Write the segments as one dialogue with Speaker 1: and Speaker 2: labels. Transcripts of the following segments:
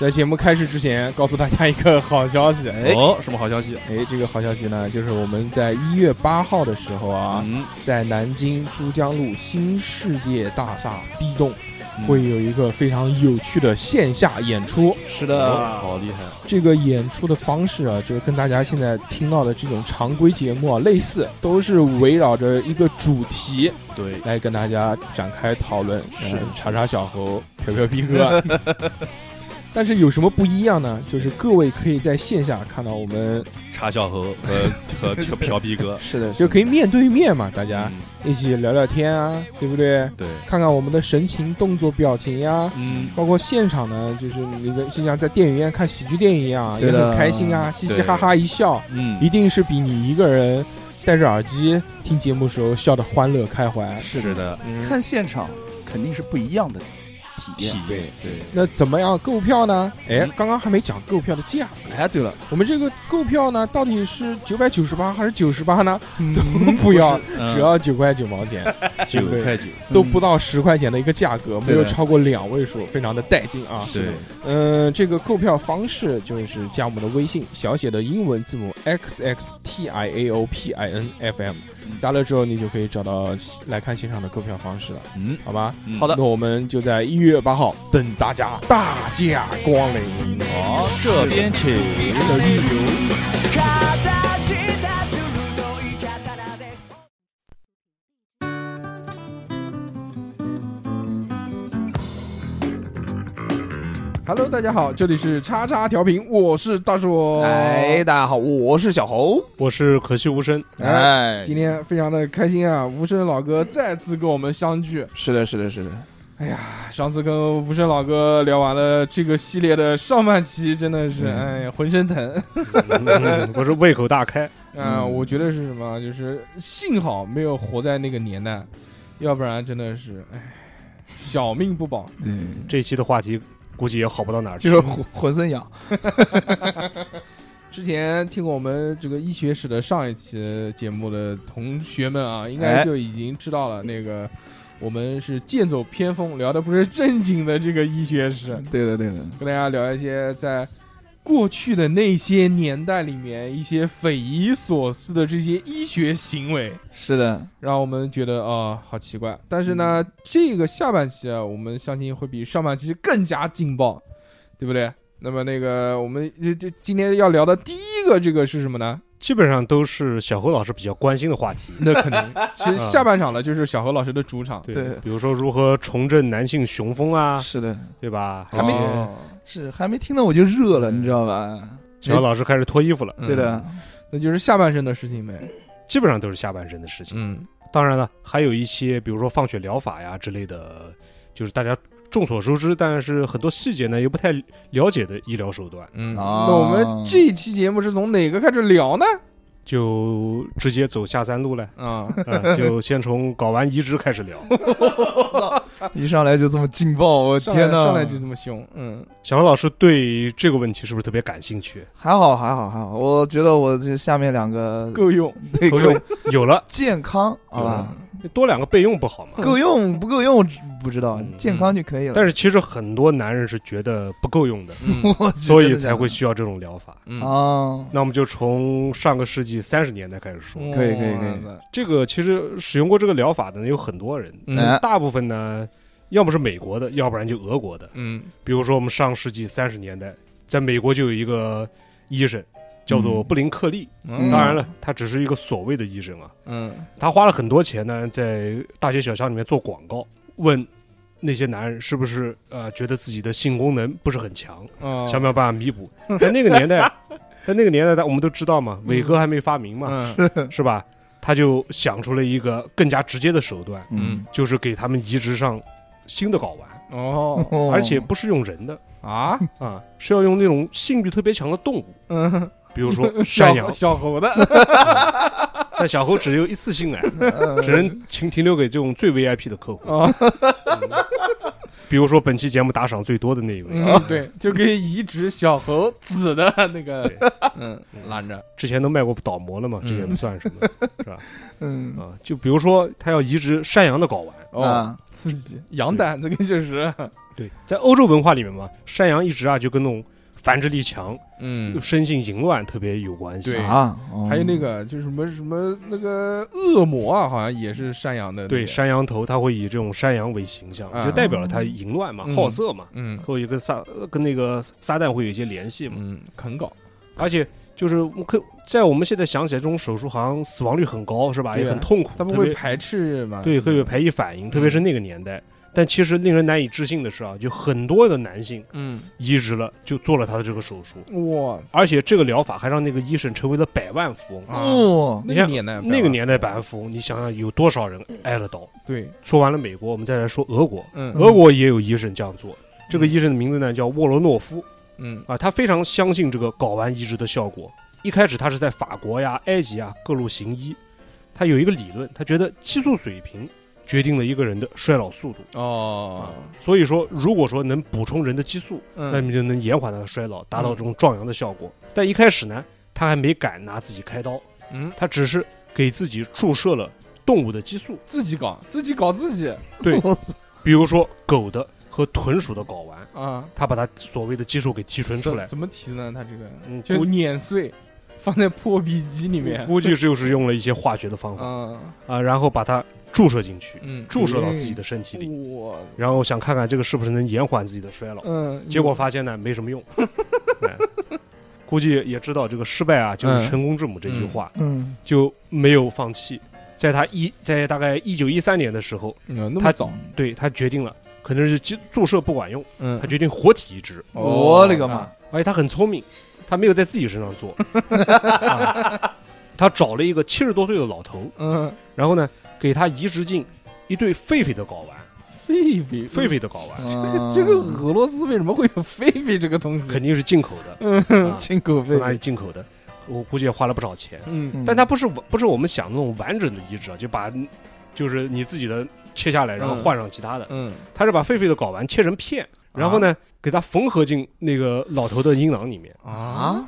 Speaker 1: 在节目开始之前，告诉大家一个好消息。哎，
Speaker 2: 哦，什么好消息？
Speaker 1: 哎，这个好消息呢，就是我们在一月八号的时候啊，
Speaker 2: 嗯，
Speaker 1: 在南京珠江路新世界大厦 B 栋
Speaker 2: 嗯
Speaker 1: 会有一个非常有趣的线下演出。
Speaker 2: 是
Speaker 3: 的
Speaker 2: 哦好厉害，
Speaker 1: 这个演出的方式啊，就是跟大家现在听到的这种常规节目啊类似，都是围绕着一个主题
Speaker 2: 对，
Speaker 1: 来跟大家展开讨论。
Speaker 2: 是
Speaker 1: 呃查查小猴，飘飘逼哥。但是有什么不一样呢？就是各位可以在线下看到我们，
Speaker 2: 查小 猴和和和朴逼哥，
Speaker 3: 是的，
Speaker 1: 就可以面对面嘛，大家
Speaker 2: 嗯
Speaker 1: 一起聊聊天啊，对不对？
Speaker 2: 对，
Speaker 1: 看看我们的神情、动作、表情呀、
Speaker 2: 嗯，
Speaker 1: 包括现场呢，就是你跟就像在电影院看喜剧电影一样，也
Speaker 3: 对的
Speaker 1: 很开心啊，嘻嘻哈哈一笑，
Speaker 2: 嗯，
Speaker 1: 一定是比你一个人戴着耳机听节目时候笑得欢乐开怀。
Speaker 2: 是的，
Speaker 1: 嗯，
Speaker 3: 看现场肯定是不一样的体
Speaker 2: 体
Speaker 3: 验。
Speaker 2: 验，对，
Speaker 1: 那怎么样购票呢？哎
Speaker 2: 嗯，
Speaker 1: 刚刚还没讲购票的价格，
Speaker 3: 哎，对了，
Speaker 1: 我们这个购票呢，到底是九百九十八还是九十八呢？都不
Speaker 3: 不
Speaker 1: 要，
Speaker 2: 嗯
Speaker 1: 只要九块九毛钱，
Speaker 2: 九块九，
Speaker 1: 都不到十块钱的一个价格，没
Speaker 2: 对的
Speaker 1: 有超过两位数，非常的带劲啊！
Speaker 2: 对，
Speaker 1: 嗯，这个购票方式就是加我们的微信，小写的英文字母 x x t i a o p i n f m，加了之后你就可以找到来看现场的购票方式了，
Speaker 2: 嗯，
Speaker 1: 好吗？
Speaker 2: 嗯
Speaker 3: 好的
Speaker 1: 那我们就在一月八号等大家大驾光临。
Speaker 2: 好，这边请。
Speaker 1: Hello，大家好，这里是叉叉调频，我是大硕。
Speaker 3: 哎，，大家好，我是小猴。
Speaker 4: 我是可惜无 声，
Speaker 1: 哎，
Speaker 3: 哎，
Speaker 1: 今天非常的开心啊，无声老哥再次跟我们相聚。
Speaker 3: 是的，是的，是的，
Speaker 1: 上次跟无声老哥聊完了这个系列的上半期，真的是
Speaker 3: 嗯
Speaker 1: 哎浑身疼。
Speaker 4: 嗯我是胃口大 开，
Speaker 1: 啊、
Speaker 3: 嗯
Speaker 1: 我觉得是什么？就是幸好没有活在那个年代，要不然真的是，哎，小命不保。
Speaker 3: 对，
Speaker 4: 这一期的话题估计也好不到哪儿
Speaker 3: 就
Speaker 4: 去。
Speaker 3: 是浑浑身痒。
Speaker 1: 之前听过我们这个医学史的上一期节目的同学们啊，应该
Speaker 3: 哎
Speaker 1: 就已经知道了，那个我们是剑走偏锋，聊的不是正经的这个医学史，
Speaker 3: 对的，对的，
Speaker 1: 跟大家聊一些在过去的那些年代里面一些匪夷所思的这些医学行为。
Speaker 3: 是的，
Speaker 1: 让我们觉得啊、呃好奇怪。但是呢，这个下半期啊，我们相信会比上半期更加劲爆，对不对？那么那个我们这这今天要聊的第一个这个是什么 呢？
Speaker 4: 基本上都是小侯老师比较关心的话题。
Speaker 1: 那肯定，其实下半场呢就是小何老师的主场，
Speaker 3: 对
Speaker 4: 比如说如何重振男性雄风啊，
Speaker 3: 是的，
Speaker 4: 对吧？
Speaker 3: 还没
Speaker 4: 哦
Speaker 3: 是还没听呢我就热了，你知道吧？
Speaker 4: 小侯老师开始脱衣服了，
Speaker 1: 嗯
Speaker 3: 对的，
Speaker 1: 那就是下半身的事情呗。
Speaker 4: 基本上都是下半身的事情。
Speaker 1: 嗯，
Speaker 4: 当然了，还有一些比如说放血疗法呀之类的，就是大家众所周知，但是很多细节呢又不太了解的医疗手段，
Speaker 1: 嗯，
Speaker 3: 哦
Speaker 1: 那我们这一期节目是从哪个开始聊呢？
Speaker 4: 就直接走下三路了。
Speaker 1: 啊、
Speaker 4: 啊，就先从搞完移植开始聊。
Speaker 3: 一上来就这么劲爆，我
Speaker 1: 上来
Speaker 3: 天呐！
Speaker 1: 上来就这么凶，嗯，
Speaker 4: 小何老师对这个问题是不是特别感兴趣？
Speaker 3: 还好，还好，还好。我觉得我这下面两个
Speaker 1: 够用，
Speaker 3: 对够嗯
Speaker 4: 够用有了，
Speaker 3: 健康，好
Speaker 1: 啊
Speaker 3: 吧？
Speaker 4: 多两个备用不好吗？
Speaker 3: 够用不够用不知道，
Speaker 4: 嗯
Speaker 3: 健康就可以了。
Speaker 4: 但是其实很多男人是觉得不够用的，
Speaker 1: 嗯
Speaker 3: 我
Speaker 4: 所以才会需要这种疗法。
Speaker 1: 嗯，
Speaker 3: 啊，
Speaker 4: 那我们就从上个世纪三十年代开始说，
Speaker 1: 嗯
Speaker 3: 可以可以可以
Speaker 1: 以，
Speaker 4: 这个其实使用过这个疗法的呢有很多人，
Speaker 1: 嗯
Speaker 4: 大部分呢要么是美国的，要不然就俄国的。
Speaker 1: 嗯
Speaker 4: 比如说我们上世纪三十年代，在美国就有一个医生叫做布林克利，
Speaker 1: 嗯，
Speaker 4: 当然了，他只是一个所谓的医生啊，
Speaker 1: 嗯
Speaker 4: 他花了很多钱呢，在大街小巷里面做广告，问那些男人是不是呃觉得自己的性功能不是很强，
Speaker 1: 哦
Speaker 4: 想不想办法弥补？在那个年 代，在那个年代，大我们都知道嘛，伟哥还没发明嘛，
Speaker 1: 嗯
Speaker 4: 是吧？他就想出了一个更加直接的手段，
Speaker 1: 嗯，
Speaker 4: 就是给他们移植上新的睾丸，
Speaker 1: 哦
Speaker 3: 哦
Speaker 4: 而且不是用人的
Speaker 1: 啊，
Speaker 4: 啊，是要用那种性欲特别强的动物，
Speaker 1: 嗯，
Speaker 4: 比如 说
Speaker 1: 小
Speaker 4: 山羊。
Speaker 1: 小猴的，
Speaker 4: 但小猴只有一
Speaker 1: 嗯
Speaker 4: 次性癌，
Speaker 3: 呃
Speaker 4: 只能停停留给这种最 VIP 的客户。
Speaker 1: 哦，
Speaker 4: 比如说本期节目打赏最多的那一位，
Speaker 1: 嗯，对，就可以移植小猴子的那个
Speaker 4: 对，
Speaker 1: 嗯，
Speaker 2: 拦着，
Speaker 4: 之前都卖过倒模了嘛，这个也
Speaker 2: 嗯
Speaker 4: 不算什么是吧？
Speaker 3: 嗯
Speaker 4: 啊，就比如说他要移植山羊的睾丸，
Speaker 1: 哦，
Speaker 3: 啊，
Speaker 1: 刺激，羊胆这个确实，
Speaker 4: 对，在欧洲文化里面嘛，山羊一直啊就跟那种繁殖力强、
Speaker 1: 嗯，
Speaker 4: 生性淫乱特别有关系。
Speaker 1: 对
Speaker 3: 啊，
Speaker 1: 还有那
Speaker 3: 个
Speaker 1: 个就是什么什么那个恶魔啊，好像也是山羊的，
Speaker 4: 对，，山羊头，它会以这种山羊为形象，
Speaker 1: 啊
Speaker 4: 就代表了它淫乱嘛、
Speaker 1: 嗯
Speaker 4: 好色嘛，
Speaker 1: 嗯
Speaker 4: 会有跟撒跟那个撒旦会有一些联系嘛。
Speaker 1: 嗯，啃狗，
Speaker 4: 而且就是我可在我们现在想起来，这种手术好像死亡率很高，是吧？
Speaker 1: 对啊
Speaker 4: 也很痛苦，
Speaker 1: 他们
Speaker 4: 特别
Speaker 1: 会排嗯斥嘛，
Speaker 4: 对会有排异反应，特别是那个年代。但其实令人难以置信的是啊，就很多的男性
Speaker 1: 嗯，
Speaker 4: 移植了，就做了他的这个手术，
Speaker 1: 哇，
Speaker 4: 而且这个疗法还让那个医生成为了百万富翁。
Speaker 1: 啊
Speaker 3: 哦，
Speaker 1: 那
Speaker 4: 你
Speaker 1: 个
Speaker 4: 像
Speaker 1: 年代，
Speaker 4: 那个年代百万富翁，你想想有多少人挨了刀？
Speaker 1: 对，
Speaker 4: 说完了美国，我们再来说俄国，
Speaker 1: 嗯
Speaker 4: 俄国也有医生这样做。这个医生的名字呢叫沃罗诺夫，
Speaker 1: 嗯
Speaker 4: 啊，他非常相信这个睾丸移植的效果。一开始他是在法国呀、埃及啊各路行医，他有一个理论，他觉得激素水平决定了一个人的衰老速度。
Speaker 1: 哦，
Speaker 4: 所以说，如果说能补充人的激素，那
Speaker 1: 嗯
Speaker 4: 你就能延缓他的衰老，达到这种壮阳的效果。但一开始呢，他还没敢拿自己开刀，
Speaker 1: 嗯，
Speaker 4: 他只是给自己注射了动物的激素，
Speaker 1: 自己搞，自己搞自己
Speaker 4: 对
Speaker 3: 我操
Speaker 4: 比如说狗的和豚鼠的睾丸，
Speaker 1: 啊，
Speaker 4: 他把它所谓的激素给提纯出
Speaker 1: 怎
Speaker 4: 来。
Speaker 1: 怎么提呢？他这个
Speaker 4: 嗯，
Speaker 1: 就
Speaker 4: 估
Speaker 1: 碾碎，放在破壁机里面，
Speaker 4: 估计是又是用了一些化学的方法。
Speaker 1: 啊，
Speaker 4: 啊，然后把它注射进去，
Speaker 1: 嗯，
Speaker 4: 注射到自己的身体里，
Speaker 1: 我，
Speaker 4: 然后想看看这个是不是能延缓自己的衰老。
Speaker 1: 嗯，
Speaker 4: 结果发现呢，没什么用。 哎估计也知道这个失败啊，就
Speaker 1: 嗯
Speaker 4: 是成功之母这句话，
Speaker 3: 嗯，
Speaker 4: 就没有放弃。在他一在大概一九一三年的时候，
Speaker 1: 嗯那么
Speaker 4: 他
Speaker 1: 早，
Speaker 4: 对他决定了，可能是注注射不管用，
Speaker 1: 嗯
Speaker 4: 他，决定活体移植。
Speaker 1: 哦
Speaker 3: 我勒个妈，
Speaker 4: 而且他很聪明，他没有在自己身上 做，啊他找了一个七十多岁的老头，
Speaker 1: 嗯，
Speaker 4: 然后呢，给他移植进一对狒狒的睾丸，
Speaker 1: 狒狒，
Speaker 4: 狒狒的睾丸，
Speaker 3: 嗯
Speaker 1: 啊这个俄罗斯为什么会有狒狒这个东西？
Speaker 4: 肯定是进口的，
Speaker 1: 嗯
Speaker 4: 啊
Speaker 3: 亲狗
Speaker 4: 从哪
Speaker 3: 肺
Speaker 4: 里，进口的？我估计也花了不少钱。
Speaker 1: 嗯，
Speaker 3: 嗯
Speaker 4: 但它不是完不是我们想的那种完整的移植啊，就把就是你自己的切下来，然后换上其他的。
Speaker 1: 嗯，
Speaker 4: 它是把狒狒的睾丸切成片，然后呢，给它缝合进那个老头的阴囊里面。
Speaker 1: 啊，
Speaker 3: 啊，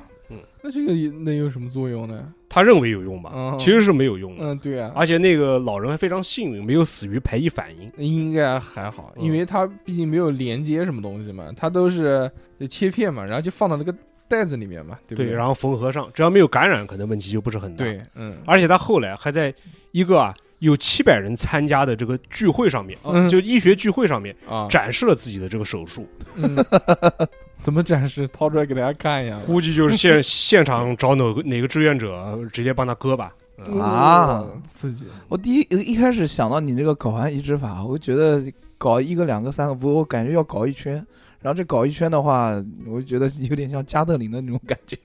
Speaker 1: 那这个能有什么作用呢？
Speaker 4: 他认为有用吧
Speaker 1: 嗯？
Speaker 4: 其实是没有用的。
Speaker 1: 嗯，对啊，
Speaker 4: 而且那个老人还非常幸运，没有死于排异反应。
Speaker 1: 应该还好，
Speaker 4: 嗯
Speaker 1: 因为它毕竟没有连接什么东西嘛，它都是切片嘛，然后就放到那个袋子里面嘛，对不
Speaker 4: 对，
Speaker 1: 对？
Speaker 4: 然后缝合上，只要没有感染，可能问题就不是很大。
Speaker 1: 对，嗯，
Speaker 4: 而且他后来还在一个啊有七百人参加的这个聚会上面，
Speaker 1: 嗯
Speaker 4: 就医学聚会上面
Speaker 1: 啊，
Speaker 4: 展示了自己的这个手术，
Speaker 1: 嗯怎么展示？掏出来给大家看一下。
Speaker 4: 估计就是现 现场找哪个哪个志愿者直接帮他 割吧。嗯
Speaker 3: 啊
Speaker 1: 哇，刺激！
Speaker 3: 我第一一开始想到你那个睾丸移植法，我觉得搞一个、两个、三个，不，我感觉要搞一圈。然后这搞一圈的话，我就觉得有点像加特林的那种感觉，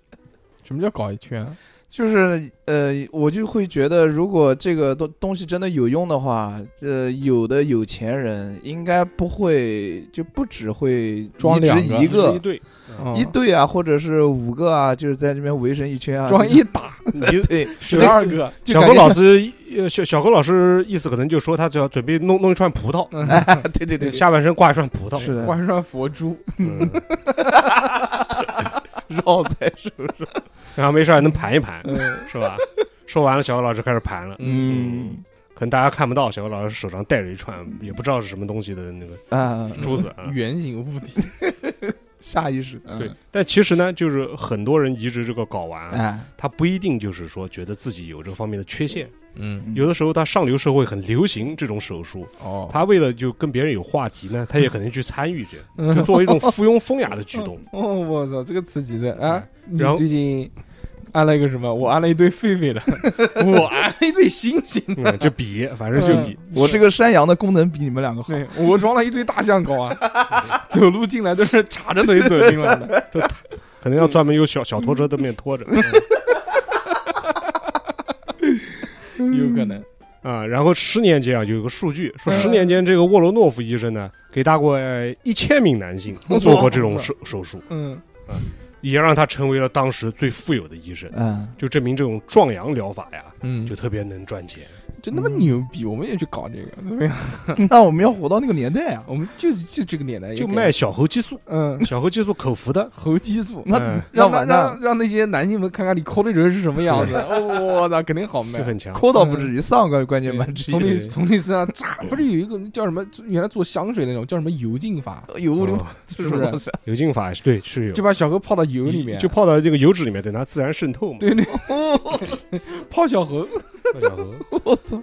Speaker 1: 什么叫搞一圈？
Speaker 3: 就是呃，我就会觉得，如果这个东东西真的有用的话，呃，有的有钱人应该不会就不只会
Speaker 1: 装
Speaker 3: 移植
Speaker 1: 两个
Speaker 3: 一
Speaker 4: 就是一
Speaker 3: 个、
Speaker 4: 对，
Speaker 1: 嗯
Speaker 3: 一对啊，或者是五个啊，就是在这边围成一圈啊，
Speaker 1: 装一打
Speaker 4: 你
Speaker 3: 对，
Speaker 1: 嗯十二个，
Speaker 3: 就
Speaker 4: 小
Speaker 3: 感
Speaker 4: 何
Speaker 3: 觉
Speaker 4: 老师，呃小小何老师意思可能就说他只要准备弄弄一串葡萄，
Speaker 1: 嗯，
Speaker 3: 对对对，
Speaker 4: 下半身挂一串葡萄，
Speaker 3: 是的
Speaker 1: 换上佛珠，
Speaker 4: 嗯，
Speaker 3: 绕在
Speaker 4: 然后没事还能盘一盘，
Speaker 1: 嗯
Speaker 4: 是吧？说完了，小何老师开始盘了，
Speaker 1: 嗯，
Speaker 4: 可能大家看不到，小何老师手上戴着一串也不知道是什么东西的那个
Speaker 3: 啊，
Speaker 4: 珠子啊，
Speaker 1: 圆形物体，
Speaker 3: 下意识
Speaker 4: 对，，但其实呢，就是很多人移植这个睾丸啊，
Speaker 3: 哎，
Speaker 4: 他不一定就是说觉得自己有这方面的缺陷，
Speaker 1: 嗯，
Speaker 4: 有的时候他上流社会很流行这种手术，
Speaker 1: 哦，
Speaker 4: 他为了就跟别人有话题呢，他也可能去参与去，
Speaker 1: 嗯
Speaker 4: 就作为一种附庸风雅的举动。
Speaker 1: 哦，我操，这个刺激的啊！你
Speaker 4: 然后
Speaker 1: 最近安了一个什么？我安了一堆狒 狒的，我安了一堆猩猩的，
Speaker 4: 嗯，就比，反正就比，
Speaker 3: 我这个山羊的功能比你们两个好。
Speaker 1: 对我装了一堆大象狗啊， 走路进来都是叉着腿走进来的。
Speaker 4: 可能要专门有小小拖车对面拖着
Speaker 1: 嗯有可能。
Speaker 4: 啊。然后十年间啊，有一个数据
Speaker 1: 嗯
Speaker 4: 说，十年间这个沃罗诺夫医生呢，给大概一千名男性做过这种手手术，
Speaker 1: 嗯，
Speaker 4: 也让他成为了当时最富有的医生，
Speaker 3: 嗯，
Speaker 4: 就证明这种壮阳疗法呀，
Speaker 1: 嗯
Speaker 4: 就特别能赚钱。
Speaker 1: 真他妈
Speaker 3: 嗯
Speaker 1: 牛逼！我们也去搞这个，怎么样？
Speaker 3: 那我们要活到那个年代啊！
Speaker 1: 我们就是就这个年代也
Speaker 4: 就
Speaker 1: 给
Speaker 4: 卖小猴 激素，
Speaker 1: 嗯
Speaker 4: 小猴激素口服的，
Speaker 1: 猴激素，
Speaker 3: 那
Speaker 4: 嗯
Speaker 3: 那
Speaker 1: 让那
Speaker 3: 完
Speaker 1: 让
Speaker 3: 蛋，
Speaker 1: 让那些男性们看看你抠的人是什么样子。哦我操，肯定好卖
Speaker 4: 就。很强。
Speaker 3: 抠倒不至于，上个关键蛮至
Speaker 1: 从你
Speaker 3: 于
Speaker 4: 对
Speaker 1: 从你身上炸，不是有一个叫什么？原来做香水的那种叫什么油浸法，
Speaker 3: 有物流
Speaker 4: 哦
Speaker 1: 是
Speaker 3: 这是
Speaker 1: 不
Speaker 3: 不
Speaker 1: 是
Speaker 3: 是？
Speaker 4: 油浸法是对是有
Speaker 1: 就把小何泡到油里面，
Speaker 4: 就泡到这个油脂里面，等它自然渗透嘛。
Speaker 1: 对对，
Speaker 3: 哦
Speaker 1: 泡小何，
Speaker 4: 泡小猴，
Speaker 3: 我操！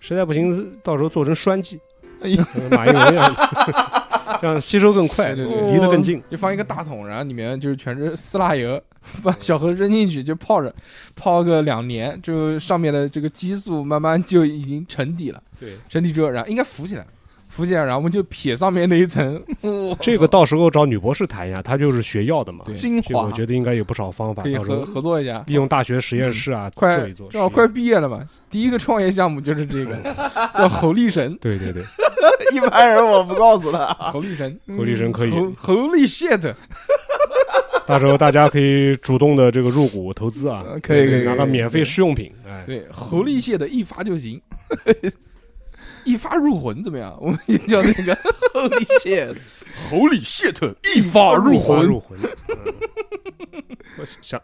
Speaker 4: 实在不行，到时候做成栓剂，
Speaker 3: 哎呀，
Speaker 4: 跟马云一样， 这样吸收更快，
Speaker 1: 对对
Speaker 3: 对哦
Speaker 4: 离得更近。
Speaker 1: 就放一个大桶，然后里面就是全是丝蜡油，把小何扔进去就泡着，泡个两年，就上面的这个激素慢慢就已经沉底了，
Speaker 4: 对，
Speaker 1: 沉底之后，然后应该浮起来，浮起来，然后我们就撇上面那一层，
Speaker 4: 这个到时候找女博士谈一下，她就是学药的嘛。
Speaker 1: 对
Speaker 3: 精
Speaker 4: 这个
Speaker 3: 华
Speaker 4: 我觉得应该有不少方法，
Speaker 1: 可以
Speaker 4: 到时
Speaker 1: 合
Speaker 4: 候
Speaker 1: 合作一下。
Speaker 4: 利用大学实验室
Speaker 3: 嗯
Speaker 4: 啊
Speaker 1: 快
Speaker 4: 做一做实
Speaker 1: 正
Speaker 4: 验。
Speaker 1: 好
Speaker 3: 哦
Speaker 1: 快毕业了嘛，第一个创业项目就是这 个，叫猴力神，
Speaker 4: 对对对，
Speaker 3: 一般人我不告诉
Speaker 4: 啊
Speaker 3: 他。
Speaker 1: 猴力神，
Speaker 3: 嗯
Speaker 4: 狐狸神可以，
Speaker 1: 猴猴力 shit，
Speaker 4: 到时候大家可以主动的这个入股投资啊
Speaker 3: 嗯，可以可以
Speaker 4: 拿
Speaker 3: 可
Speaker 4: 到
Speaker 3: 以
Speaker 4: 免费试用品，哎，
Speaker 1: 对，猴力 shit 一发就行，一发入魂怎么样？我们就叫那个
Speaker 3: 理 解，
Speaker 1: 猴力 shit 一发哦入
Speaker 4: 花
Speaker 1: 魂。
Speaker 4: 哦入魂。嗯我 想，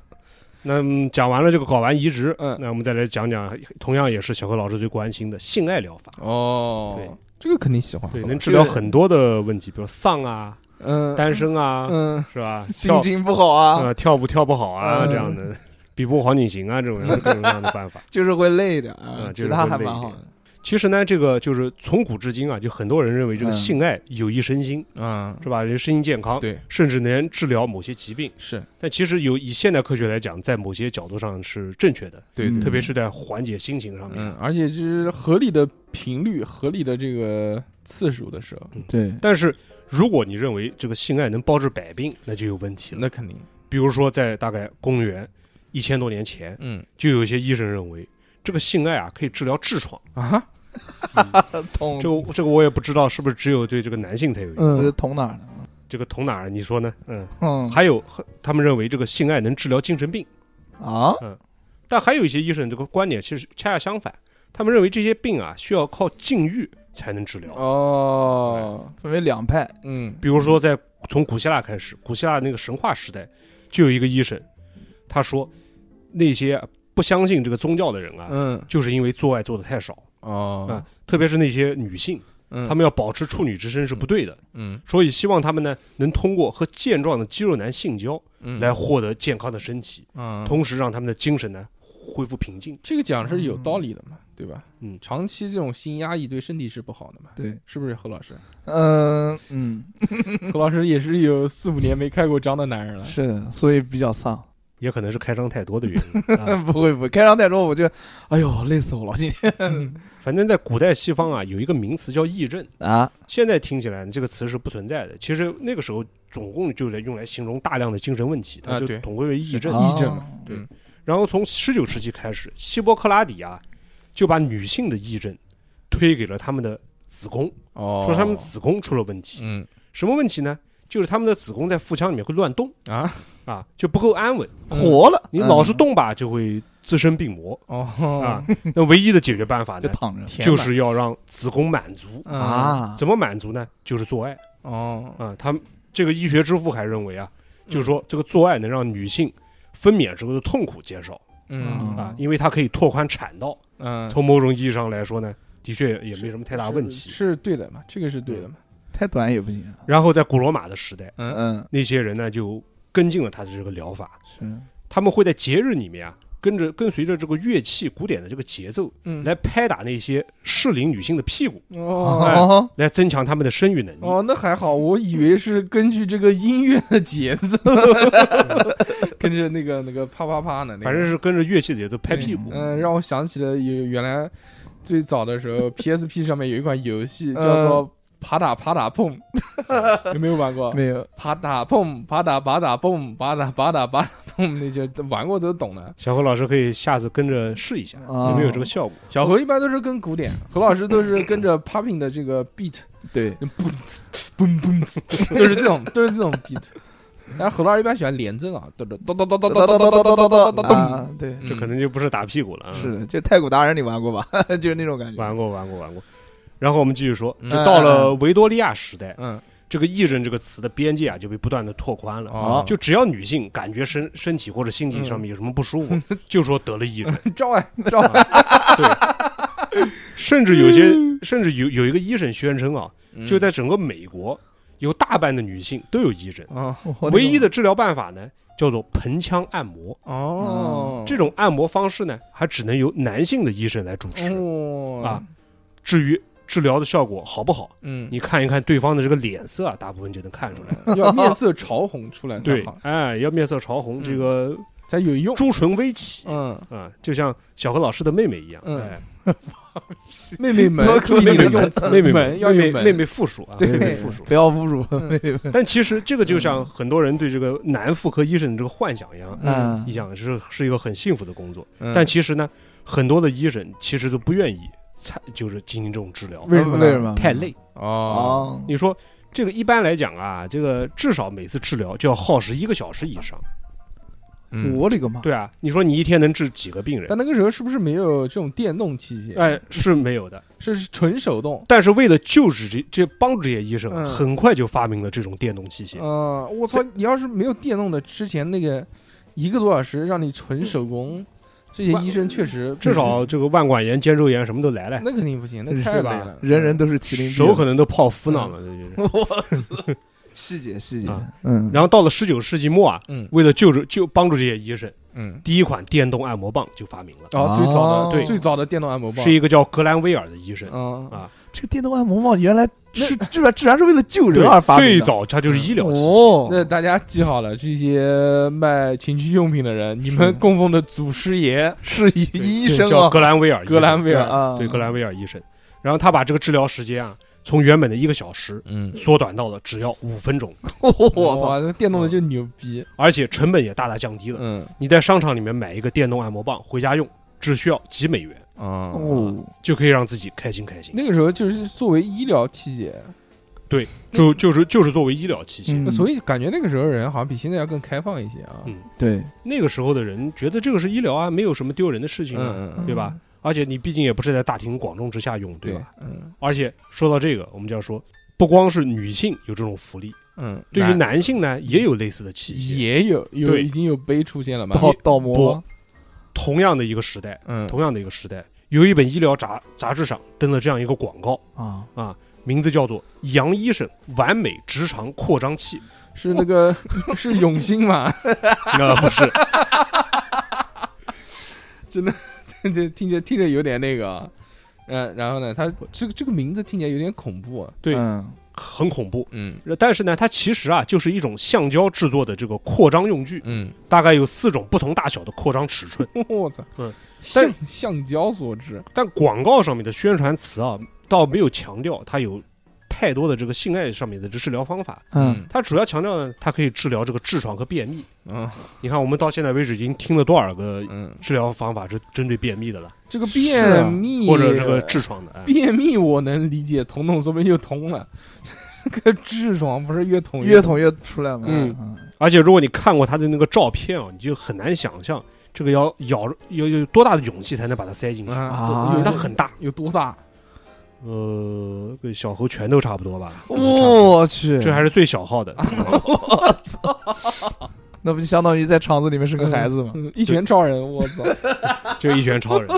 Speaker 4: 那嗯讲完了这个睾丸移植，
Speaker 1: 嗯
Speaker 4: 那我们再来讲讲，同样也是小何老师最关心的性爱疗法。对
Speaker 1: 哦，这个肯定喜欢，
Speaker 4: 对，
Speaker 1: 好吧
Speaker 4: 能治疗很多的问题，比如丧啊、
Speaker 1: 嗯
Speaker 4: 单身啊，
Speaker 1: 嗯，
Speaker 4: 是吧？
Speaker 3: 心
Speaker 4: 跳
Speaker 3: 情不好啊，
Speaker 4: 呃跳舞跳不好啊，
Speaker 1: 嗯
Speaker 4: 这样的，比不黄景行啊这种各种各样的办法。
Speaker 3: 就是会累的啊，
Speaker 4: 嗯就是
Speaker 3: 其他
Speaker 4: 会
Speaker 3: 还
Speaker 4: 累
Speaker 3: 蛮
Speaker 4: 一
Speaker 3: 好
Speaker 4: 点
Speaker 3: 的。
Speaker 4: 其实呢，这个就是从古至今啊，就很多人认为这个
Speaker 3: 嗯
Speaker 4: 性爱有益身心，
Speaker 1: 啊，
Speaker 4: 是吧？人身心健康，
Speaker 1: 对，
Speaker 4: 甚至能治疗某些疾病。
Speaker 1: 是
Speaker 4: 但其实有以现代科学来讲，在某些角度上是正确的，
Speaker 1: 对对，
Speaker 4: 嗯特别是在缓解心情上面。
Speaker 1: 嗯，而且就是合理的频率、合理的这个次数的时候，
Speaker 3: 对，
Speaker 4: 但是如果你认为这个性爱能包治百病，那就有问题了。
Speaker 1: 那肯定，
Speaker 4: 比如说，在大概公元一千多年前，
Speaker 1: 嗯
Speaker 4: 就有一些医生认为这个性爱啊可以治疗痔疮。
Speaker 1: 啊，
Speaker 3: 捅
Speaker 4: 这个这个我也不知道是不是只有对这个男性才有用。
Speaker 3: 这是
Speaker 1: 嗯，
Speaker 3: 捅哪儿了？
Speaker 4: 这个捅哪儿？你说呢？嗯，
Speaker 3: 嗯
Speaker 4: 还有他们认为这个性爱能治疗精神病，
Speaker 3: 啊，
Speaker 4: 但还有一些医生这个观点其实恰恰相反，他们认为这些病啊需要靠禁欲才能治疗。
Speaker 1: 哦，
Speaker 3: 分为两派，
Speaker 1: 嗯
Speaker 4: 比如说在从古希腊开始，古希腊那个神话时代，就有一个医生，他说那些不相信这个宗教的人啊，
Speaker 1: 嗯，
Speaker 4: 就是因为做爱做的太少，
Speaker 1: 哦
Speaker 4: 啊，特别是那些女性，
Speaker 1: 嗯，
Speaker 4: 她们要保持处女之身是不对的，
Speaker 1: 嗯
Speaker 4: 所以希望她们呢能通过和健壮的肌肉男性交
Speaker 1: 嗯
Speaker 4: 来获得健康的身体，
Speaker 1: 嗯，
Speaker 4: 同时让他们的精神呢恢复平静。
Speaker 1: 这个讲是有道理的嘛，对吧？
Speaker 4: 嗯
Speaker 1: 长期这种心压抑对身体是不好的嘛，
Speaker 3: 对，
Speaker 1: 是不是何老 师？
Speaker 3: 嗯嗯，
Speaker 1: 何老师也是有四五年没开过张的男人了，
Speaker 3: 是的，所以比较丧。嗯
Speaker 4: 也可能是开张太多的原因、啊，
Speaker 3: 不会不会，开张太多我就，哎呦，累死我了今天
Speaker 4: 反正在古代西方啊，有一个名词叫癔症，
Speaker 3: 啊，
Speaker 4: 现在听起来这个词是不存在的。其实那个时候总共就在用来形容大量的精神问题，
Speaker 1: 啊
Speaker 4: 它就
Speaker 1: 对
Speaker 4: 统归为癔症。
Speaker 1: 啊癔症
Speaker 3: 啊
Speaker 4: 对然后从十九世纪开始，希波克拉底啊就把女性的癔症推给了他们的子宫，
Speaker 1: 哦，
Speaker 4: 说他们子宫出了问题。
Speaker 1: 嗯
Speaker 4: 什么问题呢？就是他们的子宫在腹腔里面会乱动
Speaker 1: 啊，
Speaker 4: 啊，就不够安稳。
Speaker 1: 嗯
Speaker 3: 活了，
Speaker 4: 你老是
Speaker 3: 嗯
Speaker 4: 动吧，就会滋生病魔
Speaker 1: 哦
Speaker 4: 啊。那唯一的解决办法
Speaker 3: 就
Speaker 4: 呢，
Speaker 3: 躺着
Speaker 1: 填满
Speaker 4: 就是要让子宫满足。
Speaker 1: 嗯
Speaker 3: 啊，
Speaker 4: 怎么满足呢？就是做爱。
Speaker 1: 哦
Speaker 4: 啊、他们这个医学之父还认为啊，就是说这个做爱能让女性分娩时候的痛苦减少
Speaker 1: 嗯
Speaker 4: 啊
Speaker 3: 嗯，
Speaker 4: 因为它可以拓宽产道。
Speaker 1: 嗯，
Speaker 4: 从某种意义上来说呢，的确也没什么太大
Speaker 1: 是
Speaker 4: 问题。
Speaker 1: 是对的嘛，这个是对的嘛，
Speaker 3: 太短也不行啊，
Speaker 4: 然后在古罗马的时代，
Speaker 1: 嗯
Speaker 3: 嗯，
Speaker 4: 那些人呢就跟进了他的这个疗法，
Speaker 3: 是
Speaker 4: 他们会在节日里面啊，跟着跟随着这个乐器古典的这个节奏
Speaker 1: 嗯
Speaker 4: 来拍打那些适龄女性的屁股，
Speaker 1: 哦。
Speaker 3: 哦，
Speaker 4: 来增强她们的生育能力。
Speaker 1: 哦，那还好，我以为是根据这个音乐的节 奏，跟着那个那个啪啪啪呢。那个
Speaker 4: 反正是跟着乐器的节奏拍屁股。
Speaker 1: 嗯，让我想起了有原来最早的时 候，PSP 上面有一款游戏叫做《啪打啪打 碰》，有没有玩过？
Speaker 3: 没有，
Speaker 1: 啪打碰，啪打啪打碰，啪打啪打啪打碰，那些玩过都懂的。
Speaker 4: 小何老师可以下次跟着试一下，
Speaker 1: 嗯
Speaker 3: 哦
Speaker 4: 有没有这个效果？
Speaker 1: 小何一般都是跟古典，何老师都是跟着 popping 的 这个 beat，
Speaker 3: 对，
Speaker 1: 嘣嘣，都是这种，都是这种 beat。但是侯老师一般喜欢廉政啊，咚咚咚咚咚咚咚咚咚咚咚咚咚咚，
Speaker 3: 啊，对，
Speaker 4: 这可能就不是打屁股了啊。
Speaker 3: 是的，就太古达人你玩过吧？ 就是那种感觉。
Speaker 4: 玩过，玩过，玩过。然后我们继续说，
Speaker 1: 嗯
Speaker 4: 就到了维多利亚时代，
Speaker 1: 嗯，
Speaker 4: 这个“艺人”这个词的边界啊就被不断的拓宽了。
Speaker 1: 哦，嗯
Speaker 4: 就只要女性感觉身身体或者心情上面有什么不舒服， 就说得了癔症。
Speaker 1: 就照哎照哎，
Speaker 4: 甚至有些，
Speaker 1: 嗯
Speaker 4: 甚至有有一个医生宣称啊，就在整个美国，有大半的女性都有癔症。
Speaker 1: 哦
Speaker 4: 唯一
Speaker 3: 的
Speaker 4: 的治疗办法呢，叫做盆腔按摩。
Speaker 1: 哦，
Speaker 4: 这种按摩方式呢，还只能由男性的医生来主持。
Speaker 1: 哦
Speaker 4: 啊，至于治疗的效果好不好，
Speaker 1: 嗯，
Speaker 4: 你看一看对方的这个脸色啊，大部分就能看出来。
Speaker 1: 要面色潮红出来才
Speaker 4: 对
Speaker 1: 好，，
Speaker 4: 哎，要面色潮红，
Speaker 1: 嗯
Speaker 4: 这个
Speaker 1: 才有用。
Speaker 4: 朱唇微起
Speaker 1: 嗯，
Speaker 4: 啊，就像小何老师的妹妹一样。
Speaker 1: 嗯
Speaker 4: 哎，
Speaker 1: 妹妹们
Speaker 3: 怎么
Speaker 1: 注意你
Speaker 3: 可
Speaker 4: 妹
Speaker 1: 的
Speaker 4: 妹
Speaker 1: 用词，
Speaker 4: 妹妹
Speaker 1: 们
Speaker 4: 们
Speaker 1: 要
Speaker 4: 妹
Speaker 1: 用
Speaker 4: 妹
Speaker 1: 门
Speaker 4: 妹妹复数啊，
Speaker 1: 对
Speaker 4: 妹妹复数。
Speaker 3: 不要侮 辱，
Speaker 1: 嗯
Speaker 3: 没有
Speaker 4: 但其实这个就像很多人对这个男妇科医生的这个幻想一样，
Speaker 3: 嗯
Speaker 4: 一样是是一个很幸福的工作。
Speaker 1: 嗯
Speaker 4: 但其实呢，很多的医生其实都不愿意参，就是进行这种治疗，
Speaker 1: 为什么呢
Speaker 3: 为什 么
Speaker 4: 太？累。
Speaker 1: 哦，
Speaker 3: 哦，
Speaker 4: 你说这个一般来讲啊，这个至少每次治疗就要耗时一个小时以上。
Speaker 1: 嗯
Speaker 3: 我的个妈！
Speaker 4: 对啊，你说你一天能治几个病人
Speaker 1: 但？那个时候是不是没有这种电动器械？
Speaker 4: 哎，是没有的。
Speaker 1: 是是纯手动。
Speaker 4: 但是为了救治这这帮助这些医生啊，
Speaker 1: 嗯
Speaker 4: 很快就发明了这种电动器械。
Speaker 1: 嗯，我操！你要是没有电动的，之前那个一个多小时让你纯手工，这些医生确实
Speaker 4: 至少这个腕管炎、肩周炎什么都来了，
Speaker 1: 嗯那肯定不行，那
Speaker 3: 人
Speaker 1: 太累
Speaker 4: 吧
Speaker 1: 了。
Speaker 3: 人人都是麒麟臂，
Speaker 4: 手可能都泡敷呢
Speaker 1: 嗯
Speaker 4: 了。这就是
Speaker 3: 细节细节
Speaker 4: 啊，
Speaker 3: 嗯，
Speaker 4: 然后到了十九世纪末啊，
Speaker 1: 嗯
Speaker 4: 为了救治就帮助这些医生，
Speaker 1: 嗯，
Speaker 4: 第一款电动按摩棒就发明了，
Speaker 1: 然啊后最早的
Speaker 4: 对
Speaker 1: 最早的电动按摩棒
Speaker 4: 是一个叫格兰威尔的医生。
Speaker 1: 嗯
Speaker 4: 啊
Speaker 3: 这个电动按摩棒原来是居然居然是为了救人而发明
Speaker 4: 最
Speaker 3: 的，
Speaker 4: 早它就是医疗器械。
Speaker 3: 哦，
Speaker 1: 那大家记好了，这些卖情趣用品的人，你们
Speaker 3: 是
Speaker 1: 供奉的祖师爷
Speaker 3: 是医
Speaker 4: 对
Speaker 3: 生
Speaker 4: 叫
Speaker 3: 啊，
Speaker 4: 格兰威尔医生，
Speaker 1: 格兰威尔，
Speaker 3: 啊，
Speaker 4: 对格兰威尔医生。然后他把这个治疗时间啊，从原本的一个小时
Speaker 1: 嗯，
Speaker 4: 缩短到了只要五分钟，
Speaker 1: 我
Speaker 3: 我操，
Speaker 1: 操，那电动的就牛逼，
Speaker 4: 而且成本也大大降低了。
Speaker 1: 嗯
Speaker 4: 你在商场里面买一个电动按摩棒回家用，只需要几美元
Speaker 1: 哦，
Speaker 3: 哦，
Speaker 4: 就可以让自己开心开心。
Speaker 1: 那个时候就是作为医疗器械，
Speaker 4: 就就是就是作为医疗器械，
Speaker 3: 嗯
Speaker 1: 所以感觉那个时候人好像比现在要更开放一些啊，
Speaker 4: 嗯
Speaker 3: 对，
Speaker 4: 那个时候的人觉得这个是医疗啊，没有什么丢人的事情啊，
Speaker 1: 嗯嗯
Speaker 4: 对吧？而且你毕竟也不是在大庭广众之下用，对吧？？
Speaker 1: 嗯
Speaker 4: 而且说到这个，我们就要说，不光是女性有这种福利，
Speaker 1: 嗯，
Speaker 4: 对于
Speaker 1: 男
Speaker 4: 男性呢也有类似的器械。
Speaker 1: 也有有
Speaker 4: 对
Speaker 1: 已经有杯出现了嘛？哦
Speaker 3: 倒倒模，
Speaker 4: 同样的一个时代，
Speaker 1: 嗯，
Speaker 4: 同样的一个时代，有一本医疗杂杂志上登了这样一个广告，
Speaker 3: 啊，
Speaker 4: 名字叫做《杨医生完美直肠扩张器
Speaker 1: 是那个是永兴嘛？》。
Speaker 4: 那 不是，
Speaker 1: 这听着听着有点那个啊，嗯，然后呢，他这个这个名字听起来有点恐怖啊，
Speaker 4: 对
Speaker 3: 嗯
Speaker 4: 很恐怖。
Speaker 1: 嗯
Speaker 4: 但是呢，它其实啊，就是一种橡胶制作的这个扩张用具，
Speaker 1: 嗯，
Speaker 4: 大概有四种不同大小的扩张尺寸。
Speaker 1: 我操，
Speaker 4: 嗯，但
Speaker 1: 橡橡胶所致，
Speaker 4: 但广告上面的宣传词啊，倒没有强调它有太多的这个性爱上面的这治疗方法，
Speaker 3: 嗯，
Speaker 4: 它主要强调呢，它可以治疗这个痔疮和便秘。
Speaker 1: 嗯
Speaker 4: 你看，我们到现在为止已经听了多少个
Speaker 1: 嗯，
Speaker 4: 治疗方法是针对便秘的了，
Speaker 1: 这个
Speaker 3: 是
Speaker 1: 便
Speaker 3: 啊
Speaker 1: 秘
Speaker 4: 或者这个痔疮的。哎
Speaker 1: 便秘我能理解，彤彤说不定就通了。 这个痔疮不是越捅
Speaker 3: 越
Speaker 1: 痛
Speaker 3: 捅越出来嘛，
Speaker 4: 嗯
Speaker 3: 嗯，
Speaker 4: 而且如果你看过他的那个照片啊，你就很难想象这个要咬要有多大的勇气才能把它塞进去，
Speaker 3: 啊
Speaker 1: 有
Speaker 4: 因为它
Speaker 1: 它
Speaker 4: 很大，
Speaker 1: 有多大？
Speaker 4: 呃，跟小猴拳头差不多吧。
Speaker 3: 我去，
Speaker 4: 这还是最小 号的，
Speaker 3: 那不就相当于在厂子里面生个孩子吗？
Speaker 1: 一拳超人，我操！
Speaker 4: 就一拳超人，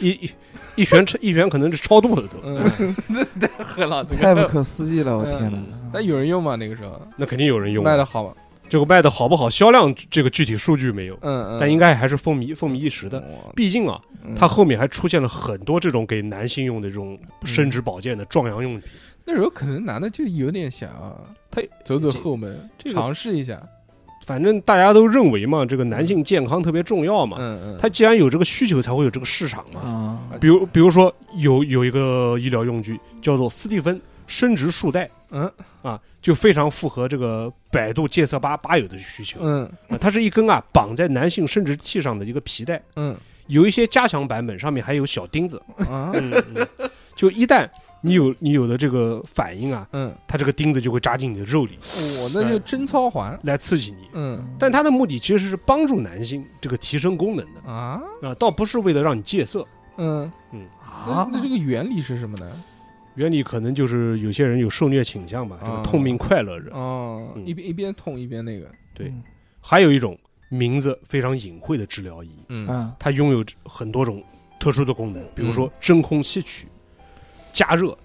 Speaker 4: 一一一拳一拳可能是超度的都，
Speaker 1: 嗯，这太狠了，这
Speaker 3: 太不
Speaker 1: 个。
Speaker 3: 可思议了，我天
Speaker 4: 嗯
Speaker 3: 哪！
Speaker 1: 但有人用吗？那个时候
Speaker 4: 那肯定有人用。
Speaker 1: 卖的好吗？
Speaker 4: 这个卖的好不好，销量这个具体数据没有，
Speaker 1: 嗯嗯，
Speaker 4: 但应该还是风靡风靡一时的。
Speaker 1: 哇
Speaker 4: 毕竟啊，
Speaker 1: 嗯
Speaker 4: 它后面还出现了很多这种给男性用的这种
Speaker 1: 嗯
Speaker 4: 生殖保健的壮阳用品。
Speaker 1: 那时候可能男的就有点想啊，
Speaker 4: 他
Speaker 1: 走走后门，
Speaker 4: 这这个
Speaker 1: 尝试一下。
Speaker 4: 反正大家都认为嘛，这个男性健康特别重要嘛。
Speaker 1: 嗯嗯，
Speaker 4: 它既然有这个需求，才会有这个市场
Speaker 1: 哎
Speaker 4: 嘛。
Speaker 3: 啊，
Speaker 4: 比如，比如说有有一个医疗用具叫做斯蒂芬生殖束带
Speaker 1: 嗯
Speaker 4: 啊，就非常符合这个百度戒色吧吧友的需求。
Speaker 1: 嗯
Speaker 4: 啊它是一根啊绑在男性生殖器上的一个皮带，
Speaker 1: 嗯
Speaker 4: 有一些加强版本上面还有小钉子。
Speaker 1: 啊，
Speaker 4: 嗯，嗯就一旦你有你有的这个反应啊，
Speaker 1: 嗯，
Speaker 4: 它这个钉子就会扎进你的肉里
Speaker 1: 我那就贞操环，
Speaker 4: 来刺激你。
Speaker 1: 嗯
Speaker 4: 但它的目的其实是帮助男性这个提升功能的
Speaker 1: 啊，
Speaker 4: 啊、倒不是为了让你戒色。
Speaker 1: 嗯，
Speaker 3: 啊
Speaker 1: 那，那这个原理是什么呢？
Speaker 4: 原理可能就是有些人有受虐倾向吧，这
Speaker 1: 啊
Speaker 4: 个痛并快乐着。
Speaker 1: 哦，
Speaker 4: 嗯
Speaker 1: 一边一边痛一边那个，
Speaker 4: 对
Speaker 3: 嗯
Speaker 4: 还有一种名字非常隐晦的治疗仪，
Speaker 1: 嗯
Speaker 3: 嗯，
Speaker 4: 它拥有很多种特殊的功能，比如说真空吸取、加热、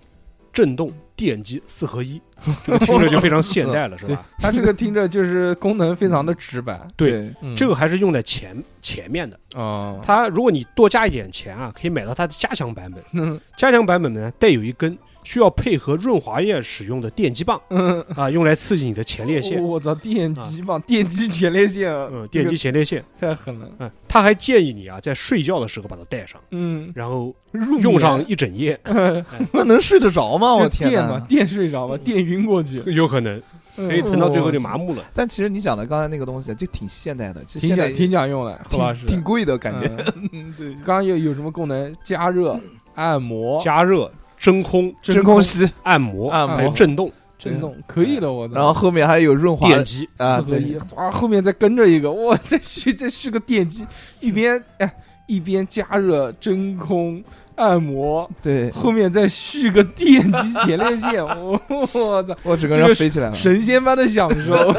Speaker 4: 震动、电击四合 一，这个听着就非常现代了，是吧？
Speaker 1: 它这个听着就是功能非常的直白，
Speaker 4: 对
Speaker 3: 对，
Speaker 1: 嗯
Speaker 4: 这个还是用在前前面的。
Speaker 1: 哦，
Speaker 4: 它如果你多加一点钱啊，可以买到它的加强版本。
Speaker 1: 嗯
Speaker 4: 加强版本呢，带有一根需要配合润滑液使用的电击棒
Speaker 1: 嗯，哦
Speaker 4: 啊，用来刺激你的前列腺。
Speaker 1: 我操，电击棒，电击前列腺，
Speaker 4: 啊
Speaker 1: 啊
Speaker 4: 嗯，电击前列腺。
Speaker 1: 这个太狠了，
Speaker 4: 嗯，他还建议你啊，在睡觉的时候把它带上，
Speaker 1: 嗯，
Speaker 4: 然后
Speaker 1: 入
Speaker 4: 用
Speaker 1: 眠
Speaker 4: 上哦一 整夜，
Speaker 3: 那能睡得着吗？我
Speaker 1: 就
Speaker 3: 天
Speaker 1: 电嘛，
Speaker 3: 哪！
Speaker 1: 电睡着嘛，电晕过去，
Speaker 4: 有可能可以
Speaker 1: 嗯，
Speaker 4: 疼到最后就麻木了。
Speaker 3: 但其实你讲的刚才那个东西，就挺现代的，其实
Speaker 1: 挺
Speaker 3: 现在
Speaker 1: 讲挺讲用的，何老师
Speaker 3: 挺挺贵的感觉。
Speaker 1: 嗯刚刚有有什么功能？加热、按摩、
Speaker 4: 加热、真空、
Speaker 1: 真
Speaker 3: 真空吸，
Speaker 4: 按摩、
Speaker 3: 按摩
Speaker 4: 还有震动、
Speaker 1: 震动，可以了，我操。
Speaker 3: 然后后面还有润滑
Speaker 4: 电击。
Speaker 3: 啊，
Speaker 1: 四合
Speaker 3: 对
Speaker 1: 一，哇，后面再跟着一个，哇，这是这是个电击，一边哎一边加热、真空、按摩，
Speaker 3: 对，
Speaker 1: 后面再续个电击前列腺，我我操，
Speaker 3: 我整
Speaker 1: 这
Speaker 3: 个
Speaker 1: 个
Speaker 3: 人
Speaker 1: 是
Speaker 3: 飞起来了。
Speaker 1: 神仙般的享受。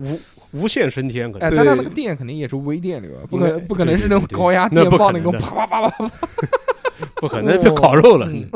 Speaker 4: 无无限升天可
Speaker 1: 哎，
Speaker 4: 能。
Speaker 1: 但它那
Speaker 3: 对
Speaker 1: 个电肯定也是微电流，不
Speaker 4: 应
Speaker 1: 可
Speaker 4: 该
Speaker 1: 不可能是那种
Speaker 4: 对对对
Speaker 1: 高压
Speaker 4: 那
Speaker 1: 电
Speaker 4: 不
Speaker 1: 棒
Speaker 4: 可
Speaker 1: 那
Speaker 4: 能
Speaker 1: 种
Speaker 4: 的
Speaker 1: 啪啪啪啪，
Speaker 4: 不可能被烤肉了。
Speaker 1: 嗯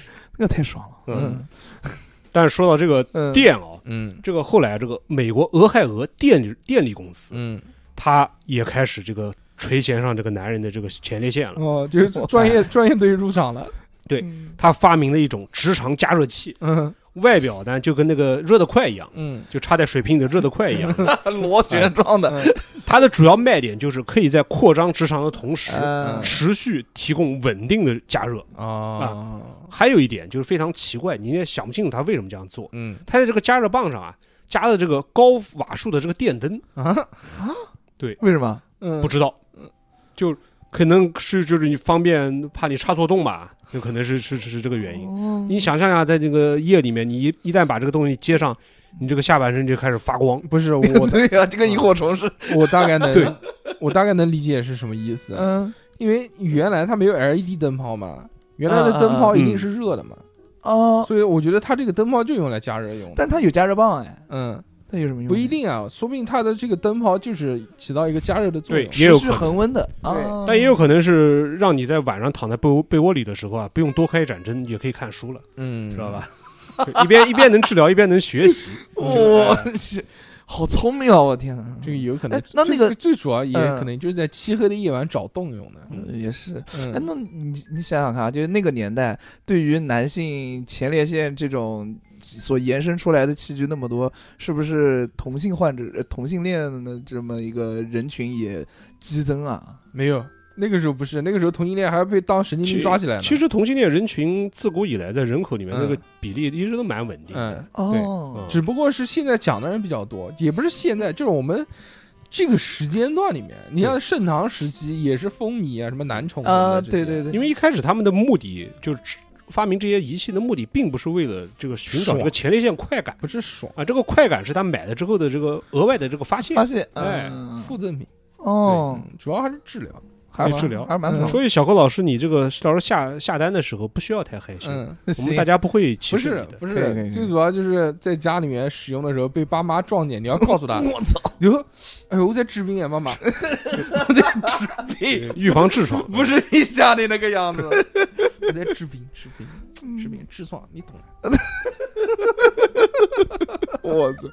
Speaker 3: 那太爽 了。
Speaker 4: 嗯，
Speaker 3: 嗯
Speaker 4: 但是说到这个
Speaker 3: 嗯，
Speaker 4: 电啊，
Speaker 1: 嗯
Speaker 4: 这个后来这个美国俄亥俄电电力公司，
Speaker 1: 嗯，
Speaker 4: 它也开始这个垂涎上这个男人的这个前列腺了。
Speaker 1: 哦，就是专业专业队入场了，
Speaker 4: 对他发明了一种直肠加热器，
Speaker 1: 嗯
Speaker 4: 外表呢就跟那个热得快一样，
Speaker 1: 嗯，
Speaker 4: 就插在水瓶里的热得快一 样。
Speaker 3: 螺旋状的，
Speaker 1: 嗯
Speaker 4: 它的主要卖点就是可以在扩张直肠的同时，
Speaker 3: 嗯
Speaker 4: 持续提供稳定的加热。
Speaker 1: 哦，
Speaker 4: 还有一点就是非常奇怪，你也想不清楚他为什么这样做。
Speaker 1: 嗯
Speaker 4: 他在这个加热棒上啊，加了这个高瓦数的这个电灯，
Speaker 1: 啊
Speaker 3: 为什么？
Speaker 1: 嗯，
Speaker 4: 不知道，就可能是就是你方便怕你插错洞吧，有可能是是是是这个原因。
Speaker 3: 哦
Speaker 4: 你想象一下，在这个夜里面，你一一旦把这个东西接上，你这个下半身就开始发光。
Speaker 1: 不是我
Speaker 3: 对呀，这个萤火虫是
Speaker 1: 我大概能
Speaker 4: 对，
Speaker 1: 我大概能理解是什么意思，
Speaker 3: 嗯
Speaker 1: 因为原来它没有 LED 灯泡嘛，原来的
Speaker 3: 嗯嗯
Speaker 1: 灯泡
Speaker 4: 嗯
Speaker 1: 一定是热的嘛，
Speaker 3: 哦，
Speaker 1: 所以我觉得它这个灯泡就用来加热用的。
Speaker 3: 但它有加热棒哎，
Speaker 1: 嗯，
Speaker 3: 它有什么用？
Speaker 1: 不一，定啊，说不定它的这个灯泡就是起到一个加热的作用
Speaker 4: 对。也
Speaker 3: 持
Speaker 4: 有
Speaker 3: 续
Speaker 4: 可能
Speaker 3: 恒温的
Speaker 1: 对
Speaker 3: 啊，
Speaker 4: 但也有可能是让你在晚上躺在被窝被窝里的时候啊，不用多开一盏灯也可以看 书了，
Speaker 1: 嗯，
Speaker 4: 知道？吧？一边一边能治疗，一边能学 习。
Speaker 3: 哇，好聪明啊！我天啊，
Speaker 1: 这个有可能
Speaker 3: 哎。那那个
Speaker 1: 最最主要也
Speaker 3: 嗯
Speaker 1: 可能就是在漆黑的夜晚找洞用的。
Speaker 3: 呃也是。哎，
Speaker 1: 嗯
Speaker 3: 那你你想想看啊，就是那个年代，对于男性前列腺这种所延伸出来的器具那么多，是不是同性患者、呃同性恋的这么一个人群也激增啊？
Speaker 1: 没有，那个时候不是，那个时候同性恋还要被当神经病抓起来呢。
Speaker 4: 其实同性恋人群自古以来在人口里面
Speaker 1: 嗯
Speaker 4: 那个比例一直都蛮稳定的
Speaker 1: 嗯。，
Speaker 3: 哦啊
Speaker 1: 只不过是现在讲的人比较多，也不是现在，就是我们这个时间段里面，你像盛唐时期也是风靡啊，什么男宠什么
Speaker 3: 啊，
Speaker 1: 的这些
Speaker 3: 对对，对，
Speaker 4: 因为一开始他们的目的就是发明这些仪器的目的，并不是为了这个寻找
Speaker 1: 爽
Speaker 4: 这个前列腺快感
Speaker 1: 不是爽，
Speaker 4: 啊，这个快感是他买了之后的这个额外的这个发泄
Speaker 3: 发。现，
Speaker 4: 哎
Speaker 3: 嗯，
Speaker 1: 附赠品，
Speaker 3: 哦，
Speaker 1: 嗯，主要还是治疗，
Speaker 3: 还蛮
Speaker 4: 治疗
Speaker 3: 还是蛮
Speaker 1: 嗯
Speaker 3: 爽的。
Speaker 4: 所以小何老师，你这个到时候下下单的时候不需要太害羞，
Speaker 1: 嗯，
Speaker 4: 我们大家不会
Speaker 1: 不
Speaker 4: 歧视
Speaker 1: 是
Speaker 4: 你的。
Speaker 1: 不
Speaker 3: 可以可以可
Speaker 1: 是，
Speaker 3: 以，
Speaker 1: 最主要就是在家里面使用的时候被爸妈撞见，你要告诉他
Speaker 3: 我操，
Speaker 1: 哟，哎呦，我在治病啊，妈 妈，我在治病，
Speaker 4: 预防痔疮
Speaker 1: 不是你想的那个样子，嗯我在治病治病治病痔疮，你懂的，
Speaker 3: 我操，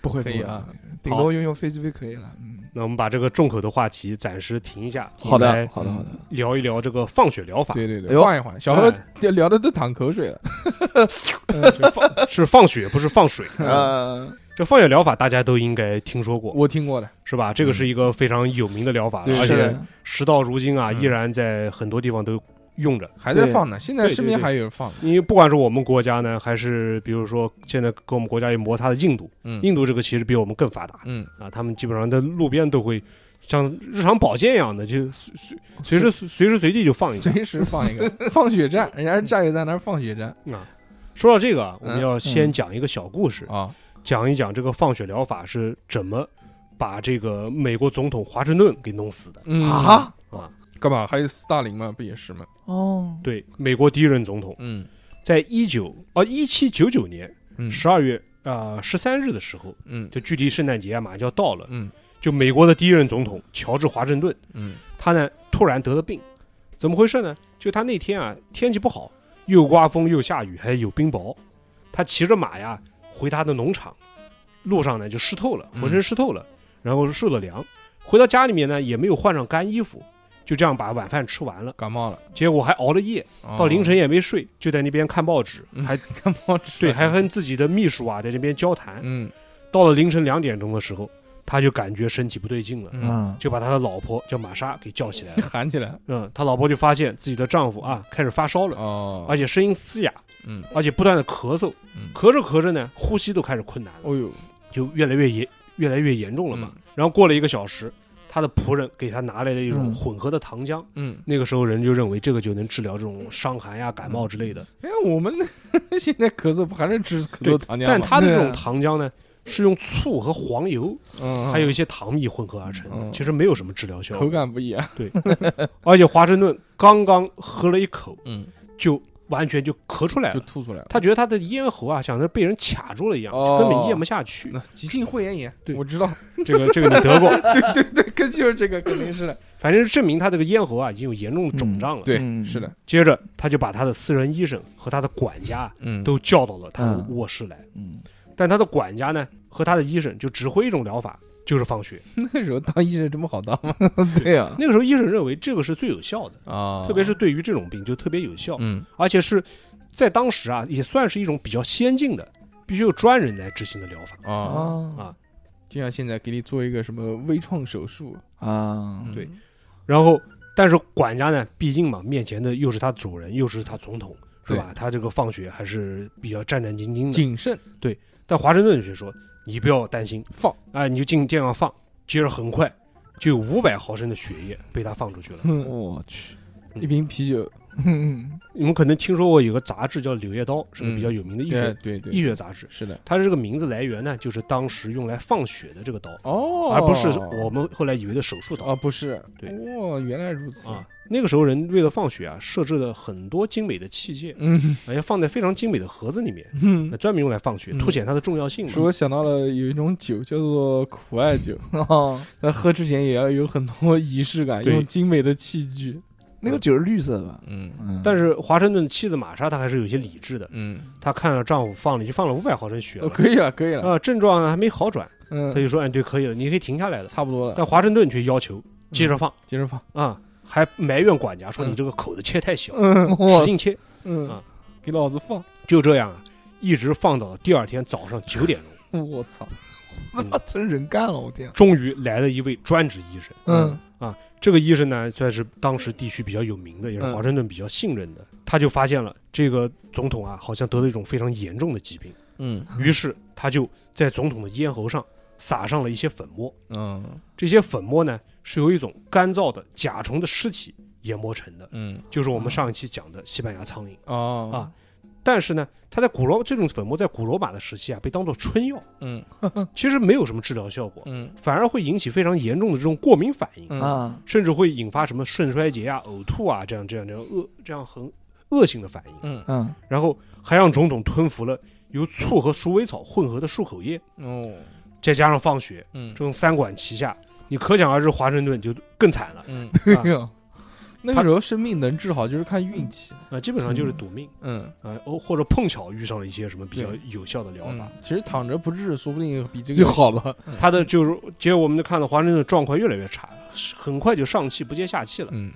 Speaker 3: 不会
Speaker 1: 可以啊，
Speaker 3: 不会顶多用用飞机杯可以了。嗯，
Speaker 4: 那我们把这个重口的话题暂时停一下，来
Speaker 3: 好的，好的。
Speaker 4: 聊一聊这个放血疗法，
Speaker 1: 对对对
Speaker 3: 哎，呦
Speaker 1: 换一换，小何聊的都淌口水 了。呃
Speaker 4: 这放是放血，不是放水。
Speaker 3: 呃，
Speaker 4: 这放血疗法大家都应该听说过，
Speaker 1: 我听过的，
Speaker 4: 是吧？这个是一个非常有名的疗法，
Speaker 1: 对
Speaker 4: 而
Speaker 3: 是
Speaker 4: 且
Speaker 3: 的，
Speaker 4: 时到如今啊，
Speaker 1: 嗯
Speaker 4: 依然在很多地方都用着。
Speaker 1: 还在
Speaker 3: 对
Speaker 1: 放呢，现在
Speaker 4: 对对
Speaker 1: 身边
Speaker 4: 对
Speaker 1: 还有人放呢。
Speaker 4: 因为不管是我们国家呢，还是比如说现在跟我们国家有摩擦的印度，
Speaker 1: 嗯
Speaker 4: 印度这个其实比我们更发达
Speaker 1: 嗯
Speaker 4: 啊，他们基本上在路边都会像日常保健一样的，就随随随时随随时随地就放一 下。
Speaker 1: 随时放一 个放血站，人家是战友在那儿放血站
Speaker 4: 啊，说到这个啊，我们
Speaker 1: 嗯
Speaker 4: 要先讲一个小故事，
Speaker 1: 啊，
Speaker 4: 讲一讲这个放血疗法是怎么把这个美国总统华盛顿给弄死的
Speaker 1: 嗯
Speaker 3: 啊，
Speaker 4: 啊。
Speaker 1: 干嘛？还有斯大林嘛，不也是吗？
Speaker 3: 哦，
Speaker 4: 对，美国第一任总统
Speaker 1: 嗯
Speaker 4: 在一九啊一七九九年
Speaker 1: 嗯
Speaker 4: 十二月啊十三日的时候，
Speaker 1: 嗯
Speaker 4: 就距离圣诞节啊马上就要到了，
Speaker 1: 嗯
Speaker 4: 就美国的第一任总统乔治华盛顿，
Speaker 1: 嗯
Speaker 4: 他呢突然得了病，怎么回事呢？就他那天啊天气不好，又刮风又下雨，还有冰雹，他骑着马呀回他的农场，路上呢就湿透了，
Speaker 1: 嗯
Speaker 4: 浑身湿透了，然后受了凉，回到家里面呢也没有换上干衣服，就这样把晚饭吃完了，
Speaker 1: 感冒了，
Speaker 4: 结果还熬了夜，
Speaker 1: 哦嗯
Speaker 4: 到凌晨也没睡，就在那边看报纸，还
Speaker 1: 感冒吃
Speaker 4: 对，还跟自己的秘书啊在那边交谈。
Speaker 1: 嗯
Speaker 4: 到了凌晨两点钟的时候，他就感觉身体不对劲了，
Speaker 1: 嗯
Speaker 3: 嗯，
Speaker 4: 就把他的老婆叫玛莎给叫起来了。
Speaker 1: 喊起来
Speaker 4: 嗯，他老婆就发现自己的丈夫啊开始发烧了，
Speaker 1: 哦，
Speaker 4: 而且声音嘶哑，
Speaker 1: 嗯
Speaker 4: 而且不断的咳嗽
Speaker 1: 嗯，
Speaker 4: 咳着咳着呢，呼吸都开始困难了，
Speaker 1: 哦呦，
Speaker 4: 就越来越严，越来越严重了嘛
Speaker 1: 嗯。
Speaker 4: 然后过了一个小时，他的仆人给他拿来了一种
Speaker 3: 嗯
Speaker 4: 混合的糖浆，
Speaker 1: 嗯，
Speaker 4: 那个时候人就认为这个就能治疗这种伤寒呀、感冒之类的。
Speaker 1: 哎，我们 现在咳嗽不还是吃咳
Speaker 4: 对
Speaker 1: 嗽糖浆吗？
Speaker 4: 但他的这
Speaker 3: 对
Speaker 4: 种
Speaker 3: 啊
Speaker 4: 糖浆呢，是用醋和黄油
Speaker 1: 嗯
Speaker 4: 还有一些糖蜜混合而成的，
Speaker 1: 嗯
Speaker 4: 其实没有什么治疗效
Speaker 1: 口
Speaker 4: 果。
Speaker 1: 感不一样，
Speaker 4: 而且华盛顿刚刚喝了一口，
Speaker 1: 嗯，
Speaker 4: 就完全就咳出来
Speaker 1: 就
Speaker 4: 了。
Speaker 1: 吐出来了。
Speaker 4: 他觉得他的咽喉啊，像是被人卡住了一样，
Speaker 1: 哦
Speaker 4: 就根本咽不下去。
Speaker 1: 那急性肺炎炎，
Speaker 4: 对
Speaker 1: 我知道，
Speaker 4: 这个这个你得过，
Speaker 1: 对对对，跟就是这个，肯定是的，
Speaker 4: 反正是证明他这个咽喉啊已经有严重的肿胀了。
Speaker 1: 对，
Speaker 3: 嗯
Speaker 1: 是的，
Speaker 4: 接着他就把他的私人医生和他的管家
Speaker 1: 嗯
Speaker 4: 都叫到了他的
Speaker 3: 嗯
Speaker 4: 卧室来，
Speaker 3: 嗯，
Speaker 4: 但他的管家呢和他的医生就指挥一种疗法，就是放血。
Speaker 1: 那时候当医生这么好当吗？
Speaker 3: 对呀，
Speaker 4: 那个时候医生认为这个是最有效的，
Speaker 1: 啊
Speaker 4: 特别是对于这种病就特别有效。
Speaker 1: 嗯
Speaker 4: 而且是在当时啊，也算是一种比较先进的，必须有专人来执行的疗法。
Speaker 1: 啊，
Speaker 3: 啊
Speaker 1: 就像现在给你做一个什么微创手术，
Speaker 3: 啊，
Speaker 1: 嗯
Speaker 4: 对，然后，但是管家呢，毕竟嘛，面前的又是他主人，又是他总统，是吧？他这个放血还是比较战战兢兢的。
Speaker 1: 谨慎，
Speaker 4: 但华盛顿却说：“你不要担心，
Speaker 1: 放
Speaker 4: 啊、你就尽这样放。”接着很快就有五百毫升的血液被他放出去了。
Speaker 1: 哼
Speaker 3: 我去，
Speaker 1: 嗯一瓶啤酒，
Speaker 3: 嗯
Speaker 4: 你们可能听说过有个杂志叫《柳叶刀》，是个比较有名的医
Speaker 1: 对
Speaker 4: 学、
Speaker 1: 对对，
Speaker 4: 医学杂志。
Speaker 1: 是的，
Speaker 4: 它的这个名字来源呢，就是当时用来放血的这个刀。
Speaker 1: 哦，
Speaker 4: 而不是我们后来以为的手术刀
Speaker 1: 啊，不是，
Speaker 4: 对
Speaker 1: 哦，原来如此，
Speaker 4: 啊。那个时候人为了放血啊，设置了很多精美的器械，
Speaker 1: 嗯
Speaker 4: 啊，要放在非常精美的盒子里面，
Speaker 1: 嗯
Speaker 4: 那，专门用来放血，
Speaker 1: 嗯
Speaker 4: 凸显它的重要性
Speaker 1: 使
Speaker 4: 嘛。
Speaker 1: 我想到了有一种酒叫做苦艾酒，
Speaker 3: 哦，
Speaker 1: 那喝之前也要有很多仪式感，
Speaker 4: 对
Speaker 1: 用精美的器具，
Speaker 3: 那个酒是绿色的吧？
Speaker 1: 嗯
Speaker 3: 嗯，
Speaker 4: 但是华盛顿的妻子玛莎她还是有些理智的，
Speaker 1: 嗯，
Speaker 4: 她看了丈夫放了已经放了五百毫升血
Speaker 1: 哦
Speaker 4: 了，
Speaker 1: 可以了，可以了，
Speaker 4: 啊，症状呢还没好转，她
Speaker 1: 嗯，
Speaker 4: 就说，哎，对，可以了，你可以停下来了。
Speaker 1: 差不多了，
Speaker 4: 但华盛顿却要求接着放
Speaker 1: 接着放，
Speaker 4: 啊，还埋怨管家说
Speaker 1: 嗯
Speaker 4: 你这个口子切太小，
Speaker 1: 嗯
Speaker 4: 使
Speaker 3: 我
Speaker 4: 劲切。
Speaker 1: 嗯
Speaker 4: 啊，
Speaker 1: 给老子放，
Speaker 4: 就这样啊，一直放到了第二天早上九点钟，
Speaker 1: 我操，
Speaker 3: 他妈真人干了，我天，
Speaker 4: 终于来了一位专职医生。
Speaker 3: 嗯
Speaker 4: 这个医生呢，算是当时地区比较有名的，也是
Speaker 1: 嗯
Speaker 4: 华盛顿比较信任的。他就发现了这个总统啊，好像得了一种非常严重的疾病，
Speaker 1: 嗯
Speaker 4: 于是他就在总统的咽喉上撒上了一些粉末。
Speaker 1: 嗯
Speaker 4: 这些粉末呢，是由一种干燥的甲虫的尸体研磨成的，
Speaker 1: 嗯，
Speaker 4: 就是我们上一期讲的西班牙苍蝇。
Speaker 1: 哦
Speaker 4: 啊但是呢，它在古罗这种粉末在古罗马的时期啊，被当做春药，
Speaker 1: 嗯
Speaker 4: 其实没有什么治疗效果，
Speaker 1: 嗯
Speaker 4: 反而会引起非常严重的这种过敏反应。
Speaker 1: 嗯
Speaker 3: 啊，
Speaker 4: 甚至会引发什么肾衰竭啊、呕吐啊这样这样这样恶这样很恶性的反应。
Speaker 1: 嗯，
Speaker 3: 嗯
Speaker 4: 然后还让总统吞服了由醋和鼠尾草混合的漱口液，
Speaker 1: 哦，
Speaker 4: 再加上放血，
Speaker 1: 嗯
Speaker 4: 这种三管齐下，你可想而知华盛顿就更惨了
Speaker 1: 嗯，
Speaker 4: 啊
Speaker 3: 对呀，
Speaker 1: 那个时候生病能治好就是看运气，
Speaker 4: 啊，基本上就是赌命
Speaker 1: 嗯，
Speaker 4: 啊，哦或者碰巧遇上了一些什么比较
Speaker 1: 对嗯
Speaker 4: 有效的疗法。
Speaker 1: 嗯其实躺着不治，说不定比这个
Speaker 3: 就好了，
Speaker 4: 他的就是，结果我们就看到华盛顿的状况越来越差，很快就上气不接下气了。
Speaker 1: 嗯，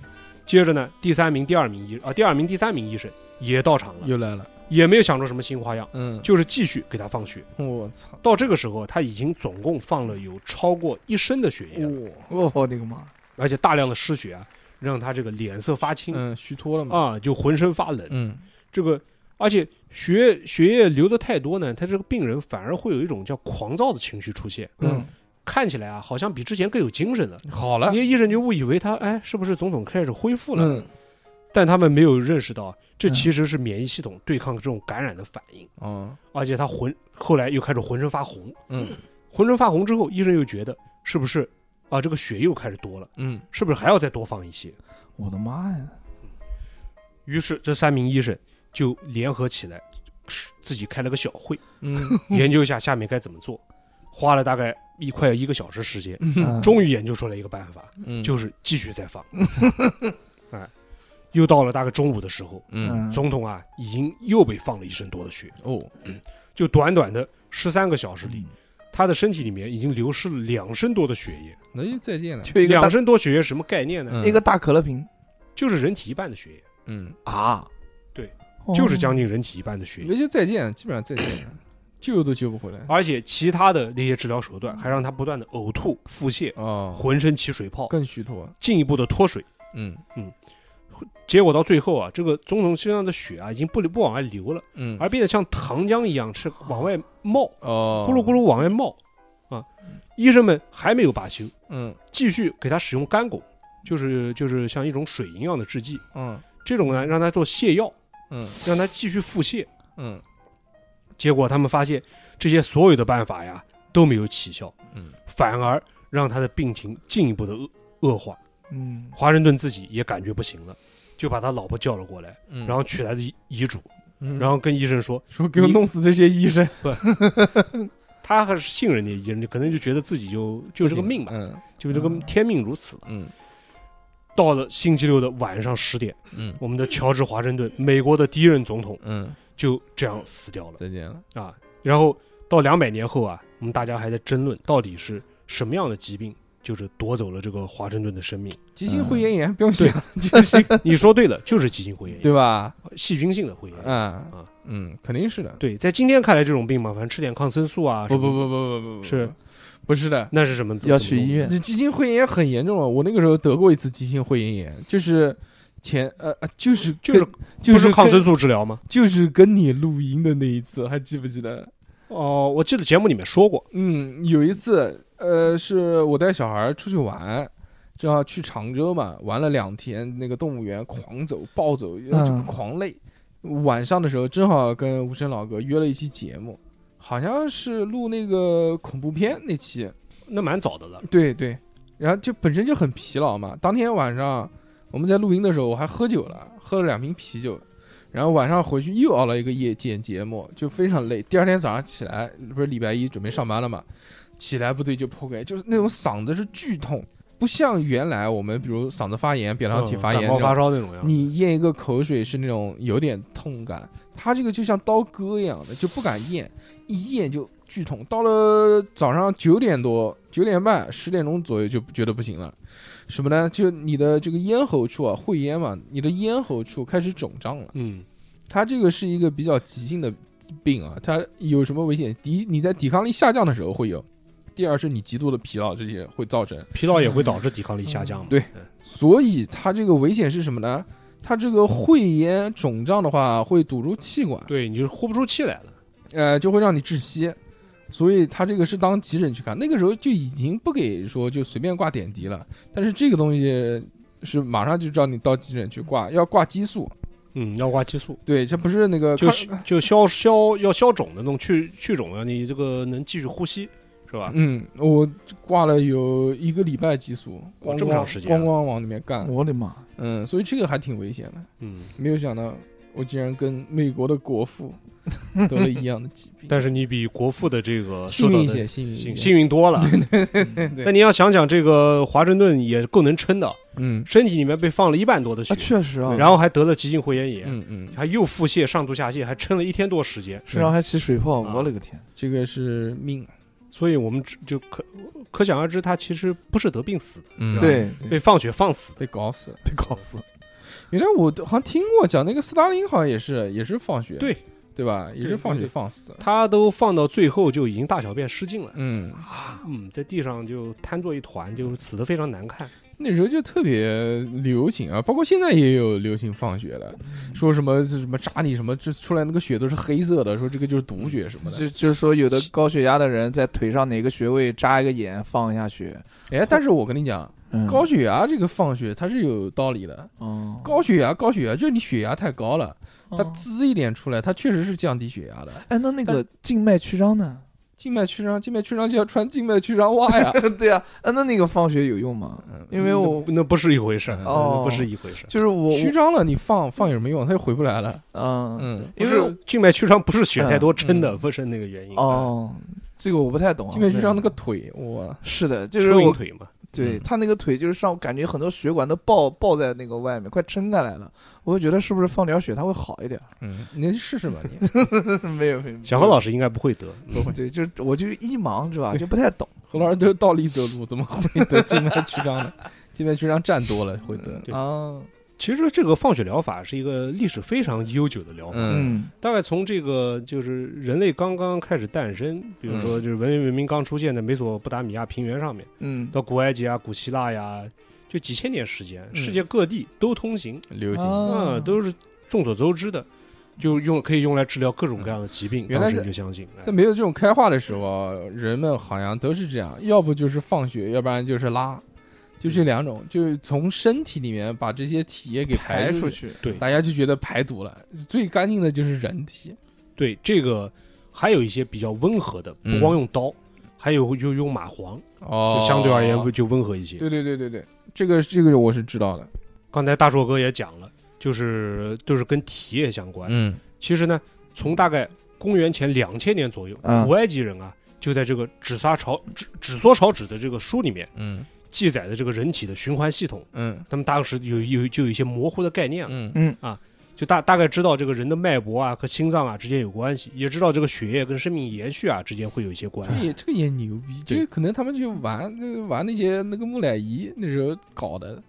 Speaker 4: 接着呢，第三名、第二名医啊，第二名、第三名医生也到场了，
Speaker 1: 又来了，
Speaker 4: 也没有想出什么新花样。
Speaker 1: 嗯，
Speaker 4: 就是继续给他放血。
Speaker 1: 我操，
Speaker 4: 到这个时候，他已经总共放了有超过一升的血液了，
Speaker 1: 哇，
Speaker 3: 我我的个妈，
Speaker 4: 而且大量的失血啊，让他这个脸色发青、
Speaker 1: 嗯，虚脱了嘛，
Speaker 4: 啊，就浑身发冷。
Speaker 1: 嗯，
Speaker 4: 这个，而且血液血液流的太多呢，他这个病人反而会有一种叫狂躁的情绪出现。
Speaker 1: 嗯，
Speaker 4: 看起来啊，好像比之前更有精神了。
Speaker 1: 好了
Speaker 4: 你，一人就误以为他哎，是不是总统开始恢复了？
Speaker 1: 嗯，
Speaker 4: 但他们没有认识到，这
Speaker 3: 嗯
Speaker 4: 其实是免疫系统对抗这种感染的反应。
Speaker 1: 哦，
Speaker 4: 而且他浑后来又开始浑身发红，
Speaker 1: 嗯
Speaker 4: 浑身发红之后，医生又觉得是不是啊，这个血又开始多了，
Speaker 1: 嗯
Speaker 4: 是不是还要再多放一些？
Speaker 3: 我的妈呀！
Speaker 4: 于是这三名医生就联合起来，是自己开了个小会，
Speaker 1: 嗯，
Speaker 4: 研究一下下面该怎么做，花了大概一快一个小时时间，
Speaker 1: 嗯
Speaker 3: 嗯
Speaker 4: 终于研究出来一个办法，
Speaker 1: 嗯
Speaker 4: 就是继续再放。 哎，又到了大概中午的时候，
Speaker 1: 嗯
Speaker 4: 总统啊已经又被放了一身多的血，
Speaker 1: 哦，
Speaker 4: 就短短的十三个小时
Speaker 3: 嗯
Speaker 4: 里，他的身体里面已经流失了两升多的血液。
Speaker 1: 那就再见了，
Speaker 3: 就一个
Speaker 4: 两
Speaker 3: 大
Speaker 4: 升多血液是什么概念呢？
Speaker 1: 嗯
Speaker 3: 一个大可乐瓶
Speaker 4: 就是人体一半的血液，
Speaker 1: 嗯，
Speaker 3: 啊，
Speaker 4: 对
Speaker 3: 哦，
Speaker 4: 就是将近人体一半的血液
Speaker 1: 那。就再见，基本上再见了，救都救不回来，
Speaker 4: 而且其他的那些治疗手段还让他不断的呕吐、腹泻、
Speaker 1: 哦，
Speaker 4: 浑身起水泡，
Speaker 1: 更虚脱，
Speaker 4: 进一步的脱水。
Speaker 1: 嗯
Speaker 4: 结果到最后啊，这个总统身上的血啊已经不流不往外流了，
Speaker 1: 嗯，
Speaker 4: 而变得像糖浆一样是往外冒，
Speaker 1: 哦，
Speaker 4: 咕噜咕
Speaker 1: 噜，
Speaker 4: 噜往外冒啊。医生们还没有罢休，
Speaker 1: 嗯
Speaker 4: 继续给他使用干汞，就是就是像一种水银样的制剂，
Speaker 1: 嗯
Speaker 4: 这种呢让他做泻药，
Speaker 1: 嗯
Speaker 4: 让他继续腹泻。
Speaker 1: 嗯
Speaker 4: 结果他们发现这些所有的办法呀都没有起效，
Speaker 1: 嗯，
Speaker 4: 反而让他的病情进一步的恶恶化。
Speaker 3: 嗯，
Speaker 4: 华盛顿自己也感觉不行了，就把他老婆叫了过来，
Speaker 1: 嗯，
Speaker 4: 然后取来的遗遗嘱，
Speaker 1: 嗯
Speaker 4: 然后跟医生说，
Speaker 1: 说给我弄死这些医 生，
Speaker 4: 他还是信任那医生，就可能就觉得自己就就这个命吧，
Speaker 1: 嗯
Speaker 4: 就这个天命如此。
Speaker 1: 嗯
Speaker 4: 到了星期六的晚上十点，
Speaker 1: 嗯
Speaker 4: 我们的乔治华盛顿，美国的第一任总统
Speaker 1: 嗯，
Speaker 4: 就这样死掉了
Speaker 1: 再见了，
Speaker 4: 啊。然后到两百年后啊，我们大家还在争论到底是什么样的疾病。就是夺走了这个华盛顿的 生命，
Speaker 1: 急性肺炎炎不用想，就是
Speaker 4: 你说对了，就是急性肺炎，
Speaker 1: 对吧？
Speaker 4: 细菌性的肺炎。
Speaker 1: 嗯嗯，肯定是的，
Speaker 4: 对，在今天看来，这种病嘛，反正吃点抗生素啊，
Speaker 1: 不
Speaker 4: 什么
Speaker 1: 不
Speaker 4: 的
Speaker 1: 不不不不不，
Speaker 4: 是
Speaker 1: 不是的？
Speaker 4: 那是什么？
Speaker 3: 要去医院
Speaker 1: 你急性肺炎很严重啊了，我那个时候得过一次急性肺炎炎，就是前呃呃就是
Speaker 4: 就
Speaker 1: 跟
Speaker 4: 是怎么弄？
Speaker 1: 就
Speaker 4: 不是抗
Speaker 1: 跟哦
Speaker 4: 生素治疗吗？
Speaker 1: 就是跟你录音的那一次，还记不记得？
Speaker 4: 哦，我记得节目里面说过，
Speaker 1: 嗯，有一次，呃，是我带小孩儿出去玩，正好去常州嘛，玩了两天，那个动物园狂走暴走，呃就
Speaker 3: 嗯
Speaker 1: 狂累。晚上的时候正好跟无声老哥约了一期节目，好像是录那个恐怖片那期，
Speaker 4: 那蛮早的了。
Speaker 1: 对对，然后就本身就很疲劳嘛。当天晚上我们在录音的时候，我还喝酒了，喝了两瓶啤酒，然后晚上回去又熬了一个夜剪节目，就非常累。第二天早上起来，不是礼拜一准备上班了嘛，起来不对就破开，就是那种嗓子是剧痛，不像原来我们比如嗓子发炎、扁桃体
Speaker 4: 嗯
Speaker 1: 发炎
Speaker 4: 感
Speaker 1: 那
Speaker 4: 冒
Speaker 1: 种
Speaker 4: 发烧那种呀。
Speaker 1: 你咽一个口水是那种有点痛感，它这个就像刀割一样的，就不敢咽，一咽就剧痛。到了早上九点多、九点半、十点钟左右就觉得不行了，什么呢？就你的这个咽喉处啊，会咽嘛，你的咽喉处开始肿胀了。
Speaker 4: 嗯，
Speaker 1: 它这个是一个比较急性的病啊，它有什么危险？第一，你在抵抗力下降的时候会有；第二，是你极度的疲劳，这些会造成。
Speaker 4: 疲劳也会导致抵抗力下降嘛。
Speaker 1: 嗯对所以它这个危险是什么呢？它这个会炎肿胀的话，会堵住气管，
Speaker 4: 对，你就呼不出气来了。
Speaker 1: 呃，就会让你窒息。所以它这个是当急诊去看，那个时候就已经不给说就随便挂点滴了，但是这个东西是马上就叫你到急诊去挂，要挂激素。
Speaker 4: 嗯，要挂激素，
Speaker 1: 对，这不是那个
Speaker 4: 就
Speaker 1: 抗
Speaker 4: 消就消消要消肿的那种去去肿的，你这个能继续呼吸是吧？
Speaker 1: 嗯，我挂了有一个礼拜激素，
Speaker 4: 哇
Speaker 1: 咣
Speaker 4: 这么长时间啊
Speaker 1: 咣咣往里面干，
Speaker 3: 我的妈！
Speaker 1: 嗯，所以这个还挺危险的。
Speaker 4: 嗯，
Speaker 1: 没有想到我竟然跟美国的国父得了一样的疾病，
Speaker 4: 但是你比国父的这个呃受
Speaker 1: 幸
Speaker 4: 到
Speaker 1: 运一
Speaker 4: 的
Speaker 1: 些，幸运一些，
Speaker 4: 幸幸运多 了。
Speaker 3: 嗯
Speaker 1: 对
Speaker 4: 那你要想想，这个华盛顿也够能撑的，
Speaker 1: 嗯
Speaker 4: 身体里面被放了一半多的血
Speaker 3: 啊，，确实啊，
Speaker 4: 然后还得了急性肺炎炎，
Speaker 1: 嗯嗯，
Speaker 4: 还又腹泻，上吐下泻，还撑了一天多时间。
Speaker 3: 身上还起水泡，
Speaker 4: 啊
Speaker 3: 我勒个天！
Speaker 1: 这个是命，
Speaker 4: 所以我们只就可可想而知，他其实不是得病死的，
Speaker 1: 嗯
Speaker 3: 对，
Speaker 4: 被放血放死的。
Speaker 1: 被搞死了。
Speaker 3: 被搞死，
Speaker 1: 原来我好像听过讲，那个斯大林好像也是也是放血，
Speaker 4: 对
Speaker 1: 对吧？也是
Speaker 4: 对
Speaker 1: 放
Speaker 4: 对
Speaker 1: 血
Speaker 4: 对
Speaker 1: 放死。
Speaker 4: 他都放到最后就已经大小便失禁了，
Speaker 1: 嗯，
Speaker 4: 嗯，在地上就瘫作一团，就死得非常难看。
Speaker 1: 那时候就特别流行啊，包括现在也有流行放血的，
Speaker 4: 嗯
Speaker 1: 说什么什么扎你什么，这出来那个血都是黑色的，说这个就是毒血什么的。
Speaker 3: 就就是说，有的高血压的人在腿上哪个穴位扎一个眼，放一下血。
Speaker 1: 哎，但是我跟你讲，
Speaker 3: 嗯，
Speaker 1: 高血压这个放血它是有道理的。
Speaker 3: 哦，
Speaker 1: 高血压，高血压就是你血压太高了，它
Speaker 3: 哦
Speaker 1: 滋一点出来，它确实是降低血压的。
Speaker 3: 哎，那那个静脉曲张呢？
Speaker 1: 静脉曲张，静脉曲张就要穿静脉曲张袜呀。
Speaker 3: 对啊，哎，那那个放血有用吗？
Speaker 1: 嗯
Speaker 3: 因为我
Speaker 4: 那不是一回事儿，
Speaker 3: 哦
Speaker 4: 那不是一回事儿。
Speaker 3: 就是我，
Speaker 1: 曲张了，你放放有什么用？它又回不来了。
Speaker 3: 嗯，
Speaker 1: 嗯，
Speaker 3: 因
Speaker 4: 不
Speaker 3: 为
Speaker 4: 是静脉曲张不是血太多真的，
Speaker 1: 嗯
Speaker 4: 不是那个原因。嗯
Speaker 3: 哦，这个我不太懂啊。
Speaker 1: 静脉曲张那个腿，我
Speaker 3: 是的，就
Speaker 4: 哎，
Speaker 3: 是
Speaker 4: 蚯蚓
Speaker 3: 我
Speaker 4: 腿嘛，
Speaker 3: 对
Speaker 1: 嗯
Speaker 3: 他那个腿就是上，感觉很多血管都爆爆在那个外面，快撑开来了。我就觉得是不是放点血它会好 一点？
Speaker 1: 嗯，你试试吧，你。
Speaker 3: 没有没有，
Speaker 4: 小何老师应该不会得。嗯
Speaker 3: 对，就是我就是一盲是吧？就不太懂。
Speaker 1: 何老师都是倒立走路，怎么会 得静脉曲张呢？静脉曲张站多了会得。
Speaker 4: 对
Speaker 3: 啊，
Speaker 4: 其实这个放血疗法是一个历史非常悠久的疗法，
Speaker 1: 嗯，
Speaker 3: 嗯
Speaker 4: 大概从这个就是人类刚刚开始诞生，比如说就是文明文明刚出现在美索不达米亚平原上面，
Speaker 3: 嗯，
Speaker 4: 到古埃及啊、古希腊呀，就几千年时间，
Speaker 1: 嗯
Speaker 4: 世界各地都通行，
Speaker 1: 流行。
Speaker 3: 啊
Speaker 4: 啊，都是众所周知的，就用可以用来治疗各种
Speaker 3: 嗯
Speaker 4: 各样的疾病。
Speaker 1: 原来
Speaker 4: 当
Speaker 1: 是
Speaker 4: 时你就相信，哎
Speaker 1: 在没有这种开化的时候啊，人们好像都是这样，要不就是放血，要不然就是拉，就这两种，就是从身体里面把这些体液给
Speaker 3: 排
Speaker 1: 排
Speaker 3: 出
Speaker 1: 去，
Speaker 3: 去。
Speaker 4: 对
Speaker 1: 大家就觉得排毒了。最干净的就是人体，
Speaker 4: 对这个还有一些比较温和的，
Speaker 1: 嗯
Speaker 4: 不光用刀，还有就用蚂蟥，
Speaker 1: 哦
Speaker 4: 就相对而言会就温和一些。
Speaker 1: 对对对对对，这个这个我是知道的。
Speaker 4: 刚才大硕哥也讲了，就是就是跟体液相关。
Speaker 1: 嗯，
Speaker 4: 其实呢，从大概公元前两千年左右，
Speaker 3: 嗯
Speaker 4: 古埃及人啊就在这个《纸莎朝纸纸缩朝纸》的这个书里面
Speaker 1: 嗯
Speaker 4: 记载的这个人体的循环系统，
Speaker 1: 嗯
Speaker 4: 他们当时有有就有一些模糊的概念了。
Speaker 1: 嗯
Speaker 4: 就大大概知道这个人的脉搏啊和心脏啊之间有关系，也知道这个血液跟生命延续啊之间会有一些关
Speaker 1: 这
Speaker 4: 系。
Speaker 1: 也这个也牛逼，
Speaker 4: 对
Speaker 1: 这可能他们就玩那个玩那些那个木乃伊那时候搞的，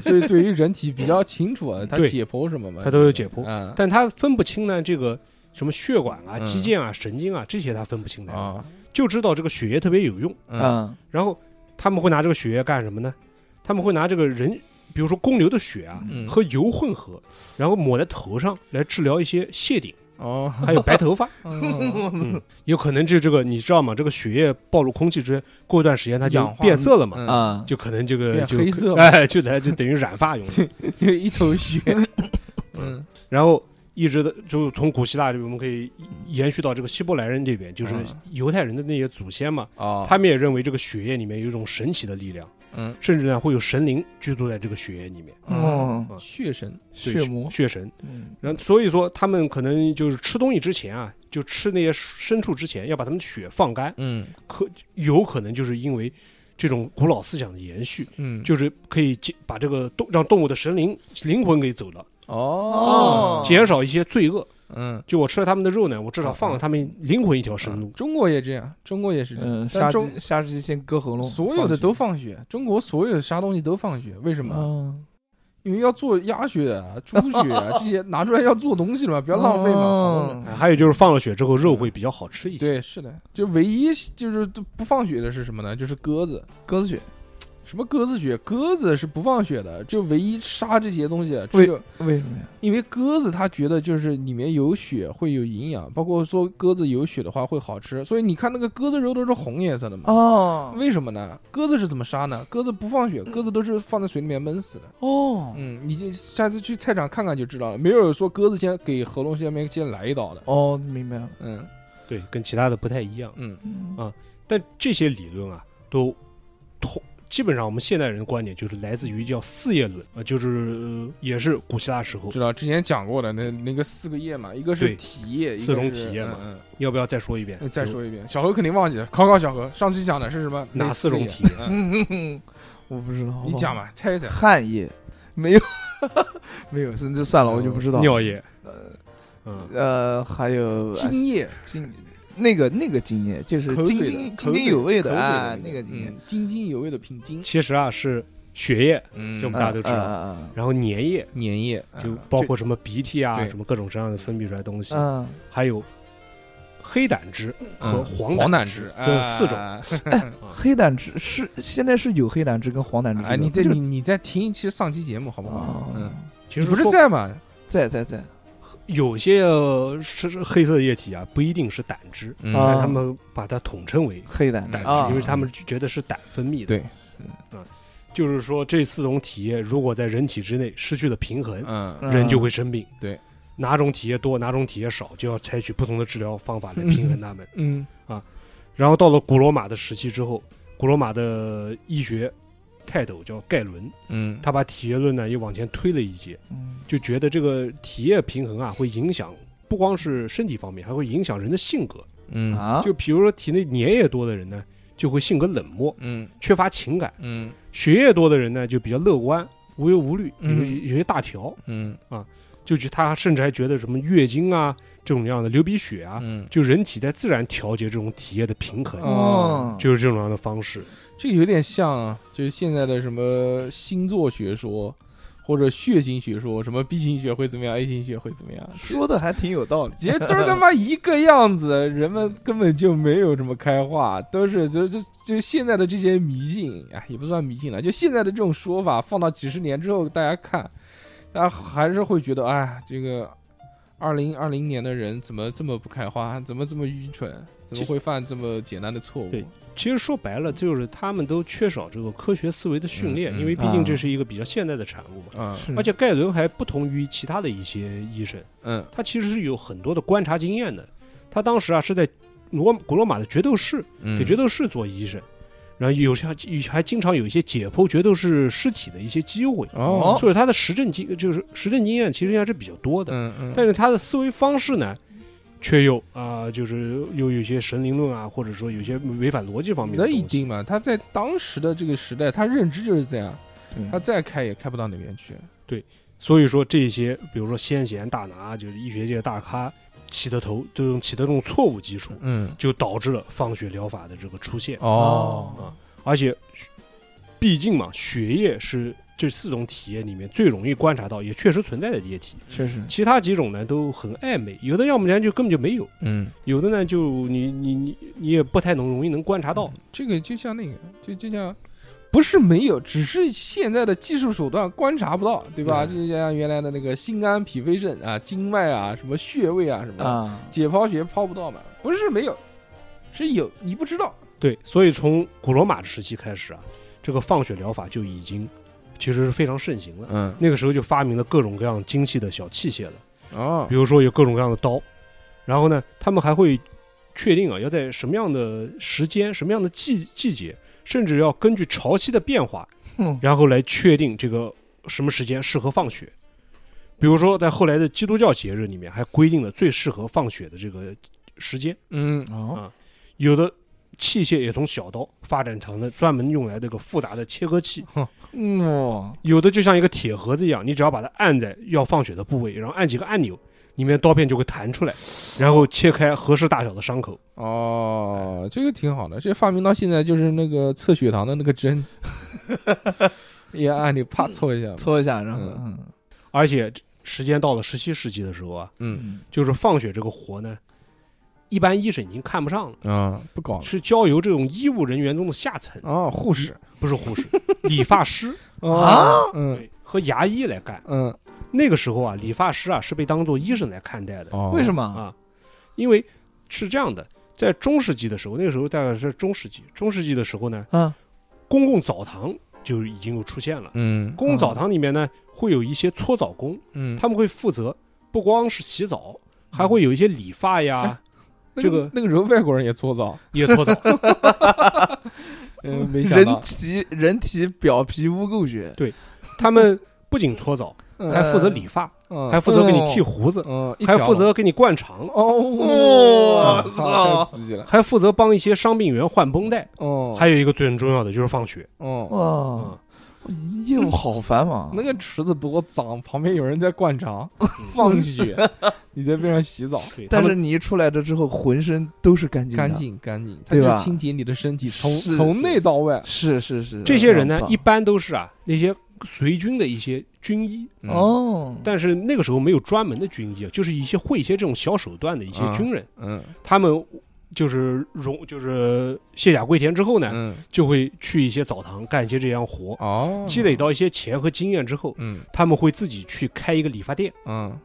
Speaker 1: 所以对于人体比较清楚啊，它
Speaker 4: 对
Speaker 1: 解剖什么嘛，
Speaker 4: 它都有解剖
Speaker 1: 啊
Speaker 4: 但他分不清呢，这个什么血管啊、
Speaker 1: 嗯
Speaker 4: 肌腱啊、神经啊这些他分不清的，
Speaker 1: 啊
Speaker 4: 就知道这个血液特别有用。
Speaker 1: 嗯
Speaker 3: 嗯
Speaker 4: 然后他们会拿这个血液干什么呢？他们会拿这个人，比如说公牛的血啊
Speaker 1: 嗯
Speaker 4: 和油混合，然后抹在头上来治疗一些谢顶，
Speaker 1: 哦，
Speaker 4: 还有白头发。
Speaker 1: 嗯
Speaker 4: 有可能这这个你知道吗？这个血液暴露空气之后，过一段时间它就
Speaker 1: 氧化
Speaker 4: 变色了嘛。
Speaker 1: 嗯
Speaker 3: 啊，
Speaker 4: 就可能这个
Speaker 1: 变
Speaker 4: 就
Speaker 1: 黑色嘛
Speaker 4: 哎，就等就等于染发用的。
Speaker 1: 就一头血， 嗯
Speaker 4: 然后一直的就从古希腊这边，我们可以延续到这个希伯来人这边，就是
Speaker 1: 嗯
Speaker 4: 犹太人的那些祖先嘛，
Speaker 1: 哦，
Speaker 4: 他们也认为这个血液里面有一种神奇的力量，
Speaker 1: 嗯，
Speaker 4: 甚至呢会有神灵居住在这个血液里面，
Speaker 1: 哦
Speaker 3: 哦，
Speaker 1: 血神，
Speaker 4: 对
Speaker 3: 血魔，
Speaker 4: 血神。
Speaker 3: 嗯
Speaker 4: 然后所以说他们可能就是吃东西之前啊，就吃那些牲畜之前要把他们的血放干，
Speaker 1: 嗯
Speaker 4: 可有可能就是因为这种古老思想的延续，
Speaker 1: 嗯，
Speaker 4: 就是可以解把这个动让动物的神灵灵魂给走了。
Speaker 1: 哦
Speaker 3: 哦
Speaker 4: 减少一些罪恶。
Speaker 1: 嗯，
Speaker 4: 就我吃了他们的肉呢，我至
Speaker 1: 啊
Speaker 4: 少放了他们灵魂一条生路。
Speaker 1: 中国也这样，中国也是这样，
Speaker 3: 嗯，
Speaker 1: 但
Speaker 3: 杀
Speaker 1: 中
Speaker 3: 鸡杀鸡先割喉咙，
Speaker 1: 所有的
Speaker 3: 放血
Speaker 1: 都放血，中国所有的杀东西都放血，为什么？
Speaker 3: 嗯，
Speaker 1: 因为要做鸭血啊、猪血啊这些拿出来要做东西了嘛，不要浪费嘛。好东西
Speaker 3: 嗯
Speaker 4: 啊还有就是放了血之后，
Speaker 1: 嗯
Speaker 4: 肉会比较好吃一些。
Speaker 1: 对，是的，就唯一就是都不放血的是什么呢？就是鸽子。
Speaker 3: 鸽子血
Speaker 1: 什么鸽子血？鸽子是不放血的，就唯一杀这些东西，啊只
Speaker 3: 为
Speaker 1: 有
Speaker 3: 为什么呀？
Speaker 1: 因为鸽子它觉得就是里面有血会有营养，包括说鸽子有血的话会好吃，所以你看那个鸽子肉都是红颜色的嘛。
Speaker 3: 哦
Speaker 1: 为什么呢？鸽子是怎么杀呢？鸽子不放血，鸽子都是放在水里面闷死的。
Speaker 4: 啊
Speaker 3: 哦
Speaker 1: 嗯，你就下次去菜场看看就知道了，没有说鸽子先给喉咙下面先来一刀的。
Speaker 3: 哦，明白了，
Speaker 1: 嗯
Speaker 4: 对，跟其他的不太一样。
Speaker 1: 嗯
Speaker 3: 嗯
Speaker 4: 但这些理论啊，都同基本上我们现代人的观点就是来自于叫四叶论啊，就是、呃也是古希腊时候
Speaker 1: 知。道之前讲过的那那个四个叶嘛，一个是
Speaker 4: 对
Speaker 1: 体液，一个
Speaker 4: 四种
Speaker 1: 是
Speaker 4: 体液嘛。
Speaker 1: 嗯
Speaker 4: 要不要再说一遍
Speaker 1: 嗯，？再说一遍，小何肯定忘记了，考考小何，上期讲的是什么？
Speaker 4: 哪
Speaker 1: 那
Speaker 4: 四种
Speaker 1: 个
Speaker 4: 体
Speaker 1: 液？嗯
Speaker 3: 我不知道，
Speaker 1: 你讲吧，猜一猜。
Speaker 3: 汗液没有 没有，是就算了，我就不知道。
Speaker 4: 尿液，呃嗯，
Speaker 3: 呃，还有哎
Speaker 1: 精液，
Speaker 3: 津那个那个津液，就是
Speaker 1: 口
Speaker 3: 津
Speaker 1: 水
Speaker 3: 津
Speaker 1: 的
Speaker 3: 津津有味
Speaker 1: 口
Speaker 3: 的
Speaker 1: 水
Speaker 3: 啊，
Speaker 1: 那
Speaker 3: 那
Speaker 1: 个
Speaker 3: 个津液，
Speaker 1: 嗯津津有味的品精，
Speaker 4: 其实啊是血液，
Speaker 1: 嗯
Speaker 4: 就大家都知道
Speaker 3: 道。
Speaker 4: 然后粘液
Speaker 1: 粘液，
Speaker 4: 就
Speaker 1: 啊
Speaker 4: 包括什么鼻涕啊，
Speaker 1: 对
Speaker 4: 什么各种各样的分泌出来的东西，
Speaker 3: 嗯，
Speaker 4: 还有黑胆汁和
Speaker 1: 嗯
Speaker 4: 黄
Speaker 1: 黄
Speaker 4: 胆
Speaker 1: 胆
Speaker 4: 汁
Speaker 1: 汁，
Speaker 4: 这四种。
Speaker 1: 哎
Speaker 3: 黑胆汁是现在是有黑胆汁跟黄胆汁的。
Speaker 1: 哎，你再
Speaker 3: 这
Speaker 1: 你你再听一期上期节目好不好
Speaker 3: 哦？
Speaker 1: 嗯，
Speaker 4: 其
Speaker 1: 你
Speaker 4: 实
Speaker 1: 不是
Speaker 4: 啊说
Speaker 1: 在吗？
Speaker 3: 在在在
Speaker 4: 有些呃是是黑色的液体啊，不一定是胆汁，
Speaker 1: 嗯
Speaker 3: 啊
Speaker 4: 但是他们把它统称为
Speaker 3: 黑胆
Speaker 4: 胆汁，
Speaker 3: 啊，
Speaker 4: 因为他们觉得是胆分泌的。嗯
Speaker 1: 对，
Speaker 4: 就是说这四种体液如果在人体之内失去了平衡，
Speaker 1: 嗯
Speaker 3: 嗯
Speaker 4: 人就会生病。
Speaker 1: 对，
Speaker 4: 哪种体液多，哪种体液少，就要采取不同的治疗方法来平衡它们。
Speaker 1: 嗯
Speaker 4: 然后到了古罗马的时期之后，古罗马的医学泰斗叫盖伦，
Speaker 1: 嗯，
Speaker 4: 他把体液论呢又往前推了一截，
Speaker 3: 嗯
Speaker 4: 就觉得这个体液平衡啊会影响。不光是身体方面，还会影响人的性格。
Speaker 1: 嗯
Speaker 3: 啊，
Speaker 4: 就比如说体内粘液多的人呢，就会性格冷漠，
Speaker 1: 嗯
Speaker 4: 缺乏情感；
Speaker 1: 嗯
Speaker 4: 血液多的人呢，就比较乐观、无忧无虑，有
Speaker 1: 嗯
Speaker 4: 有些大条。
Speaker 1: 嗯
Speaker 4: 就觉他甚至还觉得什么月经啊这种样的流鼻血啊，
Speaker 1: 嗯，
Speaker 4: 就人体在自然调节这种体液的平衡，
Speaker 1: 哦
Speaker 3: 哦，
Speaker 4: 就是这种样的方式。
Speaker 1: 这有点像啊，就是现在的什么星座学说，或者血型学说，什么 B 型血会怎么样，A 型血会怎么样，
Speaker 3: 说的还挺 有道理。
Speaker 1: 其实都是他妈一个样子，人们根本就没有什么开化，都是就就就现在的这些迷信，哎，也不算迷信了，就现在的这种说法，放到几十年之后，大家看，大家还是会觉得，哎，这个二零二零年的人怎么这么不开化，怎么这么愚蠢，怎么会犯这么简单的错误？
Speaker 4: 对其实说白了，就是他们都缺少这个科学思维的训练，
Speaker 1: 嗯嗯
Speaker 4: 因为毕竟这是一个比较现代的产物
Speaker 1: 嗯
Speaker 4: 嘛。
Speaker 3: 是
Speaker 4: 而且盖伦还不同于其他的一些医生，
Speaker 1: 嗯
Speaker 4: 他其实是有很多的观察经验的。他当时啊是在罗古罗马的决斗士
Speaker 1: 嗯
Speaker 4: 给决斗士做医生，然后有时候还还经常有一些解剖决斗士尸体的一些机会。
Speaker 1: 哦，
Speaker 4: 就是他的实证经，就是实证经验其实还是比较多的，
Speaker 1: 嗯嗯，
Speaker 4: 但是他的思维方式呢，却又啊、就是又有一些神灵论啊，或者说有些违反逻辑方面的
Speaker 1: 那
Speaker 4: 东西。
Speaker 1: 一定嘛，他在当时的这个时代，他认知就是这样，
Speaker 3: 对
Speaker 1: 他再开也开不到哪边去。
Speaker 4: 所以说这些，比如说先贤大拿，就是医学界的大咖起的头，就用起的这种错误基础，
Speaker 1: 嗯，
Speaker 4: 就导致了放血疗法的这个出现。
Speaker 1: 哦，
Speaker 4: 而且，毕竟嘛，血液是这四种体液里面最容易观察到，也确实存在的液体。
Speaker 3: 确实
Speaker 4: 其他几种呢都很暧昧，有的要不然就根本就没有。
Speaker 1: 嗯。
Speaker 4: 有的呢，就你你你你也不太能容易能观察到，
Speaker 1: 这个就像那个，就就像不是没有，只是现在的技术手段观察不到，对吧？就像原来的那个心肝脾肺肾啊、经脉啊、什么穴位啊什么的，
Speaker 3: 啊，
Speaker 1: 解剖学抛不到嘛，不是没有，是有你不知道。
Speaker 4: 对，所以从古罗马时期开始啊，这个放血疗法就已经其实是非常盛行了。
Speaker 1: 嗯，
Speaker 4: 那个时候就发明了各种各样精细的小器械了，
Speaker 1: 哦
Speaker 4: 比，如说有各种各样的刀，然后呢，他们还会确定啊，要在什么样的时间、什么样的季季节，甚至要根据潮汐的变化，
Speaker 3: 哼
Speaker 4: 然后来确定这个什么时间适合放血。比如说，在后来的基督教节日里面，还规定了最适合放血的这个时间。
Speaker 1: 嗯，
Speaker 3: 哦
Speaker 4: 有的器械也从小刀发展成了专门用来这个复杂的切割器，
Speaker 3: 嗯哦
Speaker 4: 有的就像一个铁盒子一样，你只要把它按在要放血的部位，然后按几个按钮，里面的刀片就会弹出来，然后切开合适大小的伤口。
Speaker 1: 哦，这个挺好的，这发明到现在就是那个测血糖的那个针，也按钮啪搓一下嘛。
Speaker 3: 搓一下，然后嗯
Speaker 4: 而且时间到了十七世纪的时候啊，
Speaker 1: 嗯
Speaker 3: 嗯
Speaker 4: 就是放血这个活呢，一般医生已经看不上了，
Speaker 1: 啊，不搞了。
Speaker 4: 是交由这种医务人员中的下层，
Speaker 1: 哦，护士
Speaker 4: 不是护士、理发师
Speaker 3: 啊
Speaker 1: 哦，嗯
Speaker 4: 对和牙医来干。
Speaker 1: 嗯，
Speaker 4: 那个时候啊，理发师啊是被当做医生来看待的。
Speaker 1: 哦，
Speaker 3: 为什
Speaker 1: 么？
Speaker 3: 么？
Speaker 4: 啊，因为是这样的，在中世纪的时候，那个时候大概是中世纪，中世纪的时候呢，
Speaker 3: 嗯
Speaker 4: 公共澡堂就已经有出现了。
Speaker 1: 嗯
Speaker 4: 公共澡堂里面呢，会有一些搓澡工，
Speaker 1: 嗯，
Speaker 4: 他们会负责不光是洗澡，还会有一些理发呀，
Speaker 1: 嗯那
Speaker 4: 这个
Speaker 1: 那个时候外国人也搓澡，
Speaker 4: 也 搓澡。
Speaker 1: 嗯，没想
Speaker 3: 人
Speaker 1: 到，
Speaker 3: 体人体表皮污垢学，
Speaker 4: 他们不仅搓澡，
Speaker 1: 嗯
Speaker 4: 还负责理发，
Speaker 1: 嗯
Speaker 4: 还负责给你剃胡子，
Speaker 1: 嗯，一
Speaker 4: 还
Speaker 1: 条
Speaker 4: 负责给你灌肠，
Speaker 1: 哦，我
Speaker 3: 哇
Speaker 1: 操，太刺激了，
Speaker 4: 还负责帮一些伤病员换绷带。
Speaker 1: 哦，
Speaker 4: 还有一个最重要的就是放血
Speaker 1: 哦，
Speaker 3: 哇，
Speaker 4: 啊，
Speaker 3: 业务好繁忙。
Speaker 1: 那个池子多脏，旁边有人在灌肠、放血，你在边上洗澡，
Speaker 4: 对他
Speaker 3: 但
Speaker 4: 们
Speaker 3: 是你一出来的之后，浑身都是干净的，
Speaker 1: 干净干净，它
Speaker 3: 对
Speaker 1: 就
Speaker 3: 吧
Speaker 1: 清洁你的身体，从
Speaker 3: 是
Speaker 1: 从内到外，
Speaker 3: 是是是。
Speaker 1: 嗯
Speaker 4: 这些人呢，
Speaker 3: 很棒
Speaker 4: 一般都是啊那些随军的一些军医，
Speaker 1: 嗯，
Speaker 3: 哦，
Speaker 4: 但是那个时候没有专门的军医，啊，就是一些会一些这种小手段的一些
Speaker 1: 啊
Speaker 4: 军人，
Speaker 1: 嗯
Speaker 4: 他们就是荣就是卸甲归田之后呢，
Speaker 1: 嗯，
Speaker 4: 就会去一些澡堂干一些这样活，
Speaker 1: 哦，
Speaker 4: 积累，到一些钱和经验之后，
Speaker 1: 嗯
Speaker 4: 他们会自己去开一个理发店，
Speaker 1: 嗯，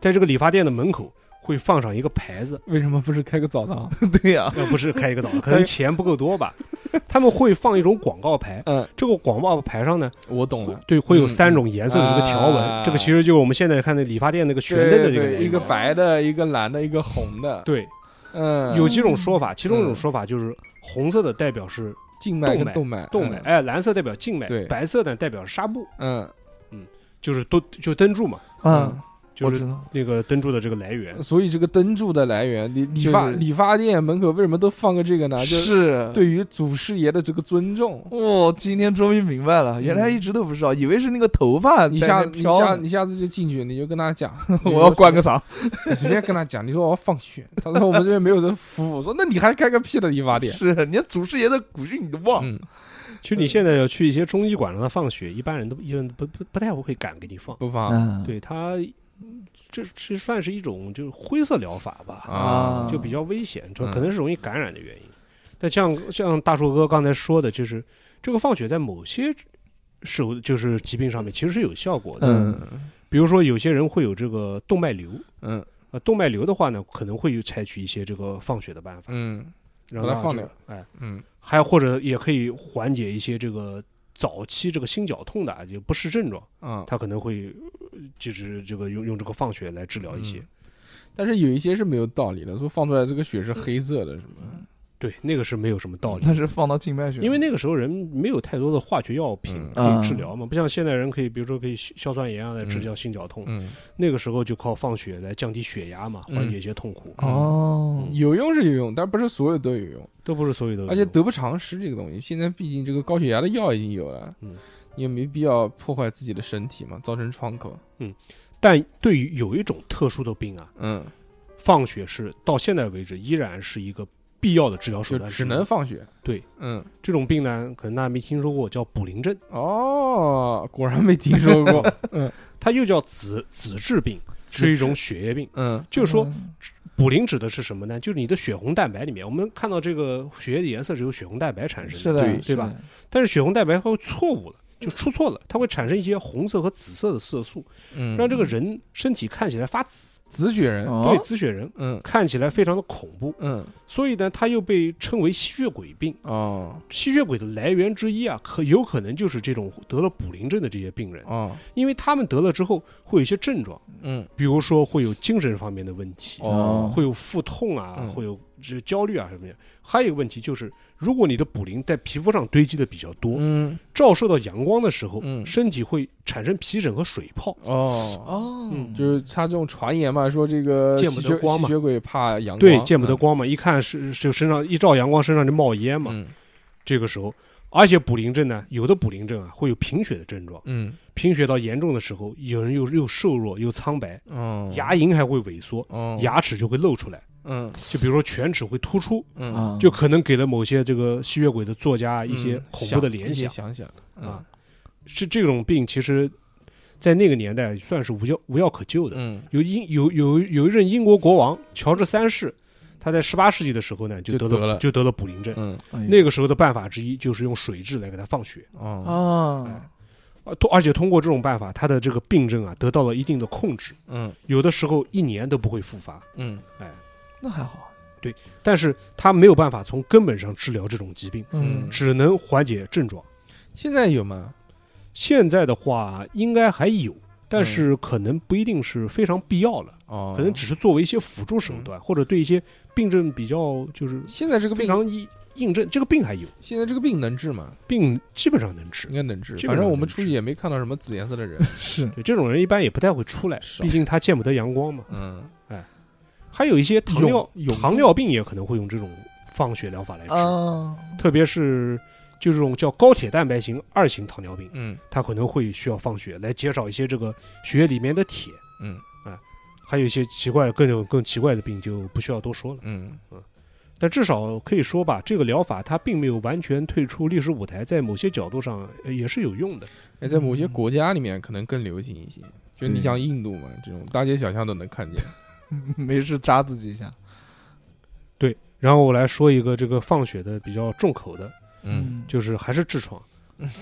Speaker 4: 在这个理发店的门口会放上一个牌子，
Speaker 1: 为什么不是开个澡堂？
Speaker 3: 对呀，
Speaker 4: 呃，不是开 一个澡堂，可能钱不够多吧，他们会放一种广告牌，
Speaker 1: 嗯，
Speaker 4: 这个广告牌上呢，
Speaker 1: 我懂 了，
Speaker 4: 对，会有三种颜色的这个条
Speaker 1: 嗯啊
Speaker 4: 纹，这个其实就是我们现在看的理发店那个旋灯的
Speaker 1: 对
Speaker 4: 这个
Speaker 1: 对
Speaker 4: 颜
Speaker 1: 一个
Speaker 4: 色。
Speaker 1: 白的，一个蓝的，一个红的，
Speaker 4: 对，
Speaker 1: 嗯，
Speaker 4: 有几种说法，其中一种说法就是红色的代表是
Speaker 1: 静脉跟动
Speaker 4: 动
Speaker 1: 脉，
Speaker 4: 动脉，哎，蓝色代表静脉
Speaker 1: 嗯对，
Speaker 4: 白色呢代表纱布，
Speaker 1: 嗯，
Speaker 4: 就是都就灯柱嘛，
Speaker 3: 嗯，
Speaker 1: 哦
Speaker 4: 就
Speaker 3: 我
Speaker 4: 是
Speaker 3: 知道，
Speaker 4: 那个灯柱的这个来源
Speaker 1: 嗯，。所以这个灯柱的来源，理理发
Speaker 3: 就是，。
Speaker 1: 理发店门口为什么都放个这个呢？就是对于祖师爷的这个尊重。
Speaker 3: 哦，今天终于明白
Speaker 4: 嗯
Speaker 3: 了，原来一直都不知道，以为是那个头发
Speaker 1: 你
Speaker 3: 在
Speaker 1: 下
Speaker 3: 那
Speaker 1: 你
Speaker 3: 飘
Speaker 1: 下
Speaker 3: 呢，
Speaker 1: 你下次就进去，你就跟他讲
Speaker 3: 我要灌个啥？
Speaker 1: 你随便跟他讲，你说我要放血，他说我们这边没有人服务，我说那你还开个屁的理发店？
Speaker 3: 是，连祖师爷的古训你都忘了。
Speaker 1: 嗯，
Speaker 4: 其实你现在要去一些中医馆让他放血，一般人都一般不不不太会敢给你放。
Speaker 1: 不放
Speaker 3: 嗯，
Speaker 4: 对他，这这算是一种就是灰色疗法吧，
Speaker 1: 啊
Speaker 3: 啊，
Speaker 4: 就比较危险，就
Speaker 1: 嗯
Speaker 4: 可能是容易感染的原因。但像像大树哥刚才说的，就是这个放血在某些手就是疾病上面其实是有效果的，
Speaker 1: 嗯
Speaker 4: 比如说有些人会有这个动脉瘤。
Speaker 1: 嗯
Speaker 4: 呃，动脉瘤的话呢，可能会有采取一些这个放血的办法，
Speaker 1: 嗯
Speaker 4: 让
Speaker 1: 把它
Speaker 4: 它
Speaker 1: 放
Speaker 4: 这
Speaker 1: 掉
Speaker 4: 个。哎，
Speaker 1: 嗯
Speaker 4: 还或者也可以缓解一些这个早期这个心绞痛的啊就不适症状，
Speaker 1: 啊，
Speaker 4: 他可能会呃就是这个用用这个放血来治疗一些。
Speaker 1: 嗯但是有一些是没有道理的，说放出来这个血是黑色的，是吧？
Speaker 4: 对，那个是没有什么道
Speaker 1: 嗯
Speaker 4: 理，
Speaker 3: 那是放到静脉血，
Speaker 4: 因为那个时候人没有太多的化学药品
Speaker 1: 嗯
Speaker 4: 可以治疗嘛，不像现代人可以，比如说可以硝酸盐啊来治疗心绞痛，
Speaker 1: 嗯，
Speaker 4: 那个时候就靠放血来降低血压嘛，缓解一些痛苦，
Speaker 3: 哦，
Speaker 1: 有用是有用，但不是所有都有用，
Speaker 4: 都不是所有的，
Speaker 1: 而且得不偿失这个东西。现在毕竟这个高血压的药已经有了，
Speaker 4: 嗯
Speaker 1: 你也没必要破坏自己的身体嘛，造成创口。
Speaker 4: 但对于有一种特殊的病啊，
Speaker 1: 嗯，
Speaker 4: 放血是到现在为止依然是一个必要的治疗手
Speaker 1: 就
Speaker 4: 段之
Speaker 1: 只
Speaker 4: 一，
Speaker 1: 能放血。
Speaker 4: 对，
Speaker 1: 嗯，
Speaker 4: 这种病呢，可能大家没听说过，叫卟啉症，
Speaker 1: 哦，果然没听说过。
Speaker 4: 它又叫子子质病，是一种血液病。
Speaker 1: 嗯
Speaker 4: 就是说，卟啉指的是什么呢？就是你的血红蛋白里面，我们看到这个血液的颜色是由血红蛋白产生的，
Speaker 3: 是的，
Speaker 1: 对
Speaker 3: 是
Speaker 4: 对
Speaker 3: 的
Speaker 4: 吧？但是血红蛋白它会错误了，就出错了，它会产生一些红色和紫色的色素，
Speaker 1: 嗯，
Speaker 4: 让这个人身体看起来发紫，
Speaker 1: 紫血人，
Speaker 3: 哦
Speaker 4: 对，紫血人
Speaker 1: 嗯
Speaker 4: 看起来非常的恐怖，
Speaker 1: 嗯，
Speaker 4: 所以呢，它又被称为吸血鬼病。
Speaker 1: 哦
Speaker 4: 吸血鬼的来源之一啊，可有可能就是这种得了卟啉症的这些病人，
Speaker 1: 哦，
Speaker 4: 因为他们得了之后会有一些症状，
Speaker 1: 嗯
Speaker 4: 比如说会有精神方面的问题，
Speaker 1: 哦，
Speaker 4: 会有腹痛啊，
Speaker 1: 嗯
Speaker 4: 会有这焦虑啊什么的。还有一个问题就是，如果你的卟啉在皮肤上堆积的比较多，
Speaker 1: 嗯
Speaker 4: 照射到阳光的时候，
Speaker 1: 嗯
Speaker 4: 身体会产生皮疹和水泡。
Speaker 1: 哦。
Speaker 3: 哦，
Speaker 4: 嗯
Speaker 1: 就是他这种传言嘛，说这个
Speaker 4: 见
Speaker 1: 吸
Speaker 4: 不得
Speaker 1: 血
Speaker 4: 光嘛
Speaker 1: 吸血鬼怕嗯阳光，
Speaker 4: 对，见不得光嘛，一看是是身上一照阳光，身上就冒烟嘛。
Speaker 1: 嗯
Speaker 4: 这个时候，而且卟啉症呢，有的卟啉症啊会有贫血的症状，
Speaker 1: 嗯，
Speaker 4: 贫血到严重的时候，有人又又瘦弱又苍白，
Speaker 1: 哦，
Speaker 4: 牙龈还会萎缩，
Speaker 1: 哦，
Speaker 4: 牙齿就会露出来，
Speaker 1: 嗯
Speaker 4: 就比如说犬齿会突出，
Speaker 1: 嗯
Speaker 3: 啊，
Speaker 4: 就可能给了某些这个吸血鬼的作家一些
Speaker 1: 嗯
Speaker 4: 恐怖的联
Speaker 1: 想，嗯
Speaker 4: 想
Speaker 1: 一些想想
Speaker 4: 啊，。是这种病，其实，在那个年代算是无药无药可救的。
Speaker 1: 嗯，
Speaker 4: 有英有有有一任英国国王乔治三世，他在十八世纪的时候呢，就
Speaker 1: 就
Speaker 4: 得
Speaker 1: 得了
Speaker 4: 了就得了卟啉症。
Speaker 1: 嗯
Speaker 3: 哎呦
Speaker 4: 那个时候的办法之一就是用水蛭来给他放血
Speaker 1: 哦，
Speaker 3: 啊，
Speaker 4: 啊，通而且通过这种办法，他的这个病症啊得到了一定的控制，
Speaker 1: 嗯
Speaker 4: 有的时候一年都不会复发。
Speaker 1: 嗯
Speaker 3: 那还好，
Speaker 4: 但是他没有办法从根本上治疗这种疾病，
Speaker 1: 嗯
Speaker 3: 嗯，
Speaker 4: 只能缓解症状。
Speaker 1: 现在有吗？
Speaker 4: 现在的话应该还有，但是可能不一定是非常必要了，
Speaker 1: 哦，
Speaker 4: 可能只是作为一些辅助手段，或者对一些病症比较就是
Speaker 1: 现在这个
Speaker 4: 非
Speaker 1: 病，
Speaker 4: 常印印证。这个病还有，
Speaker 1: 现在这个病能治吗？
Speaker 4: 病基本上能治
Speaker 1: 应。该能治，
Speaker 4: 基
Speaker 1: 反
Speaker 4: 本上
Speaker 1: 正我
Speaker 4: 能
Speaker 1: 们出去
Speaker 4: 治
Speaker 1: 也没看到什么紫颜色的人。
Speaker 3: 是
Speaker 4: 对，这种人一般也不太会出来，
Speaker 1: 少
Speaker 4: 毕竟他见不得阳光嘛。
Speaker 1: 嗯，
Speaker 4: 还有一些糖尿
Speaker 1: 有有
Speaker 4: 糖尿病也可能会用这种放血疗法来治，
Speaker 3: 啊，
Speaker 4: 特别是就这种叫高铁蛋白型二型糖尿病，
Speaker 1: 嗯
Speaker 4: 它可能会需要放血来减少一些这个血液里面的铁。
Speaker 1: 嗯
Speaker 4: 啊，还有一些奇怪更有更奇怪的病就不需要多说了。
Speaker 1: 嗯
Speaker 4: 但至少可以说吧，这个疗法它并没有完全退出历史舞台，在某些角度上呃也是有用的。
Speaker 1: 哎，在某些国家里面可能更流行一些，就你
Speaker 3: 对
Speaker 1: 像印度嘛，这种大街小巷都能看见。
Speaker 3: 没事扎自己一下。
Speaker 4: 对，然后我来说一个这个放血的比较重口的，
Speaker 2: 嗯，
Speaker 4: 就是还是痔疮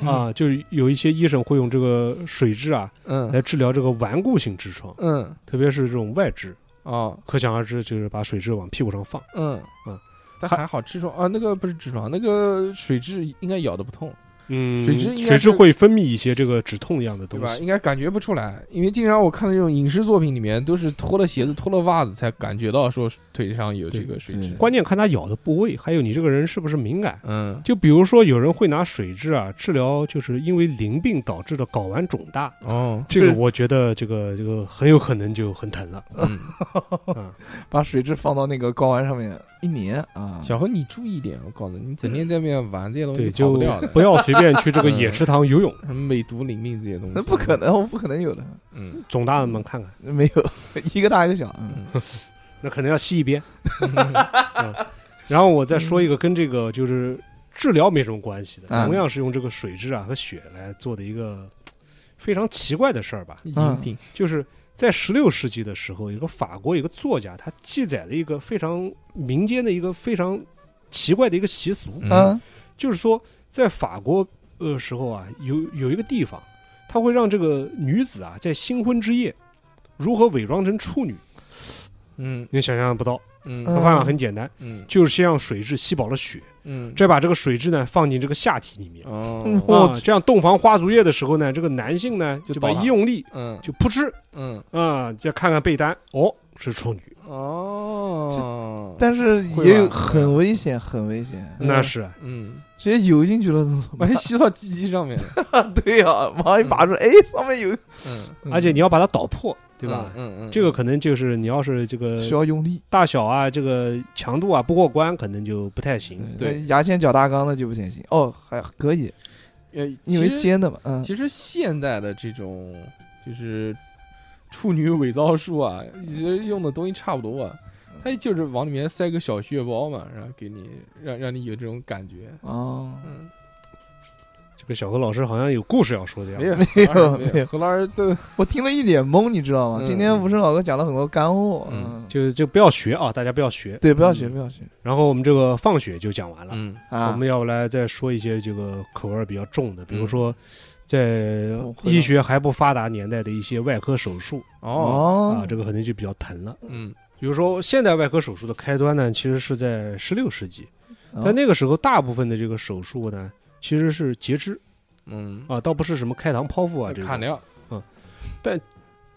Speaker 4: 啊，就是有一些医生会用这个水蛭啊
Speaker 1: 嗯
Speaker 4: 来治疗这个顽固性痔疮，
Speaker 1: 嗯
Speaker 4: 特别是这种外痔，
Speaker 1: 哦
Speaker 4: 可想而知，就是把水蛭往屁股上放。
Speaker 1: 嗯
Speaker 4: 嗯，
Speaker 1: 但还好痔疮啊，那个不是痔疮，那个水蛭应该咬的不痛，
Speaker 4: 嗯，
Speaker 1: 水
Speaker 4: 水
Speaker 1: 蛭应该是
Speaker 4: 蛭会分泌一些这个止痛一样的
Speaker 1: 对
Speaker 4: 东
Speaker 1: 吧？
Speaker 4: 西。
Speaker 1: 应该感觉不出来，因为经常我看的这种影视作品里面，都是脱了鞋子、脱了袜子才感觉到说腿上有这个水嗯
Speaker 3: 对
Speaker 1: 蛭。
Speaker 4: 关键看它咬的部位，还有你这个人是不是敏感。
Speaker 1: 嗯
Speaker 4: 就比如说，有人会拿水蛭啊治疗，就是因为淋病导致的睾丸肿大，
Speaker 1: 哦
Speaker 4: 这个我觉得这个这个很有可能就很疼了。
Speaker 1: 嗯，
Speaker 4: 啊，
Speaker 3: 把水蛭放到那个睾丸上面一粘啊，
Speaker 1: 小何你注意点，我告诉你，你整天在外面玩这些东西
Speaker 4: 对，
Speaker 1: 跑
Speaker 4: 就
Speaker 1: 不掉嗯的，
Speaker 4: 不要随便去这个野池塘游泳，
Speaker 1: 什么美毒领命这些东西
Speaker 3: 那， 不可。能，我不可能有的，
Speaker 1: 嗯，
Speaker 4: 肿大了嘛，看看，
Speaker 3: 没有一个大一个小。嗯，
Speaker 4: 那可能要吸一边。啊然后我再说一
Speaker 1: 嗯
Speaker 4: 个跟这个就是治疗没什么关系的，
Speaker 3: 嗯
Speaker 4: 同样是用这个水蛭啊和血来做的一个非常奇怪的事儿吧，
Speaker 1: 饮品
Speaker 4: 就是在十六世纪的时候，有个法国有个作家，他记载了一个非常民间的一个非常奇怪的一个习俗，
Speaker 1: 嗯
Speaker 3: 嗯
Speaker 4: 就是说在法国呃时候啊，有有一个地方，他会让这个女子啊在新婚之夜如何伪装成处女，
Speaker 1: 嗯
Speaker 4: 你想象不到，
Speaker 1: 嗯
Speaker 4: 他
Speaker 3: 嗯
Speaker 4: 方法很简单，
Speaker 1: 嗯
Speaker 4: 就是先让水蛭吸饱了血，
Speaker 1: 嗯，
Speaker 4: 再把这个水蛭呢放进这个下体里面。
Speaker 1: 哦
Speaker 3: 嗯我
Speaker 4: 啊，这样洞房花烛夜的时候呢，这个男性呢
Speaker 1: 就
Speaker 4: 就把
Speaker 1: 倒了
Speaker 4: 一用力，
Speaker 1: 嗯
Speaker 4: 就扑哧
Speaker 1: 嗯
Speaker 4: 啊，再看看被单，哦，是处女。
Speaker 1: 哦，
Speaker 3: 但是
Speaker 1: 会
Speaker 3: 也有
Speaker 1: 吧
Speaker 3: 很危险，很危险，
Speaker 1: 嗯
Speaker 4: 那是
Speaker 1: 嗯，
Speaker 3: 直接游进去了 怎么
Speaker 1: 我
Speaker 3: 办
Speaker 1: 还？吸到鸡鸡上面了，
Speaker 3: 对呀，马上一拔出来，哎，上面有，
Speaker 1: 嗯，
Speaker 3: 嗯
Speaker 4: 而且你要把它捣破，对吧？
Speaker 1: 嗯嗯，嗯
Speaker 4: 这个可能就是你要是这个
Speaker 3: 需要用力，
Speaker 4: 大小啊，这个强度啊不过关，可能就不太行。
Speaker 1: 对
Speaker 3: 那牙签脚大纲的就不太行。哦，还可以，
Speaker 1: 呃，
Speaker 3: 因
Speaker 1: 其
Speaker 3: 为
Speaker 1: 实
Speaker 3: 尖的嘛，嗯，
Speaker 1: 其实现代的这种就是处女伪造术啊，其实用的东西差不多啊。它就是往里面塞个小血包嘛，然后给你让让你有这种感觉。
Speaker 3: 哦，
Speaker 1: 嗯，
Speaker 4: 这个小何老师好像有故事要说的样
Speaker 1: 没
Speaker 4: 子。
Speaker 1: 有
Speaker 3: 没
Speaker 1: 没
Speaker 3: 有
Speaker 1: 没
Speaker 3: 没
Speaker 1: 有，
Speaker 3: 有
Speaker 1: 何老师都
Speaker 3: 我听了一脸懵，你知道吗？
Speaker 1: 嗯
Speaker 3: 今天吴胜老哥讲了很多干货，
Speaker 1: 嗯
Speaker 3: 嗯，
Speaker 4: 就就不要学啊，大家不要学。
Speaker 3: 对，不要学，
Speaker 1: 嗯
Speaker 3: 不要学
Speaker 4: 然后我们这个放血就讲完了，
Speaker 1: 嗯
Speaker 4: 我
Speaker 3: 啊
Speaker 4: 们。要不来再说一些这个口味儿比较重的，比如
Speaker 1: 嗯
Speaker 4: 说在
Speaker 3: 我会
Speaker 4: 医
Speaker 3: 的
Speaker 4: 学还不发达年代的一些外科手术
Speaker 1: 哦
Speaker 4: 啊
Speaker 3: 哦，，
Speaker 4: 这个可能就比较疼了。
Speaker 1: 嗯
Speaker 4: 比如说现代外科手术的开端呢，其实是在十六世纪，
Speaker 1: 啊
Speaker 3: 哦
Speaker 4: 但那个时候大部分的这个手术呢，其实是截肢
Speaker 1: 嗯，
Speaker 4: 啊，倒不是什么开膛剖腹啊这
Speaker 1: 呃砍
Speaker 4: 种。
Speaker 1: 掉
Speaker 3: 嗯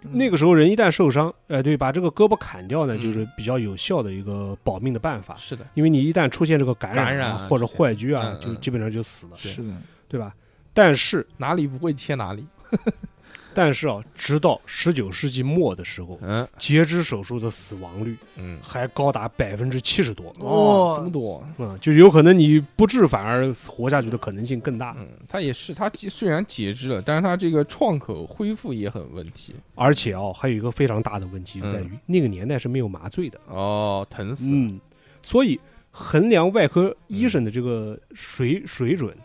Speaker 4: 那个时候人一旦受伤，哎、对，把这个胳膊砍掉呢，
Speaker 1: 嗯
Speaker 4: 就是比较有效的一个保命的办法，
Speaker 1: 是的，
Speaker 4: 因为你一旦出现这个感染啊
Speaker 1: 感染啊
Speaker 4: 或者坏疽啊，
Speaker 1: 这些嗯
Speaker 4: 就基本上就死了，
Speaker 3: 是的，
Speaker 4: 对吧？但是
Speaker 1: 哪里不会切哪里。
Speaker 4: 但是啊，直到十九世纪末的时候，
Speaker 1: 嗯
Speaker 4: 截肢手术的死亡率
Speaker 1: 嗯，
Speaker 4: 还高达百分之七十多。
Speaker 1: 哦，
Speaker 3: 哦
Speaker 1: 这么多。
Speaker 4: 啊、就有可能你不治反而死活下去的可能性更大，
Speaker 1: 嗯，他也是，他既虽然截肢了，但是他这个创口恢复也很问题。
Speaker 4: 而且啊，还有一个非常大的问题就在于、那个年代是没有麻醉的，
Speaker 1: 哦，疼死。
Speaker 4: 嗯，所以衡量外科医生的这个水、水准，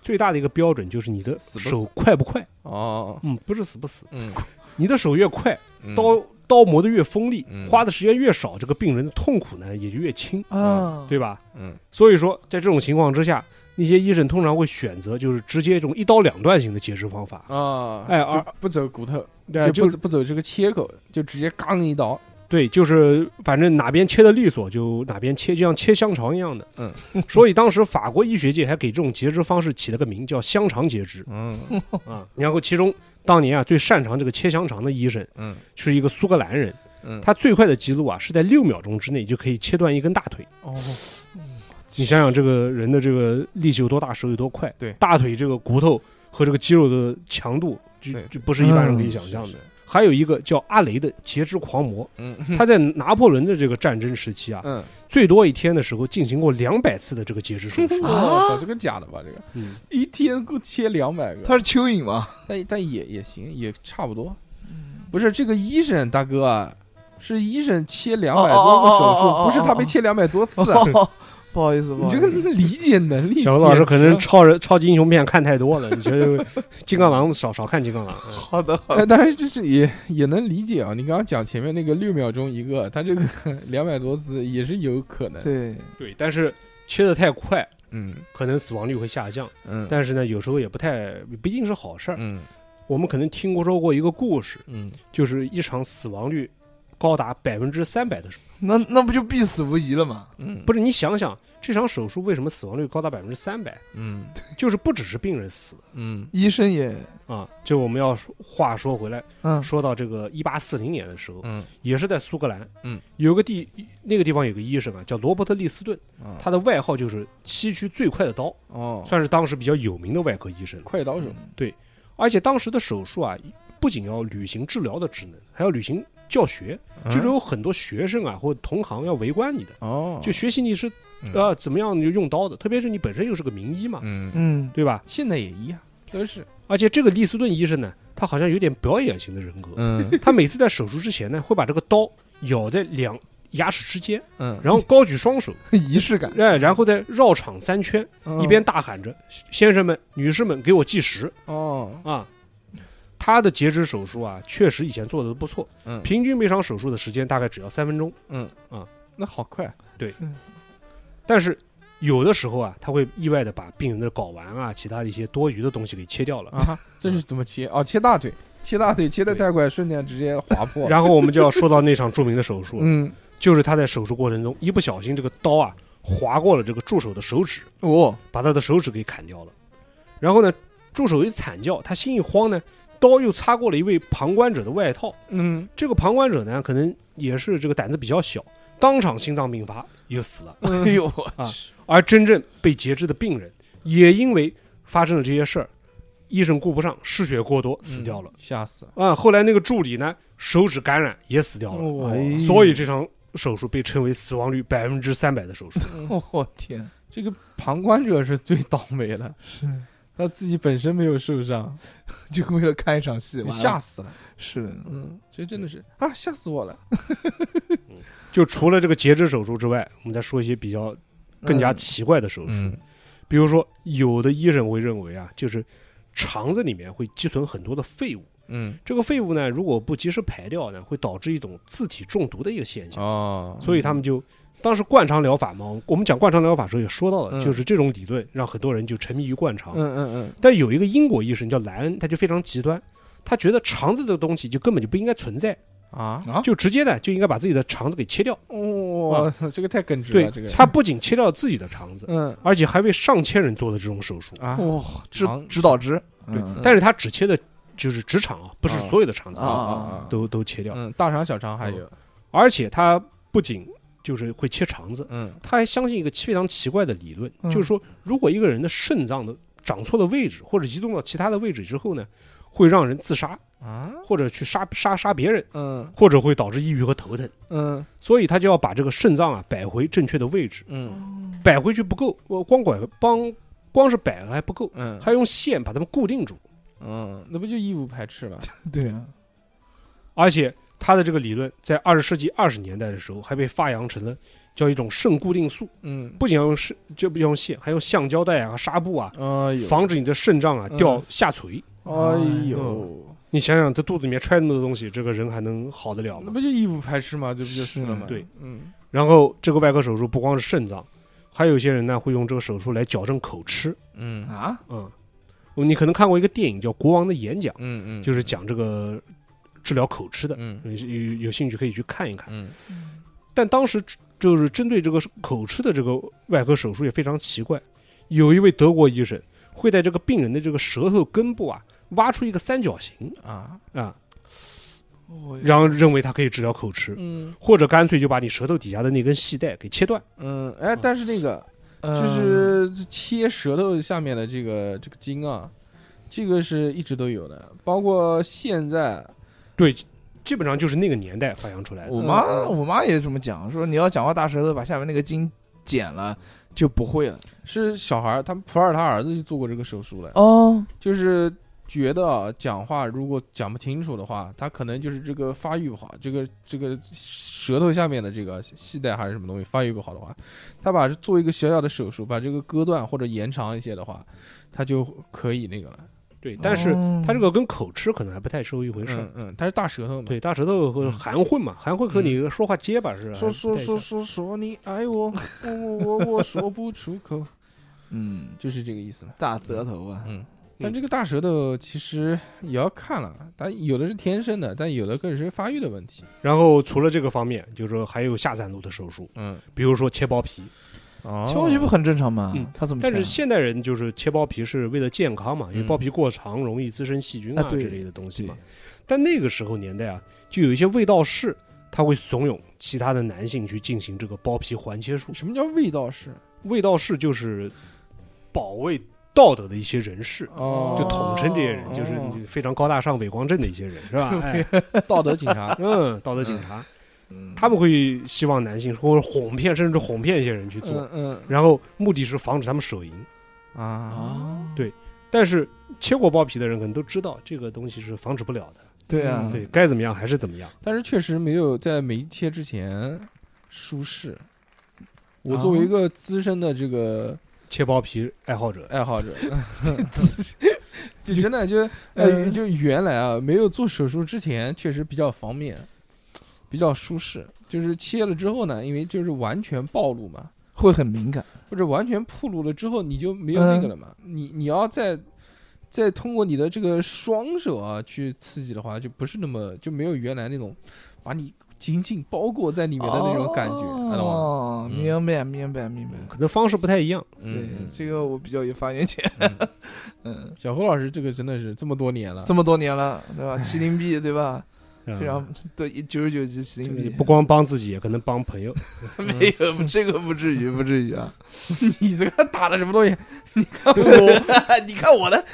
Speaker 4: 最大的一个标准就是你的
Speaker 1: 死不死
Speaker 4: 手快不快，
Speaker 1: 哦，
Speaker 4: 嗯，不是死不死，
Speaker 1: 嗯，
Speaker 4: 你的手越快，
Speaker 1: 嗯
Speaker 4: 刀刀磨得越锋利，
Speaker 1: 嗯
Speaker 4: 花的时间越少，这个病人的痛苦呢也就越轻，
Speaker 3: 啊，
Speaker 4: 对吧？
Speaker 1: 嗯
Speaker 4: 所以说，在这种情况之下，那些医生通常会选择就是直接这种一刀两断型的截肢方法。
Speaker 1: 啊，
Speaker 4: 哎
Speaker 1: 就
Speaker 4: 而
Speaker 1: 不走骨头，
Speaker 4: 对，
Speaker 1: 就
Speaker 4: 就
Speaker 1: 不走不走这个切口，就直接刚一刀。
Speaker 4: 对，就是反正哪边切的利索就哪边切，就像切香肠一样的。
Speaker 1: 嗯，
Speaker 4: 所以当时法国医学界还给这种截肢方式起了个名叫“香肠截肢
Speaker 1: 嗯”
Speaker 4: 啊。然后其中当年啊最擅长这个切香肠的医生
Speaker 1: 嗯
Speaker 4: 是一个苏格兰人，
Speaker 1: 嗯，
Speaker 4: 他最快的记录啊是在六秒钟之内就可以切断一根大腿。
Speaker 1: 哦，
Speaker 4: 你想想这个人的这个力气有多大，手有多快，
Speaker 1: 对
Speaker 4: 大腿这个骨头和这个肌肉的强度就
Speaker 1: 对
Speaker 4: 就不是一般人可以
Speaker 3: 嗯
Speaker 4: 想象的
Speaker 1: 是。。是
Speaker 4: 还有一个叫阿雷的截肢狂魔，
Speaker 1: 嗯
Speaker 4: 他在拿破仑的这个战争时期啊，
Speaker 1: 嗯，
Speaker 4: 最多一天的时候进行过两百次的这个截肢手术。
Speaker 1: 嗯我操，这个假的吧？这个
Speaker 4: 嗯，
Speaker 1: 一天够切两百个，
Speaker 3: 他是蚯蚓吗？
Speaker 1: 但但也也行，也差不多。不是这个医生大哥啊，是医生切两百多个
Speaker 3: 哦哦哦哦哦
Speaker 1: 手
Speaker 3: 哦
Speaker 1: 术，不是他被切两百多次啊！
Speaker 3: 哦不好意思，
Speaker 1: 你
Speaker 3: 不好意
Speaker 1: 这
Speaker 3: 思
Speaker 1: 个理解能力，
Speaker 4: 小罗老师可能超人超级英雄片看太多了， 你觉得金刚狼少少看金 刚狼？嗯
Speaker 3: 好的好的，
Speaker 1: 哎，当然就是也也能理解啊。你刚刚讲前面那个六秒钟一个，他这个 两百多次也是有可能。
Speaker 3: 对，
Speaker 4: 对，但是切的太快，
Speaker 1: 嗯
Speaker 4: 可能死亡率会下降，
Speaker 1: 嗯
Speaker 4: 但是呢，有时候也不太不一定是好事儿。
Speaker 1: 嗯
Speaker 4: 我们可能听过说过一个故事，
Speaker 1: 嗯，
Speaker 4: 就是一场死亡率高达百分之三百的手术，
Speaker 3: 那那不就必死无疑了吗？
Speaker 1: 嗯
Speaker 4: 不是你想想这场手术为什么死亡率高达百分之三百？
Speaker 1: 嗯
Speaker 4: 就是不只是病人死
Speaker 1: 嗯
Speaker 3: 医生也，
Speaker 4: 啊。就我们要说话说回来，
Speaker 3: 嗯，
Speaker 4: 说到这个一八四零年的时候，
Speaker 1: 嗯
Speaker 4: 也是在苏格兰，
Speaker 1: 嗯，
Speaker 4: 有个地那个地方有个医生啊，叫罗伯特利斯顿，
Speaker 1: 啊
Speaker 4: 他的外号就是西区最快的刀，
Speaker 1: 哦，
Speaker 4: 算是当时比较有名的外科医生。
Speaker 1: 快刀手，
Speaker 4: 而且当时的手术啊，不仅要履行治疗的职能，还要履行教学，
Speaker 1: 嗯
Speaker 4: 就是有很多学生啊或者同行要围观你的，
Speaker 1: 哦，
Speaker 4: 就学习你是
Speaker 1: 嗯
Speaker 4: 啊、怎么样你就用刀的，特别是你本身又是个名医嘛，
Speaker 1: 嗯，
Speaker 3: 嗯，
Speaker 4: 对吧？
Speaker 1: 现在也一样，都是
Speaker 4: 而且这个利斯顿医生呢，他好像有点表演型的人格，
Speaker 1: 嗯
Speaker 4: 他每次在手术之前呢，会把这个刀咬在两牙齿之间，
Speaker 1: 嗯，
Speaker 4: 然后高举双手，
Speaker 3: 仪式感，
Speaker 4: 哎，然后再绕场三圈，
Speaker 1: 后
Speaker 4: 一边大喊着：“先生们、女士们，给我计时
Speaker 1: 哦，
Speaker 4: 啊！”他的截肢手术啊，确实以前做的不错，
Speaker 1: 嗯
Speaker 4: 平均每场手术的时间大概只要三分钟。
Speaker 1: 那好快，
Speaker 4: 但是有的时候啊，他会意外的把病人的睾丸啊、其他的一些多余的东西给切掉了。
Speaker 1: 啊，这是怎么切？哦，切大腿，切大腿切的太快，瞬间直接划破。
Speaker 4: 然后我们就要说到那场著名的手术，
Speaker 1: 嗯，
Speaker 4: 就是他在手术过程中一不小心，这个刀啊划过了这个助手的手指，
Speaker 3: 哦，
Speaker 4: 把他的手指给砍掉了。然后呢，助手一惨叫，他心一慌呢，刀又擦过了一位旁观者的外套。
Speaker 1: 嗯，
Speaker 4: 这个旁观者呢，可能也是这个胆子比较小，当场心脏病发又死了。
Speaker 3: 哎呦我
Speaker 4: 啊
Speaker 3: 去，
Speaker 4: 而真正被截肢的病人，也因为发生了这些事儿，医生顾不上，失血过多死掉了
Speaker 1: 嗯，。吓死了。
Speaker 4: 啊、后来那个助理呢，手指感染也死掉了。
Speaker 1: 哦
Speaker 3: 哎
Speaker 4: 所以这场手术被称为死亡率百分之三百的手术。
Speaker 3: 哦我天，
Speaker 1: 这个旁观者是最倒霉的，
Speaker 3: 是
Speaker 1: 他自己本身没有受伤，
Speaker 3: 就为了看一场戏，完了
Speaker 1: 吓死了。
Speaker 3: 是的，
Speaker 1: 嗯，这真的是啊，吓死我了。
Speaker 4: 就除了这个截肢手术之外，我们再说一些比较更加
Speaker 3: 嗯
Speaker 4: 奇怪的手术，比如说有的医生会认为啊，就是肠子里面会积存很多的废物，
Speaker 1: 嗯，
Speaker 4: 这个废物呢如果不及时排掉呢，会导致一种自体中毒的一个现象，
Speaker 1: 哦
Speaker 4: 所以他们就。当时灌肠疗法嘛，我们讲灌肠疗法的时候也说到了，
Speaker 1: 嗯
Speaker 4: 就是这种理论让很多人就沉迷于灌肠。
Speaker 1: 嗯嗯
Speaker 4: 但有一个英国医生叫莱恩，他就非常极端，他觉得肠子这个东西就根本就不应该存在，
Speaker 1: 嗯啊，
Speaker 3: 啊，
Speaker 4: 就直接呢就应该把自己的肠子给切掉。
Speaker 1: 哇，这个太耿直
Speaker 4: 对
Speaker 1: 了，这个，
Speaker 4: 他不仅切掉自己的肠子，
Speaker 1: 嗯
Speaker 4: 而且还为上千人做的这种手术。
Speaker 1: 啊，
Speaker 3: 哇，指
Speaker 1: 长
Speaker 3: 指导值，
Speaker 4: 对
Speaker 3: 嗯，
Speaker 4: 但是他只切的就是直肠啊，不是
Speaker 1: 啊
Speaker 4: 所有的肠子
Speaker 1: 啊啊
Speaker 3: 啊啊
Speaker 1: 啊，
Speaker 4: 都都切掉。
Speaker 1: 嗯，大肠小肠还有，
Speaker 4: 而且他不仅就是会切肠子，
Speaker 1: 嗯
Speaker 4: 他还相信一个非常奇怪的理论，
Speaker 3: 嗯
Speaker 4: 就是说，如果一个人的肾脏的长错了位置，或者移动到其他的位置之后呢，会让人自杀，
Speaker 1: 啊，
Speaker 4: 或者去杀杀杀别人，
Speaker 1: 嗯
Speaker 4: 或者会导致抑郁和头疼。
Speaker 1: 嗯
Speaker 4: 所以他就要把这个肾脏啊摆回正确的位置，
Speaker 1: 嗯
Speaker 4: 摆回去不够，我光管帮光是摆了还不够，
Speaker 1: 嗯
Speaker 4: 还用线把它们固定住。
Speaker 1: 嗯，那不就义务排斥吗？
Speaker 3: 对啊，
Speaker 4: 而且他的这个理论在二十世纪二十年代的时候还被发扬成了叫一种肾固定素，
Speaker 1: 嗯，
Speaker 4: 不仅要用肾，就不仅要用线，还用橡胶带啊、纱布啊，
Speaker 1: 哎呦，
Speaker 4: 防止你的肾脏啊
Speaker 1: 嗯
Speaker 4: 掉下垂。
Speaker 1: 哎呦
Speaker 3: 嗯，
Speaker 4: 你想想，这肚子里面揣那么多东西，这个人还能好得了
Speaker 1: 那
Speaker 4: 吗？
Speaker 1: 不就义务排斥吗？这不就死了吗？
Speaker 4: 是对，
Speaker 1: 嗯，
Speaker 4: 然后这个外科手术不光是肾脏，还有一些人呢会用这个手术来矫正口吃。
Speaker 1: 嗯
Speaker 3: 啊，
Speaker 4: 嗯，你可能看过一个电影叫《国王的演讲》，
Speaker 1: 嗯嗯，
Speaker 4: 就是讲这个治疗口吃的，
Speaker 1: 嗯
Speaker 4: 有有有兴趣可以去看一看。
Speaker 1: 嗯
Speaker 4: 但当时就是针对这个口吃的这个外科手术也非常奇怪，有一位德国医生会在这个病人的这个舌头根部啊挖出一个三角形
Speaker 1: 啊，
Speaker 4: 啊，
Speaker 3: 我
Speaker 4: 然后认为它可以治疗口吃，
Speaker 1: 嗯
Speaker 4: 或者干脆就把你舌头底下的那根细带给切断。
Speaker 1: 嗯，哎，
Speaker 4: 嗯
Speaker 1: 但是那个就
Speaker 3: 嗯
Speaker 1: 是切舌头下面的这个这个筋啊，这个是一直都有的，包括现在，
Speaker 4: 对，基本上就是那个年代发扬出来的。
Speaker 3: 我妈
Speaker 1: 嗯嗯
Speaker 3: 我妈也这么讲，说你要讲话大舌头，把下面那个筋剪了就不会了。
Speaker 1: 是小孩儿，他们普洱他儿子就做过这个手术了，
Speaker 3: 哦，
Speaker 1: 就是觉得啊讲话如果讲不清楚的话，他可能就是这个发育不好，这个这个舌头下面的这个系带还是什么东西发育不好的话，他把做一个小小的手术，把这个割断或者延长一些的话，他就可以那个了。
Speaker 4: 对，但是
Speaker 3: 哦
Speaker 4: 它这个跟口吃可能还不太是一回事儿
Speaker 1: 嗯。嗯，他是大舌头嘛。
Speaker 4: 对，大舌头和
Speaker 1: 嗯
Speaker 4: 含混嘛，含混和你说话结巴是吧？
Speaker 1: 说说
Speaker 4: 带一
Speaker 1: 说
Speaker 4: 下，
Speaker 1: 说说你爱我，我我我我说不出口，
Speaker 3: 嗯，
Speaker 1: 就是这个意思嘛。
Speaker 3: 大舌头啊，
Speaker 1: 嗯，但这个大舌头其实也要看了，但有的是天生的，但有的更是发育的问题。
Speaker 4: 然后除了这个方面，就是说还有下三路的手术，
Speaker 1: 嗯，
Speaker 4: 比如说切包皮。
Speaker 1: 哦
Speaker 3: 切包皮不很正常吗
Speaker 4: 嗯？
Speaker 3: 他怎么切啊？
Speaker 4: 但是现代人就是切包皮是为了健康嘛，因为包皮过长容易滋生细菌啊
Speaker 3: 啊对
Speaker 4: 之类的东西嘛。但那个时候年代啊，就有一些卫道士，他会怂恿其他的男性去进行这个包皮环切术。
Speaker 1: 什么叫味道是？
Speaker 4: 卫道士就是保卫道德的一些人士。
Speaker 1: 哦，
Speaker 4: 就统称这些人，
Speaker 1: 哦
Speaker 4: 就是你非常高大上、伟光正的一些人，是吧？ 哎，。
Speaker 1: 道德警察
Speaker 4: 嗯，道德警
Speaker 3: 嗯
Speaker 4: 察，他们会希望男性或者哄骗，甚至哄骗一些人去做，
Speaker 1: 嗯嗯
Speaker 4: 然后目的是防止他们手淫。
Speaker 1: 啊，
Speaker 3: 啊，
Speaker 4: 但是切过包皮的人可能都知道，这个东西是防止不了的。
Speaker 3: 对啊
Speaker 1: 嗯，
Speaker 4: 对，该怎么样还是怎么样。
Speaker 1: 但是确实没有在没切之前舒适。我
Speaker 3: 啊
Speaker 1: 作为一个资深的这个
Speaker 4: 切包皮爱好者，
Speaker 1: 爱好 者，就真的就呃
Speaker 3: 嗯
Speaker 1: 就原来啊没有做手术之前确实比较方便，比较舒适。就是切了之后呢，因为就是完全暴露嘛，
Speaker 3: 会很敏感，
Speaker 1: 或者完全暴露了之后，你就没有那个了嘛。
Speaker 3: 嗯
Speaker 1: 你你要再再通过你的这个双手啊去刺激的话，就不是那么就没有原来那种把你紧紧包裹在里面的那种感觉，看懂吗？
Speaker 3: 哦，
Speaker 1: 嗯
Speaker 3: 明白明白明白。
Speaker 4: 可能方式不太一样。
Speaker 3: 对
Speaker 1: 嗯，，
Speaker 3: 这个我比较有发言权。
Speaker 1: 嗯
Speaker 3: 嗯，
Speaker 1: 小何老师这个真的是这么多年了，
Speaker 3: 这么多年了，对吧？麒 麟臂，对吧？
Speaker 4: 非
Speaker 1: 嗯
Speaker 3: 非常对，九十九级麒麟臂，
Speaker 4: 不光帮自己，也可能帮朋友。
Speaker 3: 没有不这个不至 于，不至于啊！
Speaker 1: 你这个打的什么东西？
Speaker 3: 你看 我的，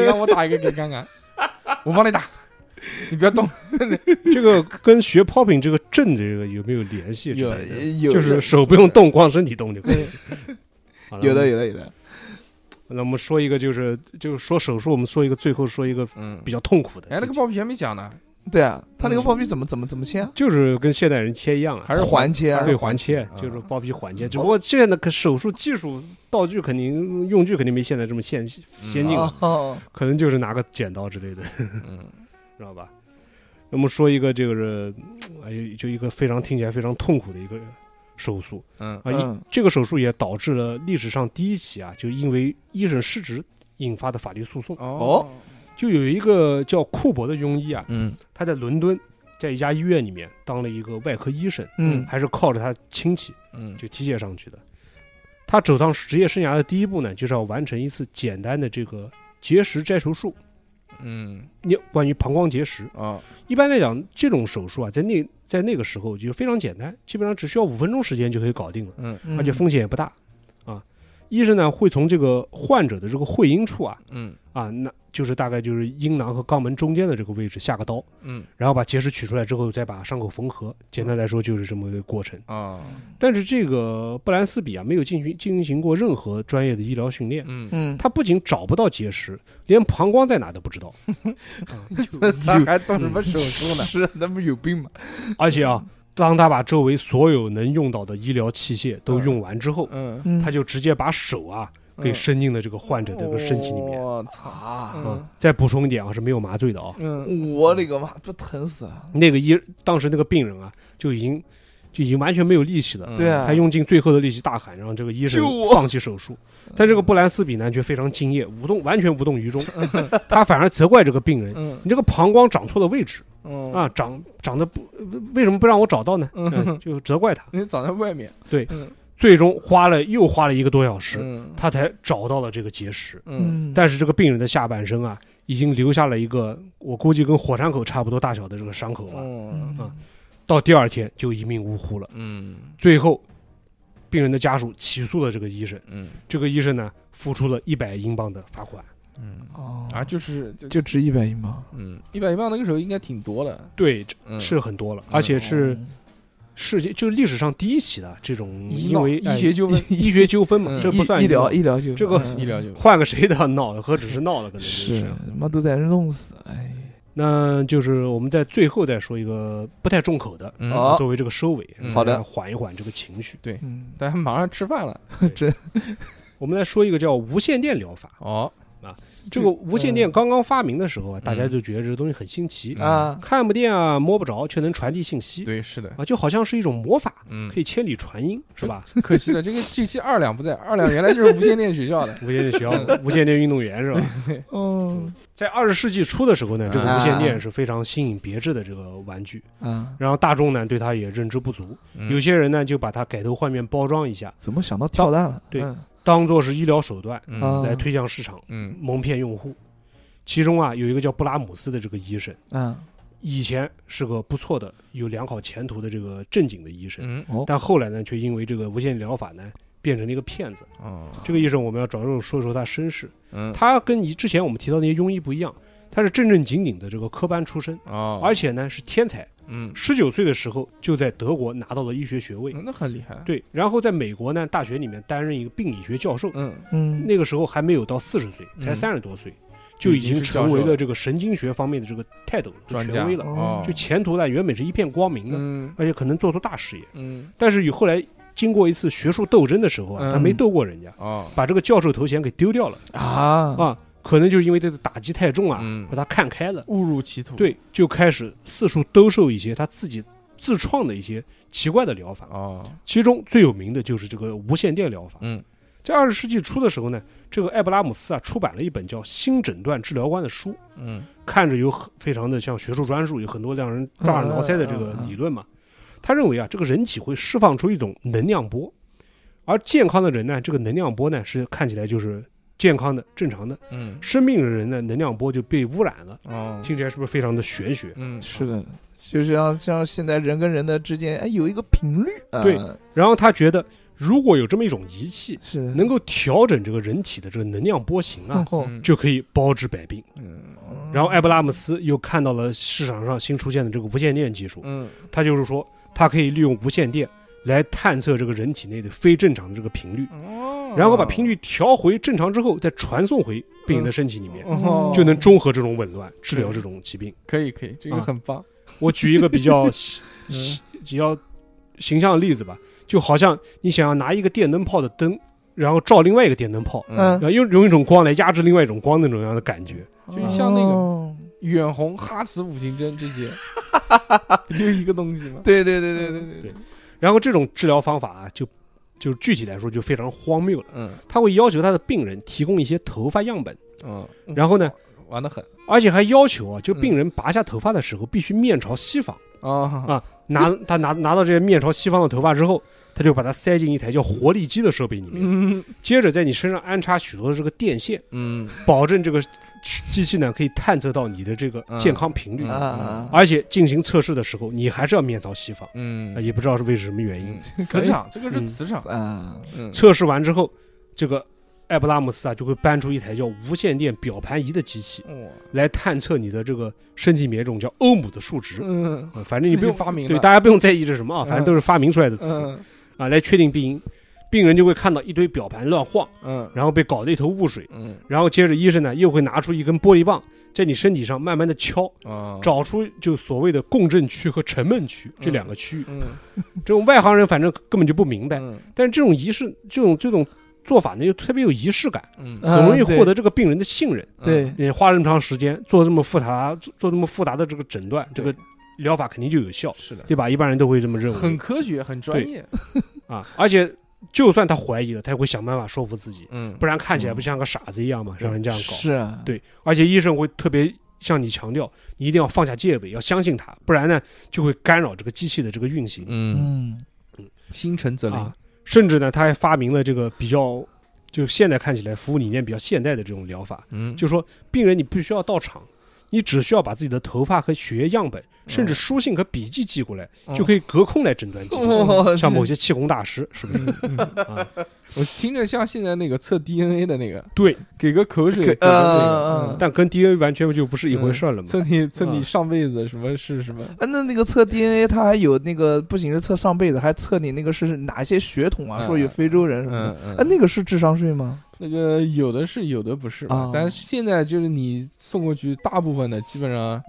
Speaker 1: 你让我打一个给你看看，我帮你打，你不要动。
Speaker 4: 这个跟学 popping 这个正这个有没有联系？
Speaker 1: 有
Speaker 4: 这个
Speaker 3: 有
Speaker 4: 就是手不用动，光身体动就可以。好 了
Speaker 3: 有的，有的有的，
Speaker 4: 那我们说一个，就是就是说手术，我们说一个，最后说一个
Speaker 1: 嗯，
Speaker 4: 比较痛苦的。
Speaker 1: 哎，那个包皮还没讲呢，
Speaker 3: 对啊，他那个
Speaker 1: 嗯
Speaker 3: 包皮怎么怎么怎么切啊？
Speaker 4: 就是跟现代人切一样啊，
Speaker 1: 还是
Speaker 3: 环切啊
Speaker 1: 还是
Speaker 4: 对环切，
Speaker 1: 啊
Speaker 4: 就是包皮环切。只不过现在的可手术技术道具肯定用具肯定没现在这么先先进，
Speaker 1: 啊
Speaker 3: 哦，
Speaker 4: 可能就是拿个剪刀之类的，
Speaker 1: 嗯
Speaker 4: 知道吧？那么说一个这个是，哎呦，就一个非常听起来非常痛苦的一个手术
Speaker 1: 嗯
Speaker 4: 啊。一
Speaker 3: 嗯
Speaker 4: 这个手术也导致了历史上第一起啊，就因为一审失职引发的法律诉讼。
Speaker 1: 哦
Speaker 4: 就有一个叫库珀的庸医啊，
Speaker 1: 嗯
Speaker 4: 他在伦敦在一家医院里面当了一个外科医生，
Speaker 3: 嗯
Speaker 4: 还是靠着他亲戚
Speaker 1: 嗯
Speaker 4: 就提携上去的。他走上职业生涯的第一步呢，就是要完成一次简单的这个结石摘除术。
Speaker 1: 嗯
Speaker 4: 你关于膀胱结石，
Speaker 1: 啊
Speaker 4: 一般来讲，这种手术啊，在那在那个时候就非常简单，基本上只需要五分钟时间就可以搞定了，
Speaker 1: 嗯
Speaker 3: 嗯
Speaker 4: 而且风险也不大啊。医生呢会从这个患者的这个会阴处啊
Speaker 1: 嗯
Speaker 4: 啊，那就是大概就是阴囊和肛门中间的这个位置下个刀，
Speaker 1: 嗯
Speaker 4: 然后把结石取出来之后，再把伤口缝合。简单来说就是这么个过程。
Speaker 1: 啊
Speaker 4: 但是这个布兰斯比啊，没有进行进行过任何专业的医疗训练，
Speaker 1: 嗯，
Speaker 3: 嗯，
Speaker 4: 他不仅找不到结石，连膀胱在哪都不知 道，
Speaker 1: 他还动什
Speaker 3: 嗯
Speaker 1: 么手术呢？
Speaker 3: 是那不有病吗？
Speaker 4: 而且
Speaker 1: 嗯
Speaker 4: 啊，当他把周围所有能用到的医疗器械都用完之后，
Speaker 1: 嗯，
Speaker 3: 嗯
Speaker 4: 他就直接把手啊给伸进了这个患者的这个身体里面。
Speaker 1: 我操！
Speaker 3: 啊，
Speaker 1: 哦嗯
Speaker 4: 嗯，再补充一点啊，是没有麻醉的啊。
Speaker 1: 嗯
Speaker 3: 我勒个妈，不疼死啊！
Speaker 4: 那个医当时那个病人啊，就已经就已经完全没有力气了，
Speaker 1: 嗯
Speaker 3: 对啊，
Speaker 4: 嗯他用尽最后的力气大喊，让这个医生
Speaker 3: 救我
Speaker 4: 放弃手术。
Speaker 1: 嗯
Speaker 4: 但这个布兰斯比呢，却非常敬业，无动完全无动于衷， 他反而责怪这个病人。
Speaker 1: 嗯
Speaker 4: 你这个膀胱长错了位置
Speaker 1: 嗯
Speaker 4: 啊，，长长得不为什么不让我找到呢？
Speaker 1: 嗯
Speaker 4: 嗯，就责怪他。
Speaker 1: 你长在外面。
Speaker 4: 最终花了又花了一个多小时，
Speaker 1: 嗯
Speaker 4: 他才找到了这个结石。
Speaker 1: 嗯
Speaker 4: 但是这个病人的下半身啊，已经留下了一个我估计跟火山口差不多大小的这个伤口了。
Speaker 1: 嗯
Speaker 4: 啊到第二天就一命呜呼了。
Speaker 1: 嗯
Speaker 4: 最后，病人的家属起诉了这个医生，
Speaker 1: 嗯
Speaker 4: 这个医生呢付出了一百英镑的罚款。
Speaker 1: 嗯
Speaker 3: 哦
Speaker 1: 啊，就是就
Speaker 3: 就值一百英镑，
Speaker 1: 嗯，一百一磅那个时候应该挺多的，
Speaker 4: 对，这
Speaker 1: 嗯
Speaker 4: 是很多了，而且是
Speaker 3: 哦
Speaker 4: 世界就是历史上第一起的这种
Speaker 1: 医
Speaker 4: 因
Speaker 1: 闹
Speaker 4: 为哎
Speaker 1: 医学纠 纷，
Speaker 4: 医学纠纷嘛，
Speaker 1: 嗯
Speaker 4: 这不算
Speaker 3: 哎医医
Speaker 4: 医闹
Speaker 3: 疗医疗就
Speaker 4: 这个
Speaker 3: 嗯
Speaker 1: 医疗纠纷。
Speaker 4: 换个谁的闹的，何止是闹的，可能就是是。
Speaker 3: 他妈都在这弄死，哎，
Speaker 4: 那就是我们在最后再说一个不太重口的，啊
Speaker 1: 嗯
Speaker 3: 哦
Speaker 4: 作为这个收尾，
Speaker 1: 嗯
Speaker 3: 好的
Speaker 4: 让大家缓一缓这个情绪。
Speaker 3: 嗯，
Speaker 1: 但马上吃饭了
Speaker 4: 我们来说一个叫无线电疗法。
Speaker 1: 哦，
Speaker 4: 这个无线电刚刚发明的时候啊，大家就觉得这个东西很新奇，
Speaker 1: 嗯
Speaker 3: 啊，
Speaker 4: 看不见啊，摸不着，却能传递信息
Speaker 1: 对，是的，
Speaker 4: 啊，就好像是一种魔法，
Speaker 1: 嗯，
Speaker 4: 可以千里传音，是吧？
Speaker 1: 可惜了，这个这期二两不在，二两原来就是无线电学校的，
Speaker 4: 无线电学校，无线电运动员是吧？
Speaker 3: 哦，
Speaker 4: 在二十世纪初的时候呢，这个
Speaker 1: 啊
Speaker 4: 无线电是非常新颖别致的这个玩具，
Speaker 3: 啊，
Speaker 4: 然后大众呢对它也认知不足，
Speaker 1: 嗯
Speaker 4: 有些人呢就把它改头换面包装一下，
Speaker 3: 怎么想到跳蛋了？
Speaker 4: 对
Speaker 3: 嗯
Speaker 4: 当做是医疗手段
Speaker 1: 嗯
Speaker 3: 啊
Speaker 4: 来推向市场，
Speaker 1: 嗯
Speaker 4: 蒙骗用户。其中啊有一个叫布拉姆斯的这个医生，
Speaker 3: 啊，
Speaker 4: 以前是个不错的、有良好前途的这个正经的医生，
Speaker 1: 嗯
Speaker 3: 哦，
Speaker 4: 但后来呢却因为这个无线疗法呢变成了一个骗子。
Speaker 1: 哦，
Speaker 4: 这个医生我们要着重说一说他身世，
Speaker 1: 嗯
Speaker 4: 他跟你之前我们提到那些庸医不一样，他是正正经经的这个科班出身。
Speaker 1: 哦，
Speaker 4: 而且呢是天才，
Speaker 1: 嗯，
Speaker 4: 十九岁的时候就在德国拿到了医学学位，
Speaker 1: 那很厉害，
Speaker 4: 对，然后在美国呢大学里面担任一个病理学教授，
Speaker 1: 嗯，
Speaker 3: 嗯，
Speaker 4: 那个时候还没有到四十岁，才
Speaker 1: 嗯
Speaker 4: 三十多岁，就已
Speaker 1: 已经
Speaker 4: 经
Speaker 1: 是教
Speaker 4: 成
Speaker 1: 授
Speaker 4: 为
Speaker 1: 了
Speaker 4: 了这个神经学方面的这个泰斗
Speaker 1: 专家
Speaker 4: 权威了，
Speaker 1: 哦，
Speaker 4: 就前途呢原本是一片光明的，
Speaker 1: 嗯
Speaker 4: 而且可能做出大事业，
Speaker 1: 嗯
Speaker 4: 但是与后来经过一次学术斗争的时候啊，
Speaker 1: 嗯
Speaker 4: 他没斗过人家，
Speaker 1: 哦，
Speaker 4: 把这个教授头衔给丢掉了
Speaker 3: 啊，
Speaker 4: 啊，可能就是因为这个打击太重啊，
Speaker 1: 嗯
Speaker 4: 把他看开了。
Speaker 1: 误入歧途，，
Speaker 4: 对，就开始四处兜售一些他自己自创的一些奇怪的疗法，
Speaker 1: 哦，
Speaker 4: 其中最有名的就是这个无线电疗法。
Speaker 1: 嗯，
Speaker 4: 在二十世纪初的时候呢，这个艾布拉姆斯啊出版了一本叫《新诊断治疗观》的书，
Speaker 1: 嗯
Speaker 4: 看着有很非常的像学术专著，有很多让人抓耳挠腮的这个理论嘛。他认为啊，这个人体会释放出一种能量波，而健康的人呢，这个能量波呢是看起来就是健康的、正常的；
Speaker 1: 嗯，
Speaker 4: 生病的人呢，能量波就被污染了。
Speaker 1: 哦，
Speaker 4: 听起来是不是非常的玄学？
Speaker 1: 嗯，
Speaker 3: 是的，就是像像现在人跟人的之间，哎，有一个频率，啊、
Speaker 4: 对，然后他觉得，如果有这么一种仪器，
Speaker 3: 是的，
Speaker 4: 能够调整这个人体的这个能量波形啊
Speaker 3: 然，后，
Speaker 1: 嗯
Speaker 4: 就可以包治百病。
Speaker 1: 嗯
Speaker 3: 哦嗯
Speaker 4: 然后哎艾布拉姆斯又看到了市场上新出现的这个无线电技术，
Speaker 1: 嗯
Speaker 4: 他就是说，他可以利用无线电来探测这个人体内的非正常的这个频率，
Speaker 1: 哦，
Speaker 4: 然后把频率调回正常之后，再传送回病人的身体里面，
Speaker 1: 哦
Speaker 4: 就能中和这种紊乱，治疗这种疾病。
Speaker 1: 可以可以，这个
Speaker 4: 啊
Speaker 1: 很棒，
Speaker 4: 我举一个比较喜喜比较形象的例子吧，就好像你想要拿一个电灯泡的灯，然后照另外一个电灯泡，
Speaker 3: 嗯
Speaker 4: 然，后用用一种光来压制另外一种光那种样的感觉。
Speaker 1: 就像那个
Speaker 3: 哦
Speaker 1: 远红、哈茨五行针这些， 不就一个东西吗？
Speaker 3: 对对对对对对
Speaker 4: 对然后这种治疗方法啊，就就具体来说就非常荒谬了。
Speaker 1: 嗯
Speaker 4: 他会要求他的病人提供一些头发样本，
Speaker 1: 嗯，
Speaker 4: 然后呢，
Speaker 1: 玩的很
Speaker 4: 而且还要求啊，就
Speaker 1: 嗯
Speaker 4: 病人拔下头发的时候必须面朝西方。
Speaker 1: 啊
Speaker 4: 啊拿他拿拿到这些面朝西方的头发之后，他就把它塞进一台叫活力机的设备里面，
Speaker 1: 嗯
Speaker 4: 接着在你身上安插许多的这个电线，
Speaker 1: 嗯
Speaker 4: 保证这个机器呢可以探测到你的这个
Speaker 1: 嗯
Speaker 4: 健康频率
Speaker 1: 嗯，
Speaker 3: 啊，
Speaker 4: 而且进行测试的时候，你还是要面朝西方，啊
Speaker 1: 嗯，
Speaker 4: 也不知道是为什么原因。
Speaker 1: 磁场，这个是
Speaker 4: 嗯
Speaker 1: 磁场，
Speaker 3: 啊，
Speaker 1: 嗯
Speaker 4: 测试完之后，这个艾布拉姆斯啊就会搬出一台叫无线电表盘仪的机器
Speaker 1: 哇，
Speaker 4: 来探测你的这个身体里面一种叫欧姆的数值。
Speaker 1: 嗯，
Speaker 4: 呃反正你不
Speaker 1: 自己
Speaker 4: 用
Speaker 1: 发明的
Speaker 4: 对大家不用在意这是什么啊，反正都是发明出来的词
Speaker 1: 嗯
Speaker 4: 啊，来确定病因。病人就会看到一堆表盘乱晃，
Speaker 1: 嗯
Speaker 4: 然后被搞得一头雾水。
Speaker 1: 嗯
Speaker 4: 然后接着医生呢又会拿出一根玻璃棒，在你身体上慢慢的敲，
Speaker 2: 哦
Speaker 1: 啊，
Speaker 4: 找出就所谓的共振区和沉闷区这
Speaker 1: 嗯
Speaker 4: 两个区域。
Speaker 1: 嗯
Speaker 4: 这种外行人反正根本就不明白，
Speaker 1: 嗯
Speaker 4: 但是这种仪式，这种这种做法呢，又特别有仪式感，
Speaker 1: 嗯
Speaker 3: 啊
Speaker 4: 很容易
Speaker 3: 对
Speaker 4: 获得这个病人的信任。
Speaker 3: 对，
Speaker 4: 也花这么长时间做这么复杂、做做这么复杂的这个诊断，这
Speaker 1: 对
Speaker 4: 个疗法肯定就有效，
Speaker 1: 是的，
Speaker 4: 对吧？一般人都会这么认为。
Speaker 1: 很科学，很专业，
Speaker 4: 啊，而且就算他怀疑了，他也会想办法说服自己，
Speaker 1: 嗯
Speaker 4: 不然看起来
Speaker 3: 嗯
Speaker 4: 不像个傻子一样嘛，让人这样搞。
Speaker 3: 是啊，
Speaker 4: 对，而且医生会特别向你强调，你一定要放下戒备，要相信他，不然呢就会干扰这个机器的这个运行。
Speaker 1: 嗯，
Speaker 3: 嗯，
Speaker 1: 心诚则灵
Speaker 4: 啊，，甚至呢，他还发明了这个比较，就现在看起来服务理念比较现代的这种疗法，
Speaker 1: 嗯，
Speaker 4: 就是说病人你必须要到场，你只需要把自己的头发和血液样本，甚至书信和笔记寄过来，
Speaker 3: 嗯
Speaker 4: 就可以隔空来诊断疾病。
Speaker 3: 哦
Speaker 4: 像
Speaker 3: 是
Speaker 4: 某些气功大师，是不是？啊，
Speaker 1: 我听着像现在那个测 DNA 的那个，
Speaker 4: 对，
Speaker 3: 嗯
Speaker 1: 给个口水，
Speaker 3: 给
Speaker 1: 给个那
Speaker 3: 呃
Speaker 1: 个嗯
Speaker 4: 但跟 DNA 完全就不是一
Speaker 3: 嗯
Speaker 4: 回事儿了嘛。
Speaker 1: 测你测你
Speaker 4: 嗯
Speaker 1: 上辈子什么是什么，
Speaker 3: 啊，那那个测 DNA，它还有那个不仅是测上辈子，还测你那个是哪些血统啊，
Speaker 1: 嗯
Speaker 3: 说有非洲人什么的。
Speaker 1: 嗯
Speaker 4: 呃
Speaker 3: 啊，
Speaker 1: 嗯，
Speaker 3: 那个是智商税吗？
Speaker 1: 那个有的是有的不是吧
Speaker 3: 啊？
Speaker 1: 但是现在就是你送过去，大部分的基本上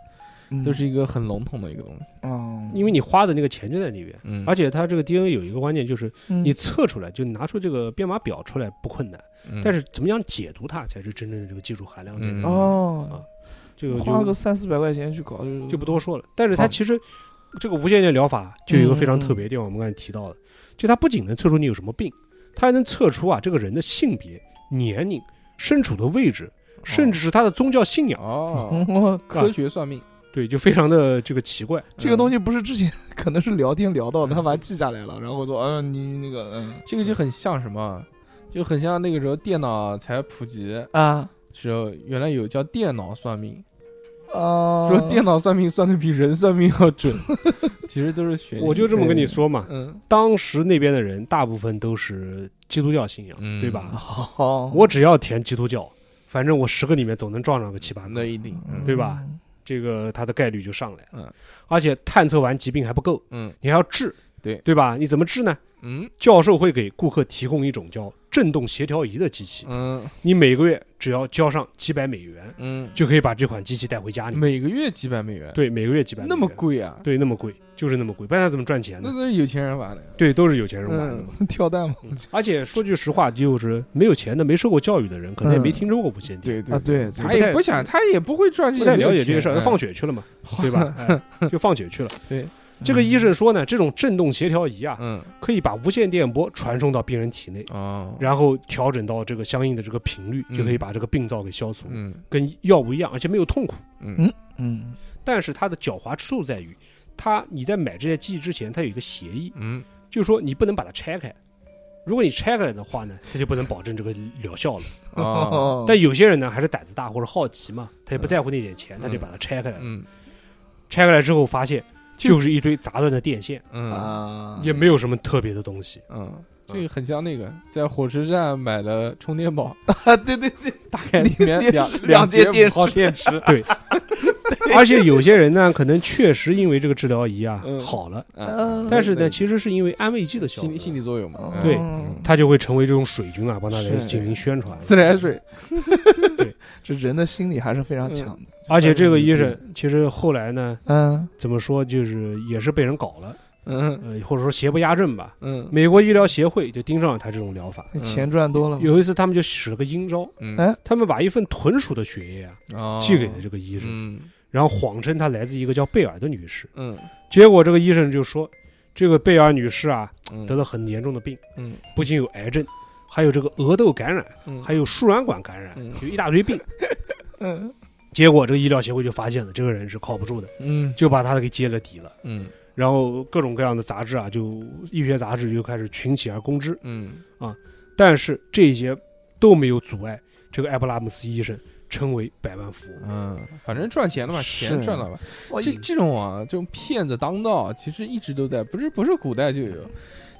Speaker 3: 嗯
Speaker 1: 都是一个很笼统的一个东西，
Speaker 3: 嗯，
Speaker 4: 因为你花的那个钱就在里边，
Speaker 1: 嗯，
Speaker 4: 而且它这个 DNA 有一个关键就是，
Speaker 3: 嗯
Speaker 4: 你测出来就拿出这个编码表出来不困难，
Speaker 1: 嗯
Speaker 4: 但是怎么样解读它才是真正的这个技术含量在
Speaker 1: 嗯
Speaker 4: 哪。
Speaker 3: 哦，
Speaker 4: 这个
Speaker 3: 花个
Speaker 4: 就
Speaker 3: 三四百块钱去搞就
Speaker 4: 就不多说了。但是
Speaker 3: 好
Speaker 4: 它其实这个无线电疗法就有一个
Speaker 3: 嗯
Speaker 4: 非常特别的地方，我们刚才提到的，就它不仅能测出你有什么病，它还能测出啊这个人的性别、年龄、身处的位置，甚至是他的宗教信仰。
Speaker 1: 哦，
Speaker 3: 哦，
Speaker 1: 科学算命
Speaker 4: 对，就非常的这个奇怪。
Speaker 3: 这个东
Speaker 1: 西，
Speaker 3: 西不是之前可能是聊天聊到的，他
Speaker 4: 嗯
Speaker 3: 把它记下来了，然后说，嗯，你那个，嗯
Speaker 1: 这个就很像什么，就很像那个时候电脑才普及
Speaker 3: 啊
Speaker 1: 时候，原来有叫电脑算命，
Speaker 4: 哦
Speaker 3: 啊，
Speaker 1: 说电脑算命算的比人算命要 准，其实都是学历，
Speaker 4: 我就这么跟你说嘛，
Speaker 1: 嗯
Speaker 4: 当时那边的人大部分都是基督教信仰，
Speaker 1: 嗯
Speaker 4: 对
Speaker 3: 哦
Speaker 4: 吧？
Speaker 3: 好，
Speaker 4: 我只要填基督教，反正我十个里面总能撞上个七八
Speaker 1: 那
Speaker 4: 个，
Speaker 1: 一定，嗯
Speaker 4: 对吧？这个它的概率就上来了。
Speaker 1: 嗯
Speaker 4: 而且探测完疾病还不够，
Speaker 1: 嗯
Speaker 4: 你还要治，
Speaker 1: 对
Speaker 4: 对吧？你怎么治呢？
Speaker 1: 嗯
Speaker 4: 教授会给顾客提供一种叫振动协调仪的机器，
Speaker 1: 嗯
Speaker 4: 你每个月只要交上几百美元，
Speaker 1: 嗯，
Speaker 4: 就可以把这款机器带回家里。
Speaker 1: 每个月几百美元，
Speaker 4: 对，每个月几百美
Speaker 1: 嗯那
Speaker 4: 元，
Speaker 1: 么？贵啊？
Speaker 4: 对，那么贵，就是那么贵，不然他怎么赚钱
Speaker 1: 那
Speaker 4: 呢？
Speaker 1: 都是有钱人玩的呀。
Speaker 4: 对，都是有钱人玩的嘛。
Speaker 1: 嗯，
Speaker 3: 跳蛋嘛，
Speaker 4: 而且说句实话，就是没有钱的、没受过教育的人，可能也
Speaker 3: 嗯
Speaker 4: 没听说过无线电，
Speaker 1: 对
Speaker 3: 啊对对
Speaker 1: 他也
Speaker 4: 不
Speaker 1: 不
Speaker 4: 太
Speaker 1: 想，他也不会赚这
Speaker 4: 不
Speaker 1: 些，嗯
Speaker 4: 太了解这些事儿，放
Speaker 1: 学
Speaker 4: 血去了嘛，对吧？哎就放血去了。
Speaker 1: 对，
Speaker 4: 这个医生说呢，这种振动协调仪啊，
Speaker 1: 嗯
Speaker 4: 可以把无线电波传送到病人体内，
Speaker 1: 哦，
Speaker 4: 然后调整到这个相应的这个频率，
Speaker 1: 嗯
Speaker 4: 就可以把这个病灶给消除，
Speaker 1: 嗯
Speaker 4: 跟药物一样，而且没有痛苦。
Speaker 1: 嗯
Speaker 3: 嗯，
Speaker 4: 但是它的狡猾之处在于，它你在买这些机器之前，它有一个协议，
Speaker 1: 嗯
Speaker 4: 就是说你不能把它拆开。如果你拆开了的话呢，它就不能保证这个疗效了。
Speaker 1: 哦，
Speaker 4: 但有些人呢，还是胆子大或者好奇嘛，他也不在乎那点钱，
Speaker 1: 嗯
Speaker 4: 他就把它拆开来了。
Speaker 1: 嗯
Speaker 4: 拆开来之后发现，就是一堆杂乱的电线，
Speaker 1: 嗯
Speaker 3: 啊，
Speaker 4: 也没有什么特别的东西。
Speaker 1: 嗯，这个很像那个在火车站买的充电 宝，
Speaker 3: 啊，对对对，
Speaker 1: 大概里面
Speaker 3: 电
Speaker 1: 两
Speaker 3: 视
Speaker 1: 两节
Speaker 3: 两节电
Speaker 1: 五号哦电 池，
Speaker 4: 而且有些人呢，可能确实因为这个治疗仪啊
Speaker 1: 嗯
Speaker 4: 好了，
Speaker 1: 嗯
Speaker 3: 啊
Speaker 4: 但是
Speaker 1: 那
Speaker 4: 呢，其实是因为安慰剂的效
Speaker 1: 心
Speaker 4: 果
Speaker 1: 理，心理作用
Speaker 3: 哦
Speaker 1: 嘛，
Speaker 4: 对
Speaker 1: 嗯
Speaker 4: 它就会成为这种水军啊，帮他来
Speaker 3: 是
Speaker 4: 进行宣传。
Speaker 1: 自来水，
Speaker 3: 这人的心理还是非常强的，
Speaker 4: 而且这个医生其实后来呢，
Speaker 3: 嗯
Speaker 4: 怎么说，就是也是被人搞了，
Speaker 1: 嗯
Speaker 4: 呃，或者说邪不压正吧。
Speaker 1: 嗯
Speaker 4: 美国医疗协会就盯上了他这种疗法，
Speaker 3: 那钱赚多了嘛，
Speaker 4: 嗯有一次他们就使了个阴招，
Speaker 1: 嗯
Speaker 3: 哎
Speaker 4: 他们把一份豚鼠的血液啊
Speaker 1: 哦
Speaker 4: 寄给了这个医生，
Speaker 1: 嗯
Speaker 4: 然后谎称他来自一个叫贝尔的女士。
Speaker 1: 嗯
Speaker 4: 结果这个医生就说，这个贝尔女士啊
Speaker 1: 嗯
Speaker 4: 得了很严重的病，
Speaker 1: 嗯
Speaker 4: 不仅有癌症，还有这个额窦感染，
Speaker 1: 嗯
Speaker 4: 还有输卵管感染，
Speaker 1: 嗯
Speaker 4: 有一大堆 病。
Speaker 3: 嗯
Speaker 4: 结果这个医疗协会就发现了这个人是靠不住的，
Speaker 1: 嗯
Speaker 4: 就把他给揭了底了。
Speaker 1: 嗯
Speaker 4: 然后各种各样的杂志啊，就医学杂志就开始群起而攻之，
Speaker 1: 嗯
Speaker 4: 但是这些都没有阻碍这个埃布拉姆斯医生成为百万富翁。
Speaker 1: 嗯，反正赚钱了嘛，
Speaker 3: 是
Speaker 1: 钱赚了嘛。
Speaker 3: 哇
Speaker 1: 这这种啊，这种骗子当道，其实一直都在，不是不是古代就有。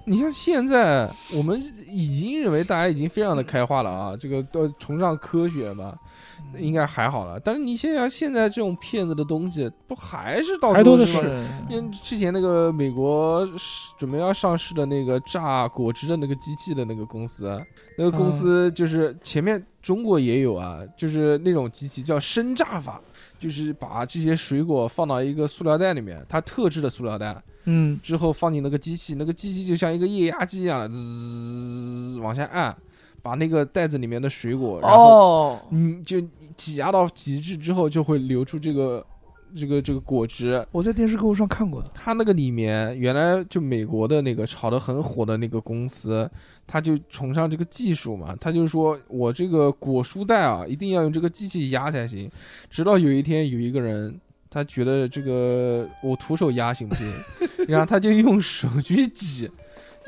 Speaker 1: 你像现在，我们已经认为大家已经非常的开化了啊，这个都崇尚科学嘛，应该还好了。但是你想想，现在这种骗子的东西，不还是到处
Speaker 4: 还多的
Speaker 1: 是吗
Speaker 4: 是
Speaker 1: 因为之前那个美国是准备要上市的那个榨果汁的那个机器的那个公司，那个公司就是前面中国也有啊，就是那种机器叫生榨法，就是把这些水果放到一个塑料袋里面，它特制的塑料袋
Speaker 3: 嗯
Speaker 1: 之后放进那个机器，那个机器就像一个液压机一样的滋往下按，把那个袋子里面的水果，然后
Speaker 3: 哦，
Speaker 1: 嗯就挤压到极致之后，就会流出这个这个这个果汁。
Speaker 3: 我在电视购物上看过的，
Speaker 1: 它那个里面原来就美国的那个炒得很火的那个公司，他就崇尚这个技术嘛，他就说我这个果蔬袋啊，一定要用这个机器压才行。直到有一天有一个人。他觉 得这个我徒手压行不行？然后他就用手去挤，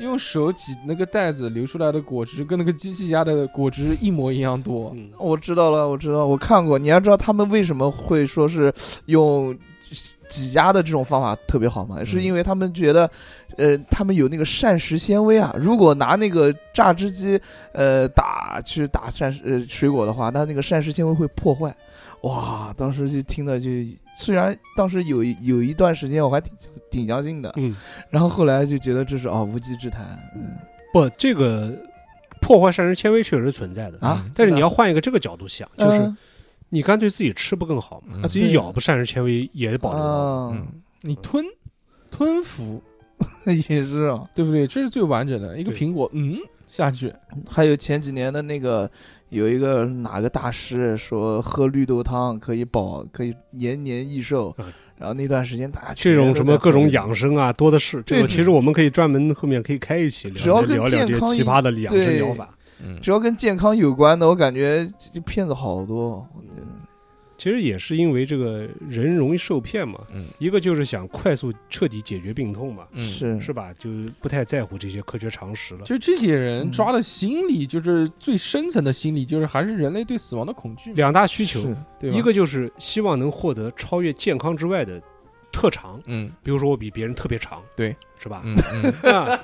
Speaker 1: 用手挤那个袋子流出来的果汁，跟那个机器压的果汁一模一样多。
Speaker 4: 嗯，
Speaker 3: 我知道了，我知道，我看过。你要知道他们为什么会说是用挤压的这种方法特别好嘛，
Speaker 4: 嗯
Speaker 3: 是因为他们觉得，呃，他们有那个膳食纤维啊。如果拿那个榨汁机，呃，打去打膳食呃水果的话，那那个膳食纤维会破坏。哇，当时就听的就，虽然当时有一有一段时间我还挺挺相信的，
Speaker 4: 嗯，
Speaker 3: 然后后来就觉得这是啊、无稽之谈，嗯
Speaker 4: 不，这个破坏膳食纤维确实存在的
Speaker 3: 啊。
Speaker 4: 嗯但是
Speaker 3: 吧
Speaker 4: 你要换一个这个角度想，就是
Speaker 3: 嗯
Speaker 4: 你干脆自己吃不更好吗？
Speaker 2: 嗯
Speaker 3: 啊
Speaker 4: 自己
Speaker 3: 对
Speaker 4: 咬不膳食纤维也保留了。
Speaker 3: 啊
Speaker 2: 嗯
Speaker 1: 你吞吞服，
Speaker 3: 也是啊。
Speaker 1: 对不对？这是最完整的一个
Speaker 4: 对
Speaker 1: 苹果，嗯，下去
Speaker 3: 还有前几年的那个，有一个哪个大师说喝绿豆汤可以保，可以延年益寿
Speaker 4: 嗯。
Speaker 3: 然后那段时间大家
Speaker 4: 这种什么各种
Speaker 3: 养，
Speaker 4: 养生啊，多的是。这个
Speaker 3: 对
Speaker 4: 其实我们可以专门后面可以开一期
Speaker 3: 只要
Speaker 4: 聊
Speaker 3: 跟
Speaker 4: 聊聊
Speaker 3: 健
Speaker 4: 这些
Speaker 3: 康
Speaker 4: 奇葩的养生
Speaker 3: 对
Speaker 4: 疗法。
Speaker 2: 嗯
Speaker 3: 只要跟健康有关的，我感觉这这骗子好多。
Speaker 4: 其实也是因为这个人容易受骗嘛，
Speaker 2: 嗯
Speaker 4: 一个就是想快速彻底解决病痛嘛，
Speaker 2: 嗯，
Speaker 3: 是
Speaker 4: 是吧？就不太在乎这些科学常识了。
Speaker 1: 就这些人
Speaker 3: 嗯
Speaker 1: 抓的心理，就是最深层的心理，就是还是人类对死亡的恐惧嘛，
Speaker 4: 两大需求
Speaker 3: 是，
Speaker 1: 对吧？
Speaker 4: 一个就是希望能获得超越健康之外的特长，
Speaker 2: 嗯
Speaker 4: 比如说我比别人特别长，
Speaker 1: 对，
Speaker 4: 是吧？
Speaker 2: 嗯嗯
Speaker 4: 啊，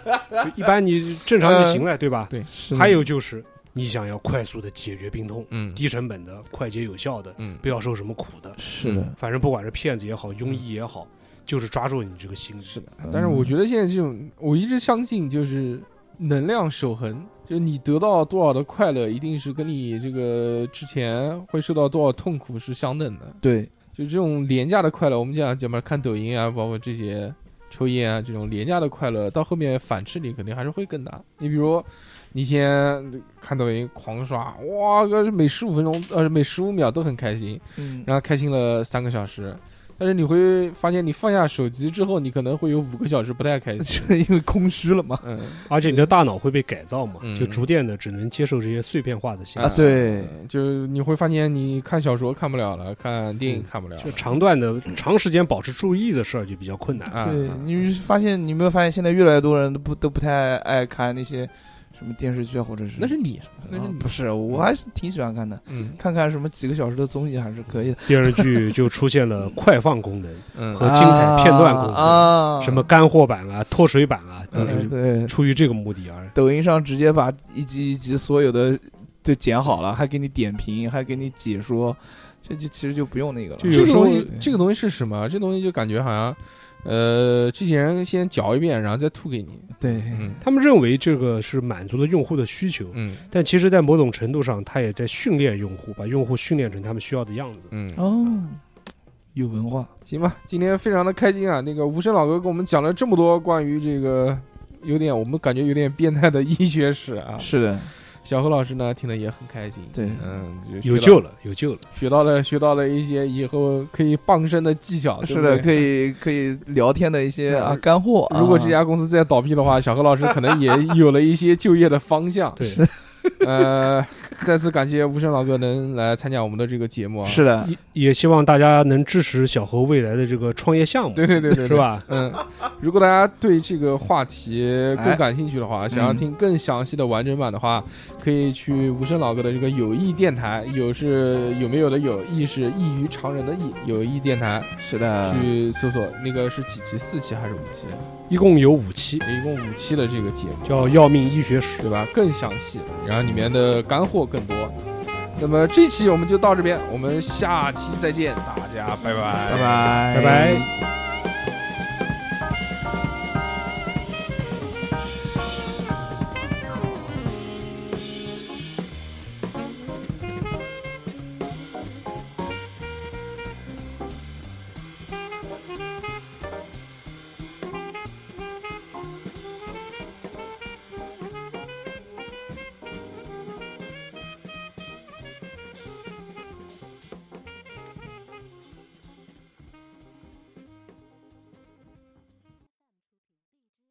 Speaker 4: 就一般你正常就行了，对吧？
Speaker 1: 呃对
Speaker 3: 是
Speaker 4: 还有就是你想要快速的解决病痛，
Speaker 2: 嗯
Speaker 4: 低成本的、快捷有效的，
Speaker 2: 嗯
Speaker 4: 不要受什么苦的。
Speaker 3: 是的，
Speaker 4: 反正不管是骗子也好，庸医也好，就是抓住你这个心理。
Speaker 1: 嗯是的，
Speaker 2: 嗯
Speaker 1: 但是我觉得现在这种，我一直相信就是能量守恒，就是你得到多少的快乐，一定是跟你这个之前会受到多少痛苦是相等的。
Speaker 3: 对，
Speaker 1: 就这种廉价的快乐，我们讲讲嘛，看抖音啊，包括这些抽烟啊，这种廉价的快乐，到后面反噬你肯定还是会更大。你比如，你先看抖音狂刷，哇，个每十五分钟呃每十五秒都很开心，
Speaker 3: 嗯，
Speaker 1: 然后开心了三个小时，但是你会发现，你放下手机之后，你可能会有五个小时不太开心。
Speaker 3: 是因为空虚了嘛？
Speaker 1: 嗯
Speaker 4: 而且你的大脑会被改造嘛，
Speaker 2: 嗯
Speaker 4: 就逐渐的只能接受这些碎片化的信
Speaker 3: 啊，
Speaker 4: 息。
Speaker 3: 对，
Speaker 1: 嗯就是你会发现，你看小说看不了了，看电影
Speaker 4: 嗯
Speaker 1: 看不了了
Speaker 4: 就长段的、长时间保持注意的事儿就比较困难。
Speaker 1: 啊。
Speaker 3: 对，
Speaker 1: 嗯
Speaker 3: 你发现你有没有发现现在越来越多人都不都不太爱看那些什么电视剧啊，或者是
Speaker 1: 那是你，那
Speaker 3: 啊
Speaker 1: 是你
Speaker 3: 不是？我还是挺喜欢看的，
Speaker 1: 嗯
Speaker 3: 看看什么几个小时的综艺还是可以的。
Speaker 4: 电视剧就出现了快放功能，
Speaker 2: 嗯
Speaker 4: 和精彩片段功能
Speaker 3: 啊，啊
Speaker 4: 什么干货版啊、脱水版啊，都
Speaker 3: 嗯
Speaker 4: 是
Speaker 3: 对，
Speaker 4: 出于这个目的而。
Speaker 3: 抖音上直接把一集一集所有的都剪好了，还给你点评，还给你解说，这就其实就不用那个了。
Speaker 4: 就
Speaker 1: 这
Speaker 4: 有
Speaker 1: 个
Speaker 4: 时候
Speaker 1: 东西
Speaker 3: 对，
Speaker 1: 这个东西是什么？这东西就感觉好像，呃，这些人先嚼一遍，然后再吐给你。
Speaker 3: 对，
Speaker 2: 嗯
Speaker 4: 他们认为这个是满足了用户的需求，
Speaker 2: 嗯
Speaker 4: 但其实，在某种程度上，它也在训练用户，把用户训练成他们需要的样子。
Speaker 2: 嗯，
Speaker 3: 哦，有文化，
Speaker 1: 行吧，今天非常的开心啊！那个无声老哥跟我们讲了这么多关于这个有点我们感觉有点变态的医学史啊。
Speaker 3: 是的，
Speaker 1: 小何老师呢听得也很开心，
Speaker 3: 对
Speaker 1: 嗯，
Speaker 4: 有
Speaker 1: 就学到
Speaker 4: 救了，有救了！
Speaker 1: 学到了学到了一些以后可以傍身的技巧，
Speaker 3: 是的，可
Speaker 1: 以。
Speaker 3: 以可以聊天的一些
Speaker 1: 嗯
Speaker 3: 啊干货啊。
Speaker 1: 如果这家公司再倒闭的话，小何老师可能也有了一些就业的方向。
Speaker 4: 对，
Speaker 1: 呃，再次感谢无声老哥能来参加我们的这个节目啊。
Speaker 3: 是的，
Speaker 4: 也也希望大家能支持小何未来的这个创业项目，
Speaker 1: 对，对对对，对
Speaker 4: 是？吧？
Speaker 1: 嗯，如果大家对这个话题更
Speaker 3: 哎
Speaker 1: 感兴趣的话，想要听更详细的完整版的话，可以去无声老哥的这个有意电台，有是有没有的有，意是异于常人的异，有意电台
Speaker 3: 是的，
Speaker 1: 去搜索，那个是几期？四期还是五期？啊
Speaker 4: 一共有五期，
Speaker 1: 一共五期的这个节目，
Speaker 4: 叫《要命医学史》。
Speaker 1: 对吧？更详细，然后里面的干货更多。那么这期我们就到这边，我们下期再见，大家拜拜，
Speaker 3: 拜拜，
Speaker 4: 拜拜。